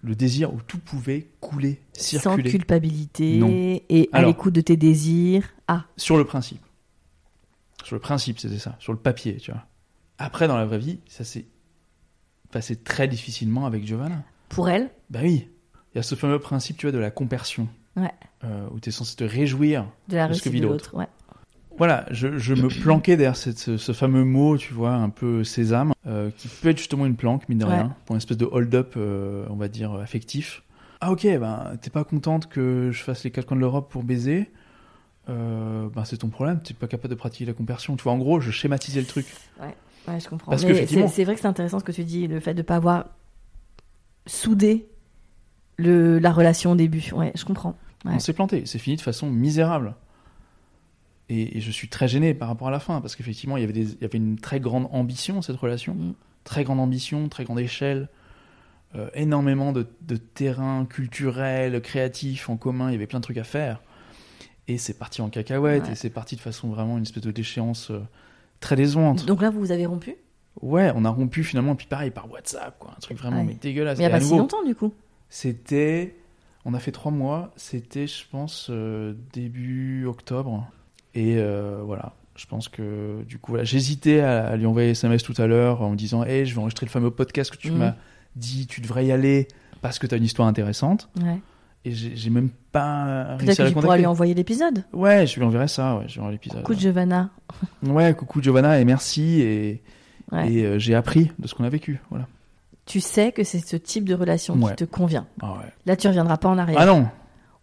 Speaker 3: le désir où tout pouvait couler,
Speaker 2: Sans
Speaker 3: circuler
Speaker 2: culpabilité
Speaker 3: Non.
Speaker 2: et à
Speaker 3: Alors.
Speaker 2: l'écoute de tes désirs. Ah,
Speaker 3: sur le principe. Sur le principe, c'était ça, sur le papier, tu vois. Après, dans la vraie vie, ça s'est passé très difficilement avec Giovanna.
Speaker 2: pour elle
Speaker 3: Bah oui, il y a ce fameux principe, tu vois, de la compersion.
Speaker 2: Ouais.
Speaker 3: Euh, où tu es censé te réjouir
Speaker 2: de la
Speaker 3: Parce que
Speaker 2: réussite
Speaker 3: vit
Speaker 2: de
Speaker 3: l'autre.
Speaker 2: l'autre. Ouais.
Speaker 3: Voilà, je, je me planquais derrière cette- ce, ce fameux mot, tu vois, un peu sésame, euh, qui peut être justement une planque, mine de
Speaker 2: Ouais.
Speaker 3: rien, pour une espèce de hold-up, euh, on va dire, euh, affectif. Ah ok, ben t'es pas contente que je fasse les quatre coins de l'Europe pour baiser euh, ben c'est ton problème, t'es pas capable de pratiquer la compersion. Tu vois, en gros, je schématisais le truc.
Speaker 2: Ouais, je comprends.
Speaker 3: Parce
Speaker 2: Mais
Speaker 3: qu'effectivement-
Speaker 2: c'est c'est vrai que c'est intéressant ce que tu dis, le fait de ne pas avoir soudé le, la relation au début. Ouais, je comprends. Ouais.
Speaker 3: On s'est planté, c'est fini de façon misérable. Et, et je suis très gêné par rapport à la fin, parce qu'effectivement, il, y avait des- il y avait une très grande ambition, cette relation.
Speaker 2: Mm.
Speaker 3: Très grande ambition, très grande échelle, euh, énormément de, de terrain culturel, créatif en commun, il y avait plein de trucs à faire. Et c'est parti en cacahuète,
Speaker 2: Ouais.
Speaker 3: et c'est parti de façon vraiment une espèce de déchéance euh, très décevante.
Speaker 2: Donc là, vous vous avez rompu
Speaker 3: Ouais, on a rompu finalement, et puis pareil, par WhatsApp, quoi, un truc vraiment
Speaker 2: Ouais.
Speaker 3: mais dégueulasse.
Speaker 2: Mais il n'y a
Speaker 3: Et à
Speaker 2: pas si
Speaker 3: nouveau,
Speaker 2: longtemps du coup.
Speaker 3: c'était. On a fait trois mois. C'était, je pense, euh, début octobre. Et euh, voilà. Je pense que du coup, voilà, j'hésitais à, à lui envoyer SMS tout à l'heure en me disant Hey, je vais enregistrer le fameux podcast que tu
Speaker 2: Mhm.
Speaker 3: m'as dit, tu devrais y aller parce que tu as une histoire intéressante.
Speaker 2: Ouais.
Speaker 3: Et j'ai j'ai même pas
Speaker 2: Peut-être
Speaker 3: réussi à
Speaker 2: que
Speaker 3: la
Speaker 2: tu pourras
Speaker 3: contacter.
Speaker 2: lui envoyer l'épisode.
Speaker 3: Ouais, je lui enverrai ça, ouais, je lui enverrai l'épisode.
Speaker 2: Coucou Giovanna.
Speaker 3: Ouais, coucou Giovanna et merci. Et,
Speaker 2: Ouais.
Speaker 3: et, euh, j'ai appris de ce qu'on a vécu. Voilà.
Speaker 2: Tu sais que c'est ce type de relation
Speaker 3: Ouais.
Speaker 2: qui te convient.
Speaker 3: Ah, ouais.
Speaker 2: Là, tu reviendras pas en arrière.
Speaker 3: ah non,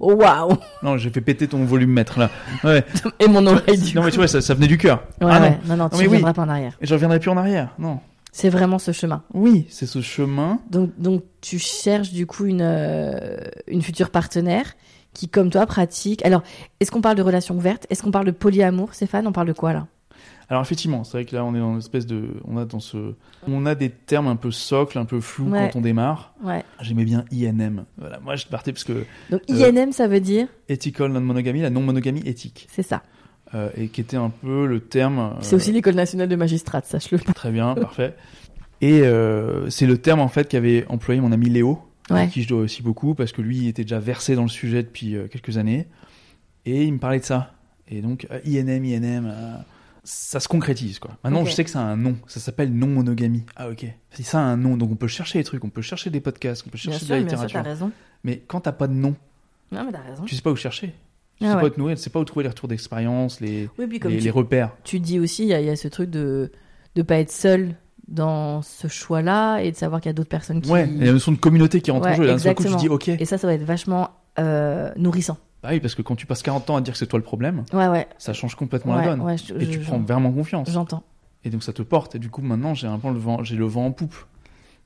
Speaker 2: Oh waouh
Speaker 3: non, j'ai fait péter ton volumètre là. Ouais.
Speaker 2: Et mon oreille du
Speaker 3: non, mais
Speaker 2: coup.
Speaker 3: tu vois, ça, ça venait du cœur.
Speaker 2: Ouais,
Speaker 3: ah non.
Speaker 2: ouais. non, non, tu
Speaker 3: mais oui.
Speaker 2: reviendras pas en arrière.
Speaker 3: Et je reviendrai plus en arrière, non.
Speaker 2: C'est vraiment ce chemin.
Speaker 3: Oui, c'est ce chemin.
Speaker 2: Donc, donc tu cherches du coup une, euh, une future partenaire qui, comme toi, pratique. Alors, est-ce qu'on parle de relation ouverte Est-ce qu'on parle de polyamour, Stéphane On parle de quoi là
Speaker 3: Alors effectivement, c'est vrai que là on est dans une espèce de, on a dans ce, on a des termes un peu socles, un peu flous
Speaker 2: Ouais.
Speaker 3: quand on démarre.
Speaker 2: Ouais.
Speaker 3: J'aimais bien INM. Voilà, moi je partais parce que
Speaker 2: Donc,
Speaker 3: Euh,
Speaker 2: INM, ça veut dire
Speaker 3: ethical non-monogamie, la non-monogamie éthique,
Speaker 2: C'est ça.
Speaker 3: euh, et qui était un peu le terme. euh,
Speaker 2: C'est aussi l'école nationale de magistrats, sache-le.
Speaker 3: très bien, parfait. Et euh, c'est le terme en fait qu'avait employé mon ami Léo, à
Speaker 2: Ouais.
Speaker 3: qui je dois aussi beaucoup parce que lui il était déjà versé dans le sujet depuis euh, quelques années et il me parlait de ça. Et donc euh, INM, INM, euh, ça se concrétise quoi. Maintenant
Speaker 2: Ok.
Speaker 3: je sais que ça a un nom, ça s'appelle non monogamie. Ah ok. Si ça a un nom, donc on peut chercher des trucs, on peut chercher des podcasts, on peut chercher de la littérature.
Speaker 2: raison.
Speaker 3: mais quand t'as pas de nom,
Speaker 2: Non, mais t'as raison.
Speaker 3: tu sais pas où chercher, tu
Speaker 2: Ah
Speaker 3: sais
Speaker 2: ouais.
Speaker 3: pas où te nourrir, tu sais pas où trouver les retours d'expérience, les,
Speaker 2: Oui, puis comme
Speaker 3: les,
Speaker 2: tu,
Speaker 3: les repères.
Speaker 2: tu dis aussi, il y, a- il y a ce truc de ne pas être seul dans ce choix-là et de savoir qu'il y a d'autres personnes qui.
Speaker 3: Ouais, et la notion de communauté qui rentre en
Speaker 2: Ouais,
Speaker 3: jeu. Là, d'un seul coup, tu te dis
Speaker 2: exactement.
Speaker 3: ok.
Speaker 2: Et ça, ça va être vachement euh, nourrissant.
Speaker 3: Bah oui, parce que quand tu passes 40 ans à dire que c'est toi le problème,
Speaker 2: Ouais, ouais.
Speaker 3: ça change complètement
Speaker 2: Ouais,
Speaker 3: la donne.
Speaker 2: ouais, je-
Speaker 3: et
Speaker 2: je-
Speaker 3: tu prends vraiment confiance.
Speaker 2: J'entends.
Speaker 3: Et donc ça te porte. Et du coup, maintenant, j'ai un peu le vent, j'ai le vent en poupe.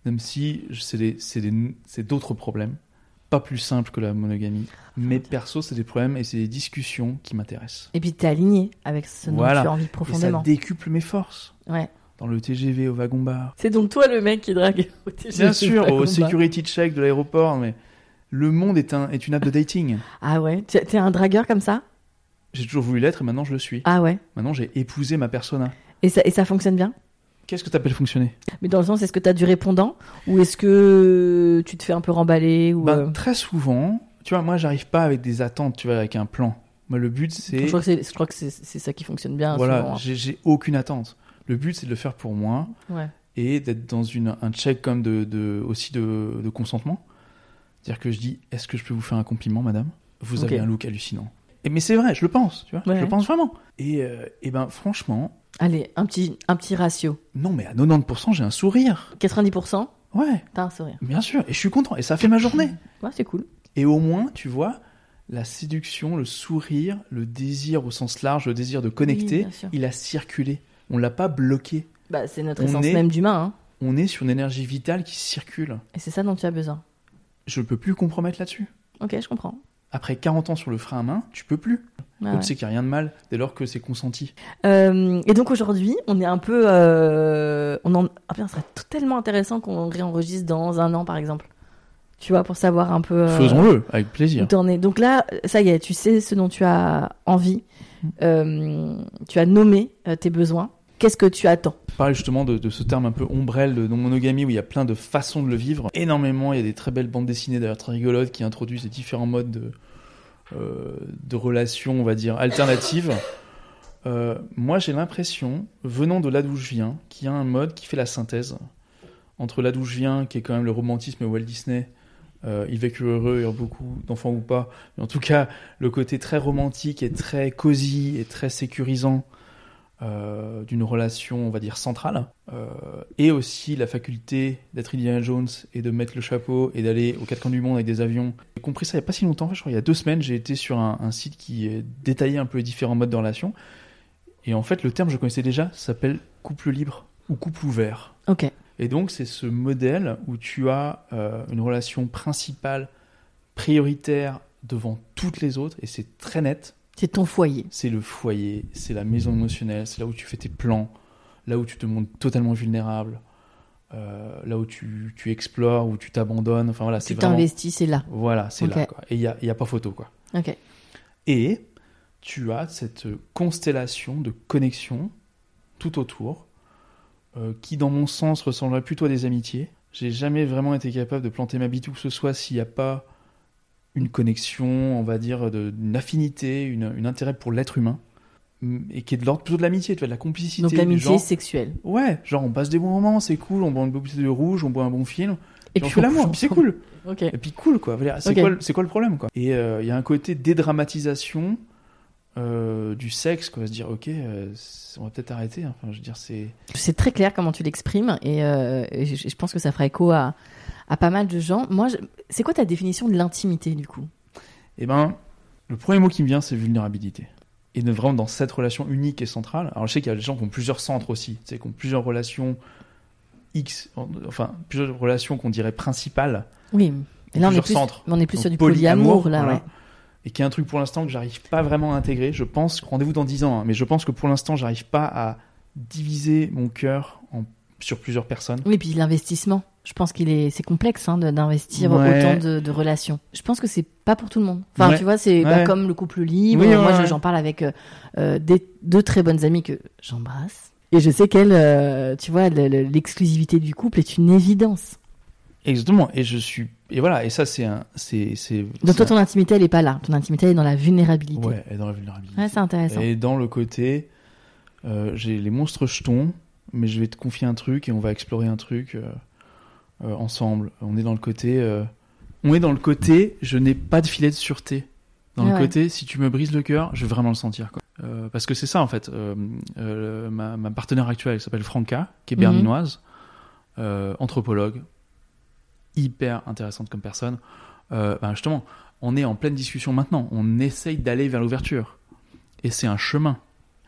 Speaker 3: Même si je- c'est des- c'est des- c'est d'autres problèmes, pas plus simples que la monogamie. Mais perso, c'est des problèmes et c'est des discussions qui m'intéressent.
Speaker 2: Et puis t'es aligné avec ce dont
Speaker 3: Voilà.
Speaker 2: tu as envie
Speaker 3: Et ça
Speaker 2: profondément.
Speaker 3: décuple mes forces.
Speaker 2: Ouais.
Speaker 3: Dans le TGV, au wagon-bar.
Speaker 2: C'est donc toi le mec qui drague. au TGV
Speaker 3: Bien sûr, au
Speaker 2: Wagon Bar.
Speaker 3: security check de l'aéroport. Mais le monde est, un, est une app de dating.
Speaker 2: Ah ouais, Tu- t'es un dragueur comme ça
Speaker 3: J'ai toujours voulu l'être et maintenant je le suis.
Speaker 2: Ah ouais.
Speaker 3: Maintenant, j'ai épousé ma persona.
Speaker 2: Et ça, et ça fonctionne bien
Speaker 3: Qu'est-ce que t'appelles fonctionner
Speaker 2: Mais dans le sens, est-ce que t'as du répondant ou est-ce que tu te fais un peu remballer ou
Speaker 3: Ben,
Speaker 2: euh,
Speaker 3: Très souvent, tu vois, moi, j'arrive pas avec des attentes, tu vois, avec un plan. Moi, le but, c'est.
Speaker 2: Je crois que c'est- je crois que c'est c'est ça qui fonctionne bien.
Speaker 3: Voilà,
Speaker 2: souvent, hein.
Speaker 3: j'ai j'ai aucune attente. Le but, c'est de le faire pour moi
Speaker 2: Ouais.
Speaker 3: et d'être dans une, un check comme de, de- aussi de, de consentement. C'est-à-dire que je dis, est-ce que je peux vous faire un compliment, madame Vous
Speaker 2: Ok.
Speaker 3: avez un look hallucinant. Et mais c'est vrai, je le pense, tu vois,
Speaker 2: Ouais.
Speaker 3: je le pense vraiment. Et, euh, et ben franchement,
Speaker 2: Allez, un petit, un petit ratio.
Speaker 3: Non, mais à 90%, j'ai un sourire.
Speaker 2: 90%,
Speaker 3: Ouais,
Speaker 2: t'as un sourire.
Speaker 3: bien sûr. Et je suis content. Et ça fait ma journée.
Speaker 2: Ouais, c'est cool.
Speaker 3: Et au moins, tu vois, la séduction, le sourire, le désir au sens large, le désir de
Speaker 2: Oui,
Speaker 3: connecter,
Speaker 2: bien sûr.
Speaker 3: il a circulé. On l'a pas bloqué.
Speaker 2: Bah, c'est notre
Speaker 3: On
Speaker 2: essence
Speaker 3: est-
Speaker 2: même d'humain, hein.
Speaker 3: On est sur une énergie vitale qui circule.
Speaker 2: Et c'est ça dont tu as besoin.
Speaker 3: Je ne peux plus compromettre là-dessus.
Speaker 2: Ok, je comprends.
Speaker 3: Après 40 ans sur le frein à main, tu peux plus.
Speaker 2: Ouais,
Speaker 3: Donc
Speaker 2: Ah ouais.
Speaker 3: c'est qu'il n'y a rien de mal dès lors que c'est consenti.
Speaker 2: Euh, et donc aujourd'hui, on est un peu, euh, on en, ah bien, ça serait tout- tellement intéressant qu'on réenregistre dans un an, par exemple. Tu vois, pour savoir un peu. euh,
Speaker 3: Faisons-le, avec
Speaker 2: où
Speaker 3: plaisir.
Speaker 2: t'en es. Donc là, ça y est, tu sais ce dont tu as envie. Euh, tu as nommé euh, tes besoins. Qu'est-ce que tu attends
Speaker 3: Parle justement de, de ce terme un peu ombrelle de non-monogamie où il y a plein de façons de le vivre. Énormément, il y a des très belles bandes dessinées d'ailleurs très rigolotes qui introduisent les différents modes de, euh, de relations, on va dire, alternatives. Euh, moi, j'ai l'impression, venant de là d'où je viens, qu'il y a un mode qui fait la synthèse entre là d'où je viens, qui est quand même le romantisme et Walt Disney. Euh, il vécu heureux, il y a beaucoup d'enfants ou pas. Mais en tout cas, le côté très romantique et très cosy et très sécurisant euh, d'une relation, on va dire, centrale, euh, et aussi la faculté d'être Indiana Jones et de mettre le chapeau et d'aller aux quatre coins du monde avec des avions. J'ai compris ça il n'y a pas si longtemps, je crois il y a deux semaines, j'ai été sur un, un site qui euh, détaillait un peu les différents modes de relation, et en fait le terme je connaissais déjà s'appelle couple libre ou couple ouvert.
Speaker 2: Ok.
Speaker 3: Et donc, c'est ce modèle où tu as euh, une relation principale, prioritaire devant toutes les autres, et c'est très net.
Speaker 2: C'est ton foyer.
Speaker 3: C'est le foyer, c'est la maison émotionnelle, c'est là où tu fais tes plans, là où tu te montres totalement vulnérable, euh, là où tu, tu explores, où tu t'abandonnes. Enfin voilà,
Speaker 2: Tu
Speaker 3: c'est vraiment.
Speaker 2: t'investis, c'est là.
Speaker 3: Voilà, c'est là.
Speaker 2: Ok.
Speaker 3: quoi. Et il n'y a, il y a pas photo, quoi.
Speaker 2: Ok.
Speaker 3: Et tu as cette constellation de connexions tout autour, euh, qui dans mon sens ressemblerait plutôt à des amitiés. J'ai jamais vraiment été capable de planter ma bite où que ce soit s'il n'y a pas une connexion, on va dire, de- d'une affinité, une, un intérêt pour l'être humain, Mm, et qui est de l'ordre plutôt de l'amitié, tu vois, de la complicité.
Speaker 2: Donc
Speaker 3: du
Speaker 2: l'amitié
Speaker 3: genre-
Speaker 2: sexuelle.
Speaker 3: Ouais, genre on passe des bons moments, c'est cool, on boit une bouteille de rouge, on boit un bon film,
Speaker 2: Et
Speaker 3: puis on
Speaker 2: puis
Speaker 3: fait
Speaker 2: on
Speaker 3: l'amour,
Speaker 2: couche
Speaker 3: puis c'est
Speaker 2: ensemble.
Speaker 3: cool.
Speaker 2: Ok.
Speaker 3: Et puis cool, quoi. Voilà, C'est
Speaker 2: Ok.
Speaker 3: quoi, le- c'est quoi le problème, quoi Et euh, il y a un côté dédramatisation euh, du sexe, quoi. Se dire, ok, euh, c'est- on va peut-être arrêter. hein. Enfin, je veux dire, c'est.
Speaker 2: C'est très clair comment tu l'exprimes et, euh, et je, je pense que ça fera écho à, à pas mal de gens. Moi, je- c'est quoi ta définition de l'intimité du coup
Speaker 3: Eh ben, le premier mot qui me vient, c'est vulnérabilité. Et de- vraiment dans cette relation unique et centrale. Alors, je sais qu'il y a des gens qui ont plusieurs centres aussi, tu sais, qui ont plusieurs relations X, en- enfin, plusieurs relations qu'on dirait principales.
Speaker 2: Oui. Et là, on est
Speaker 3: Plusieurs
Speaker 2: plus,
Speaker 3: centres.
Speaker 2: on est plus
Speaker 3: Donc,
Speaker 2: sur du polyamour
Speaker 3: polyamour,
Speaker 2: là.
Speaker 3: voilà.
Speaker 2: ouais.
Speaker 3: et qui est un truc pour l'instant que j'arrive pas vraiment à intégrer. Je pense, rendez-vous dans 10 ans, hein, mais je pense que pour l'instant, j'arrive pas à diviser mon cœur en- sur plusieurs personnes.
Speaker 2: Oui, puis l'investissement. Je pense qu'il est, c'est complexe hein, de- d'investir
Speaker 3: Ouais.
Speaker 2: autant de, de relations. Je pense que c'est pas pour tout le monde. Enfin,
Speaker 3: Ouais.
Speaker 2: tu vois, c'est bah,
Speaker 3: Ouais.
Speaker 2: comme le couple libre.
Speaker 3: Oui, ouais,
Speaker 2: Moi, je-
Speaker 3: ouais.
Speaker 2: j'en parle avec euh, euh, des, deux très bonnes amies que j'embrasse. Et je sais qu'elle, euh, tu vois, le- le- l'exclusivité du couple est une évidence.
Speaker 3: Exactement, et je suis. Et voilà, et ça, c'est un. C'est. c'est-
Speaker 2: Donc toi,
Speaker 3: c'est
Speaker 2: ton intimité, elle est pas là. Ton intimité, elle est dans la
Speaker 3: un-
Speaker 2: vulnérabilité.
Speaker 3: Ouais, et dans la vulnérabilité.
Speaker 2: Ouais, c'est intéressant.
Speaker 3: et dans le côté. euh, J'ai les monstres jetons, mais je vais te confier un truc et on va explorer un truc euh, euh, ensemble. On est dans le côté. euh, On est dans le côté, je n'ai pas de filet de sûreté. Dans le
Speaker 2: Ouais.
Speaker 3: côté, si tu me brises le cœur, je vais vraiment le sentir. Quoi. Euh, parce que c'est ça, en fait. Euh, euh, ma, ma partenaire actuelle, elle s'appelle Franca, qui est
Speaker 2: Mhm.
Speaker 3: berlinoise, euh, anthropologue, hyper intéressante comme personne. Euh, ben justement, on est en pleine discussion maintenant. On essaye d'aller vers l'ouverture. Et c'est un chemin.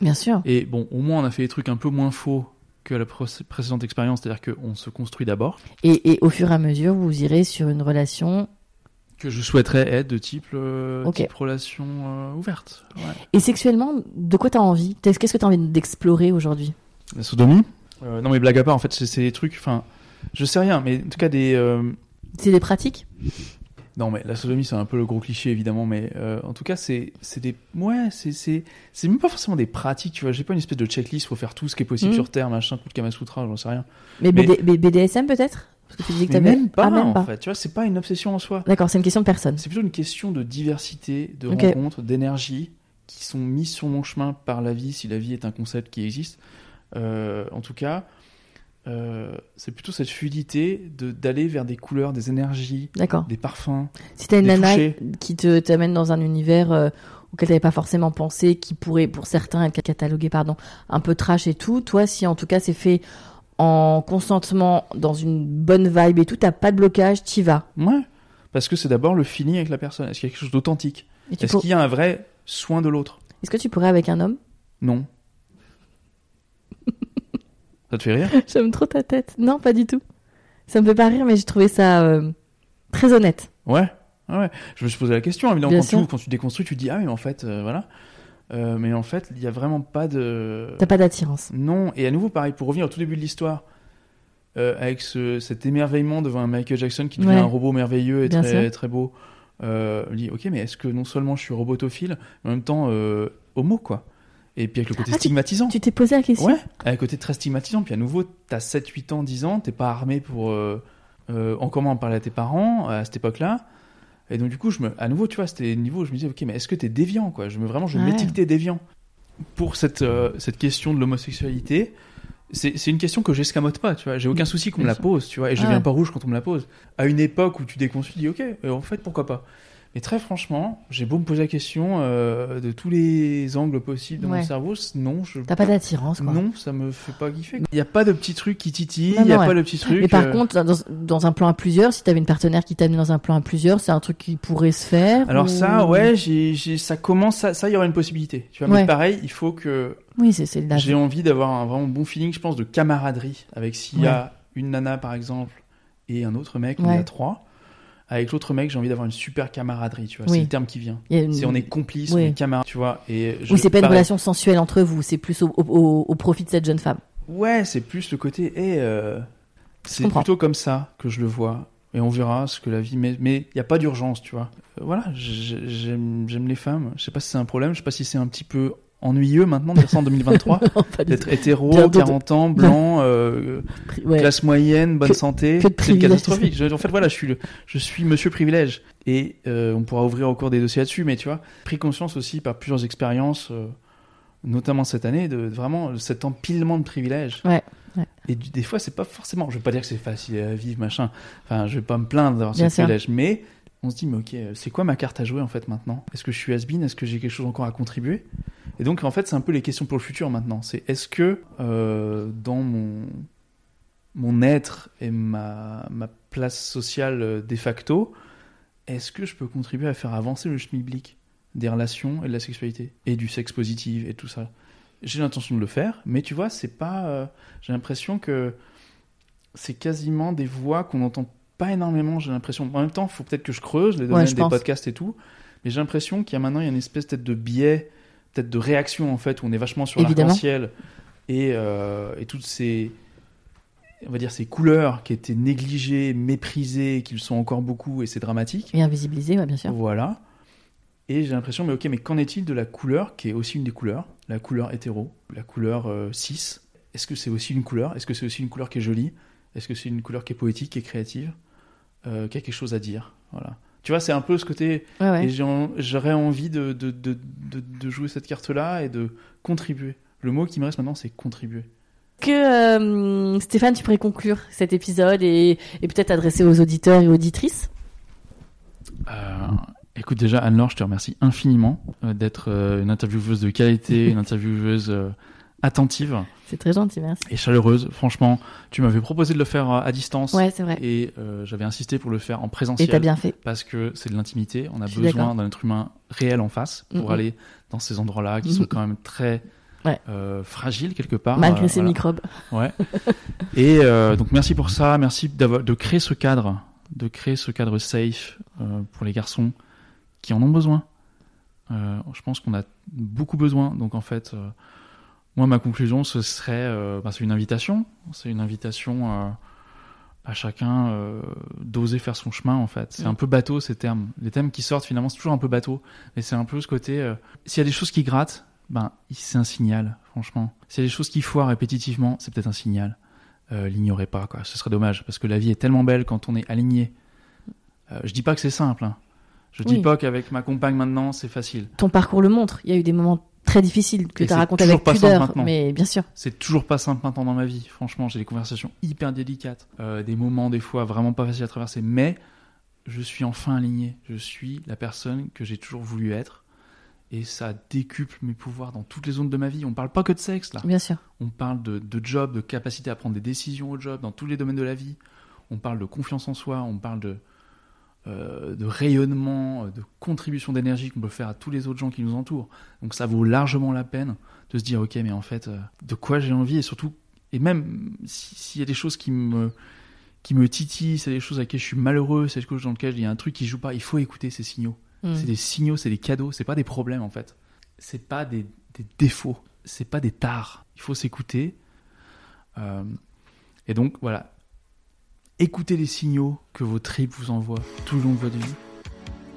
Speaker 2: Bien sûr.
Speaker 3: Et bon, au moins, on a fait des trucs un peu moins faux que la pré- précédente expérience, c'est-à-dire qu'on se construit d'abord.
Speaker 2: Et, et au fur et à mesure, vous irez sur une relation.
Speaker 3: Que je souhaiterais être de type, euh,
Speaker 2: Ok.
Speaker 3: type relation euh, ouverte. Ouais.
Speaker 2: Et sexuellement, de quoi t'as envie Qu'est-ce que t'as envie d'explorer aujourd'hui
Speaker 3: La sodomie Euh, Non, mais blague à part, en fait, c'est- c'est des trucs. Enfin, je sais rien, mais en tout cas, des. euh,
Speaker 2: C'est des pratiques
Speaker 3: Non, mais la sodomie, c'est un peu le gros cliché, évidemment, mais euh, en tout cas, c'est c'est des. Ouais, c'est- c'est c'est même pas forcément des pratiques, tu vois. J'ai pas une espèce de checklist pour faire tout ce qui est possible
Speaker 2: Mhm.
Speaker 3: sur Terre, machin, coup de Kamasutra, j'en sais rien.
Speaker 2: Mais,
Speaker 3: Mais-
Speaker 2: BD- B- BDSM peut-être Parce que tu disais que
Speaker 3: Mais
Speaker 2: t'avais-
Speaker 3: même pas,
Speaker 2: Ah, même pas.
Speaker 3: en fait, tu vois, c'est pas une obsession en soi.
Speaker 2: D'accord, c'est une question de personne.
Speaker 3: C'est plutôt une question de diversité, de
Speaker 2: Ok.
Speaker 3: rencontres, d'énergie qui sont mises sur mon chemin par la vie, si la vie est un concept qui existe. Euh, en tout cas, euh, c'est plutôt cette fluidité de- d'aller vers des couleurs, des énergies,
Speaker 2: D'accord.
Speaker 3: des parfums.
Speaker 2: Si t'as une
Speaker 3: Des
Speaker 2: nana
Speaker 3: touchés.
Speaker 2: qui te t'amène dans un univers euh, auquel t'avais pas forcément pensé, qui pourrait pour certains être catalogué pardon, un peu trash et tout, toi si en tout cas c'est fait en consentement, dans une bonne vibe et tout, t'as pas de blocage, t'y vas.
Speaker 3: Ouais, parce que c'est d'abord le feeling avec la personne. Est-ce qu'il y a quelque chose d'authentique
Speaker 2: Et tu
Speaker 3: Est-ce
Speaker 2: pour-
Speaker 3: qu'il y a un vrai soin de l'autre
Speaker 2: Est-ce que tu pourrais avec un homme
Speaker 3: Non. Ça te fait rire
Speaker 2: J'aime trop ta tête. Non, pas du tout. Ça me fait pas rire, mais j'ai trouvé ça euh, très honnête.
Speaker 3: Ouais, ouais, ouais. Je me suis posé la question, évidemment,
Speaker 2: Bien
Speaker 3: quand
Speaker 2: sûr.
Speaker 3: tu, quand tu déconstruis, tu te dis, ah, mais en fait, euh, voilà. Euh, mais en fait, il n'y a vraiment pas de.
Speaker 2: T'as pas d'attirance.
Speaker 3: Non, et à nouveau, pareil, pour revenir au tout début de l'histoire, euh, avec ce, cet émerveillement devant un Michael Jackson qui devient
Speaker 2: Ouais.
Speaker 3: un robot merveilleux et
Speaker 2: Bien
Speaker 3: très,
Speaker 2: sûr.
Speaker 3: très beau, euh, il dit, ok, mais est-ce que non seulement je suis robotophile, mais en même temps euh, homo, quoi Et puis avec le côté
Speaker 2: Ah,
Speaker 3: stigmatisant.
Speaker 2: Tu t'es posé la question
Speaker 3: Ouais, à côté très stigmatisant. Puis à nouveau, t'as 7, 8 ans, 10 ans, t'es pas armé pour euh, euh, encore moins en parler à tes parents à cette époque-là. Et donc, du coup, je me, à nouveau, tu vois, c'était le niveau où je me disais, ok, mais est-ce que t'es déviant, quoi je me, Vraiment, je
Speaker 2: Ouais.
Speaker 3: m'étiquetais déviant. Pour cette, euh, cette question de l'homosexualité, c'est c'est une question que j'escamote pas, tu vois. J'ai aucun souci qu'on me la pose, tu vois, et je
Speaker 2: Ah
Speaker 3: deviens
Speaker 2: ouais.
Speaker 3: pas rouge quand on me la pose. À une époque où tu déconstruis, tu dis, ok, euh, en fait, pourquoi pas mais très franchement, j'ai beau me poser la question euh, de tous les angles possibles de
Speaker 2: Ouais.
Speaker 3: mon cerveau, c- non, je
Speaker 2: T'as pas d'attirance, quoi.
Speaker 3: non, ça me fait pas kiffer. Il n'y a pas de petit truc qui titille,
Speaker 2: Non,
Speaker 3: il n'y a
Speaker 2: non, ouais.
Speaker 3: pas le petit truc.
Speaker 2: Mais par
Speaker 3: euh,
Speaker 2: contre, dans, dans un plan à plusieurs, si t'avais une partenaire qui t'amenait dans un plan à plusieurs, c'est un truc qui pourrait se faire.
Speaker 3: Alors
Speaker 2: ou-
Speaker 3: ça, ouais, j'ai, j'ai- ça commence, ça, ça, il y aura une possibilité. Tu vois,
Speaker 2: Ouais. Bah,
Speaker 3: mais pareil, il faut que
Speaker 2: Oui, c'est c'est le
Speaker 3: j'ai envie d'avoir un vraiment bon feeling, je pense, de camaraderie avec s'il y a une nana par exemple et un autre mec, on est
Speaker 2: Ouais.
Speaker 3: à trois. Avec l'autre mec, j'ai envie d'avoir une super camaraderie, tu vois.
Speaker 2: Oui.
Speaker 3: C'est le terme qui vient.
Speaker 2: Il y a une-
Speaker 3: Si on est complice,
Speaker 2: Ouais.
Speaker 3: on est camarade, tu vois. Et je-
Speaker 2: Oui, c'est pas une
Speaker 3: pareil.
Speaker 2: relation sensuelle entre vous, c'est plus au, au- au- au profit de cette jeune femme.
Speaker 3: Ouais, c'est plus le côté. eh, euh, c'est
Speaker 2: comprends.
Speaker 3: plutôt comme ça que je le vois. Et on verra ce que la vie. met- Mais il n'y a pas d'urgence, tu vois. Euh, voilà, j'ai- j'aime j'aime les femmes. Je sais pas si c'est un problème. Je sais pas si c'est un petit peu ennuyeux maintenant de dire ça en 2023.
Speaker 2: Non, pas du
Speaker 3: D'être hétéro,
Speaker 2: Bientôt de-
Speaker 3: 40 ans, blanc, euh,
Speaker 2: tout. Ouais.
Speaker 3: classe moyenne, bonne
Speaker 2: Que-
Speaker 3: santé.
Speaker 2: que de
Speaker 3: C'est
Speaker 2: privilèges.
Speaker 3: catastrophique. Je- en fait, voilà, je suis, le- je suis monsieur privilège. Et euh, on pourra ouvrir au cours des dossiers là-dessus, mais tu vois, pris conscience aussi par plusieurs expériences, euh, notamment cette année, de, de vraiment cet empilement de privilèges.
Speaker 2: Ouais, ouais.
Speaker 3: Et du- des fois, c'est pas forcément. Je veux pas dire que c'est facile à vivre, machin. Enfin, je vais pas me plaindre d'avoir ces
Speaker 2: Bien sûr.
Speaker 3: privilèges, mais on se dit, mais ok, euh, c'est quoi ma carte à jouer en fait maintenant Est-ce que je suis has-been Est-ce que j'ai quelque chose encore à contribuer Et donc, en fait, c'est un peu les questions pour le futur maintenant. C'est est-ce que euh, dans mon mon être et ma, ma place sociale euh, de facto, est-ce que je peux contribuer à faire avancer le schmilblick des relations et de la sexualité et du sexe positif et tout ça J'ai l'intention de le faire, mais tu vois, c'est pas. euh, j'ai l'impression que c'est quasiment des voix qu'on n'entend pas énormément. J'ai l'impression. En même temps, il faut peut-être que je creuse les domaines
Speaker 2: je
Speaker 3: des
Speaker 2: pense.
Speaker 3: podcasts et tout, mais j'ai l'impression qu'il y a maintenant il y a une espèce peut-être de biais, peut-être de réaction en fait, où on est vachement sur
Speaker 2: Évidemment.
Speaker 3: l'arc-en-ciel et, euh, et toutes ces on va dire ces couleurs qui étaient négligées, méprisées, qu'ils sont encore beaucoup et c'est dramatique.
Speaker 2: Et invisibilisé, ouais, bien sûr.
Speaker 3: Voilà. Et j'ai l'impression, mais ok, mais qu'en est-il de la couleur qui est aussi une des couleurs, la couleur hétéro, la couleur euh, cis Est-ce que c'est aussi une couleur Est-ce que c'est aussi une couleur qui est jolie Est-ce que c'est une couleur qui est poétique, qui est créative, euh, qui a quelque chose à dire Voilà. Tu vois, c'est un peu ce côté.
Speaker 2: Ouais, ouais.
Speaker 3: Et j'ai en- j'aurais envie de, de, de, de, de jouer cette carte-là et de contribuer. Le mot qui me reste maintenant, c'est contribuer.
Speaker 2: que euh, Stéphane, tu pourrais conclure cet épisode et, et peut-être adresser aux auditeurs et auditrices.
Speaker 3: Euh, écoute, déjà, Anne-Laure, je te remercie infiniment euh, d'être euh, une intervieweuse de qualité, une intervieweuse euh, attentive
Speaker 2: C'est très gentil, merci.
Speaker 3: et chaleureuse. Franchement, tu m'avais proposé de le faire euh, à distance
Speaker 2: Ouais, c'est vrai.
Speaker 3: et euh, j'avais insisté pour le faire en
Speaker 2: Et t'as
Speaker 3: présentiel
Speaker 2: bien fait.
Speaker 3: parce que c'est de l'intimité. On a
Speaker 2: Je suis
Speaker 3: besoin
Speaker 2: d'accord.
Speaker 3: d'un être humain réel en face pour
Speaker 2: Mhm.
Speaker 3: aller dans ces endroits-là qui sont quand même très
Speaker 2: Ouais.
Speaker 3: euh, fragiles quelque part.
Speaker 2: Malgré
Speaker 3: Euh,
Speaker 2: ces
Speaker 3: voilà.
Speaker 2: microbes.
Speaker 3: Ouais. Et euh, donc merci pour ça, merci d'avoir de créer ce cadre, de créer ce cadre safe euh, pour les garçons qui en ont besoin. Euh, je pense qu'on a beaucoup besoin. Donc en fait, euh, moi ma conclusion ce serait, euh, bah, c'est une invitation, c'est une invitation euh, à chacun euh, d'oser faire son chemin en fait. C'est
Speaker 2: Mm.
Speaker 3: un peu bateau ces termes. Les thèmes qui sortent finalement c'est toujours un peu bateau, mais c'est un peu ce côté. euh, S'il y a des choses qui grattent, ben c'est un signal franchement. S'il y a des choses qui foirent répétitivement, c'est peut-être un signal. Euh, L'ignorez pas quoi. Ce serait dommage parce que la vie est tellement belle quand on est aligné. Euh, je dis pas que c'est simple. hein. Je dis
Speaker 2: Oui.
Speaker 3: pas qu'avec ma compagne maintenant c'est facile.
Speaker 2: Ton parcours le montre. Il y a eu des moments
Speaker 6: très difficile que
Speaker 3: Et
Speaker 6: tu as
Speaker 3: c'est
Speaker 6: raconté
Speaker 3: toujours
Speaker 6: avec
Speaker 3: pas simple
Speaker 6: pudeur,
Speaker 3: maintenant.
Speaker 6: mais bien sûr.
Speaker 3: C'est toujours pas simple maintenant dans ma vie. Franchement, j'ai des conversations hyper délicates, euh, des moments des fois vraiment pas faciles à traverser, mais je suis enfin aligné. Je suis la personne que j'ai toujours voulu être. Et ça décuple mes pouvoirs dans toutes les zones de ma vie. On parle pas que de sexe, là.
Speaker 6: Bien sûr.
Speaker 3: On parle de, de job, de capacité à prendre des décisions au job, dans tous les domaines de la vie. On parle de confiance en soi, on parle de, euh, de rayonnement, de contribution d'énergie qu'on peut faire à tous les autres gens qui nous entourent. Donc ça vaut largement la peine de se dire, ok, mais en fait, euh, de quoi j'ai envie Et surtout, et même si- s'il y a des choses qui me, qui me titillent, c'est des choses à lesquelles je suis malheureux, c'est des choses dans lesquelles il y a un truc qui joue pas, il faut écouter ces signaux.
Speaker 2: Hmm. Mm.
Speaker 3: C'est des signaux, c'est des cadeaux, c'est pas des problèmes en fait. C'est pas des, des défauts, c'est pas des tares. Il faut s'écouter. Euh, et donc voilà, écoutez les signaux que vos tripes vous envoient tout le long de votre vie.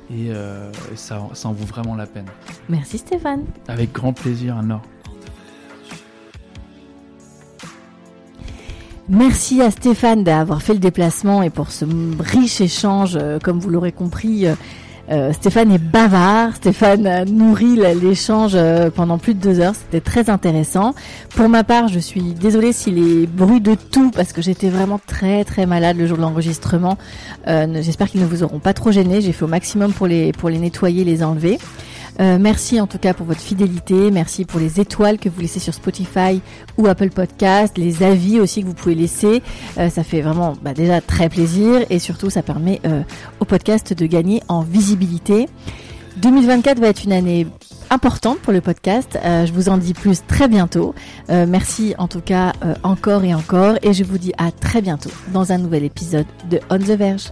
Speaker 3: Et euh, ça, ça en vaut vraiment la peine.
Speaker 6: Merci Stéphane.
Speaker 3: Avec grand plaisir, Anne-Laure.
Speaker 2: Merci à Stéphane d'avoir fait le déplacement et pour ce riche échange. Euh, Comme vous l'aurez compris, euh, euh, Stéphane est bavard. Stéphane a nourri la- l'échange euh, pendant plus de deux heures. C'était très intéressant. Pour ma part, je suis désolée si les bruits de tout, parce que j'étais vraiment très très malade le jour de l'enregistrement. Euh, ne- J'espère qu'ils ne vous auront pas trop gêné. J'ai fait au maximum pour les, pour les nettoyer, les enlever. Euh, merci en tout cas pour votre fidélité, merci pour les étoiles que vous laissez sur Spotify ou Apple Podcast, les avis aussi que vous pouvez laisser. Euh, ça fait vraiment bah, déjà très plaisir et surtout ça permet euh, au podcast de gagner en visibilité. 2024 va être une année importante pour le podcast. Euh, je vous en dis plus très bientôt. Euh, merci en tout cas euh, encore et encore et je vous dis à très bientôt dans un nouvel épisode de On the Verge.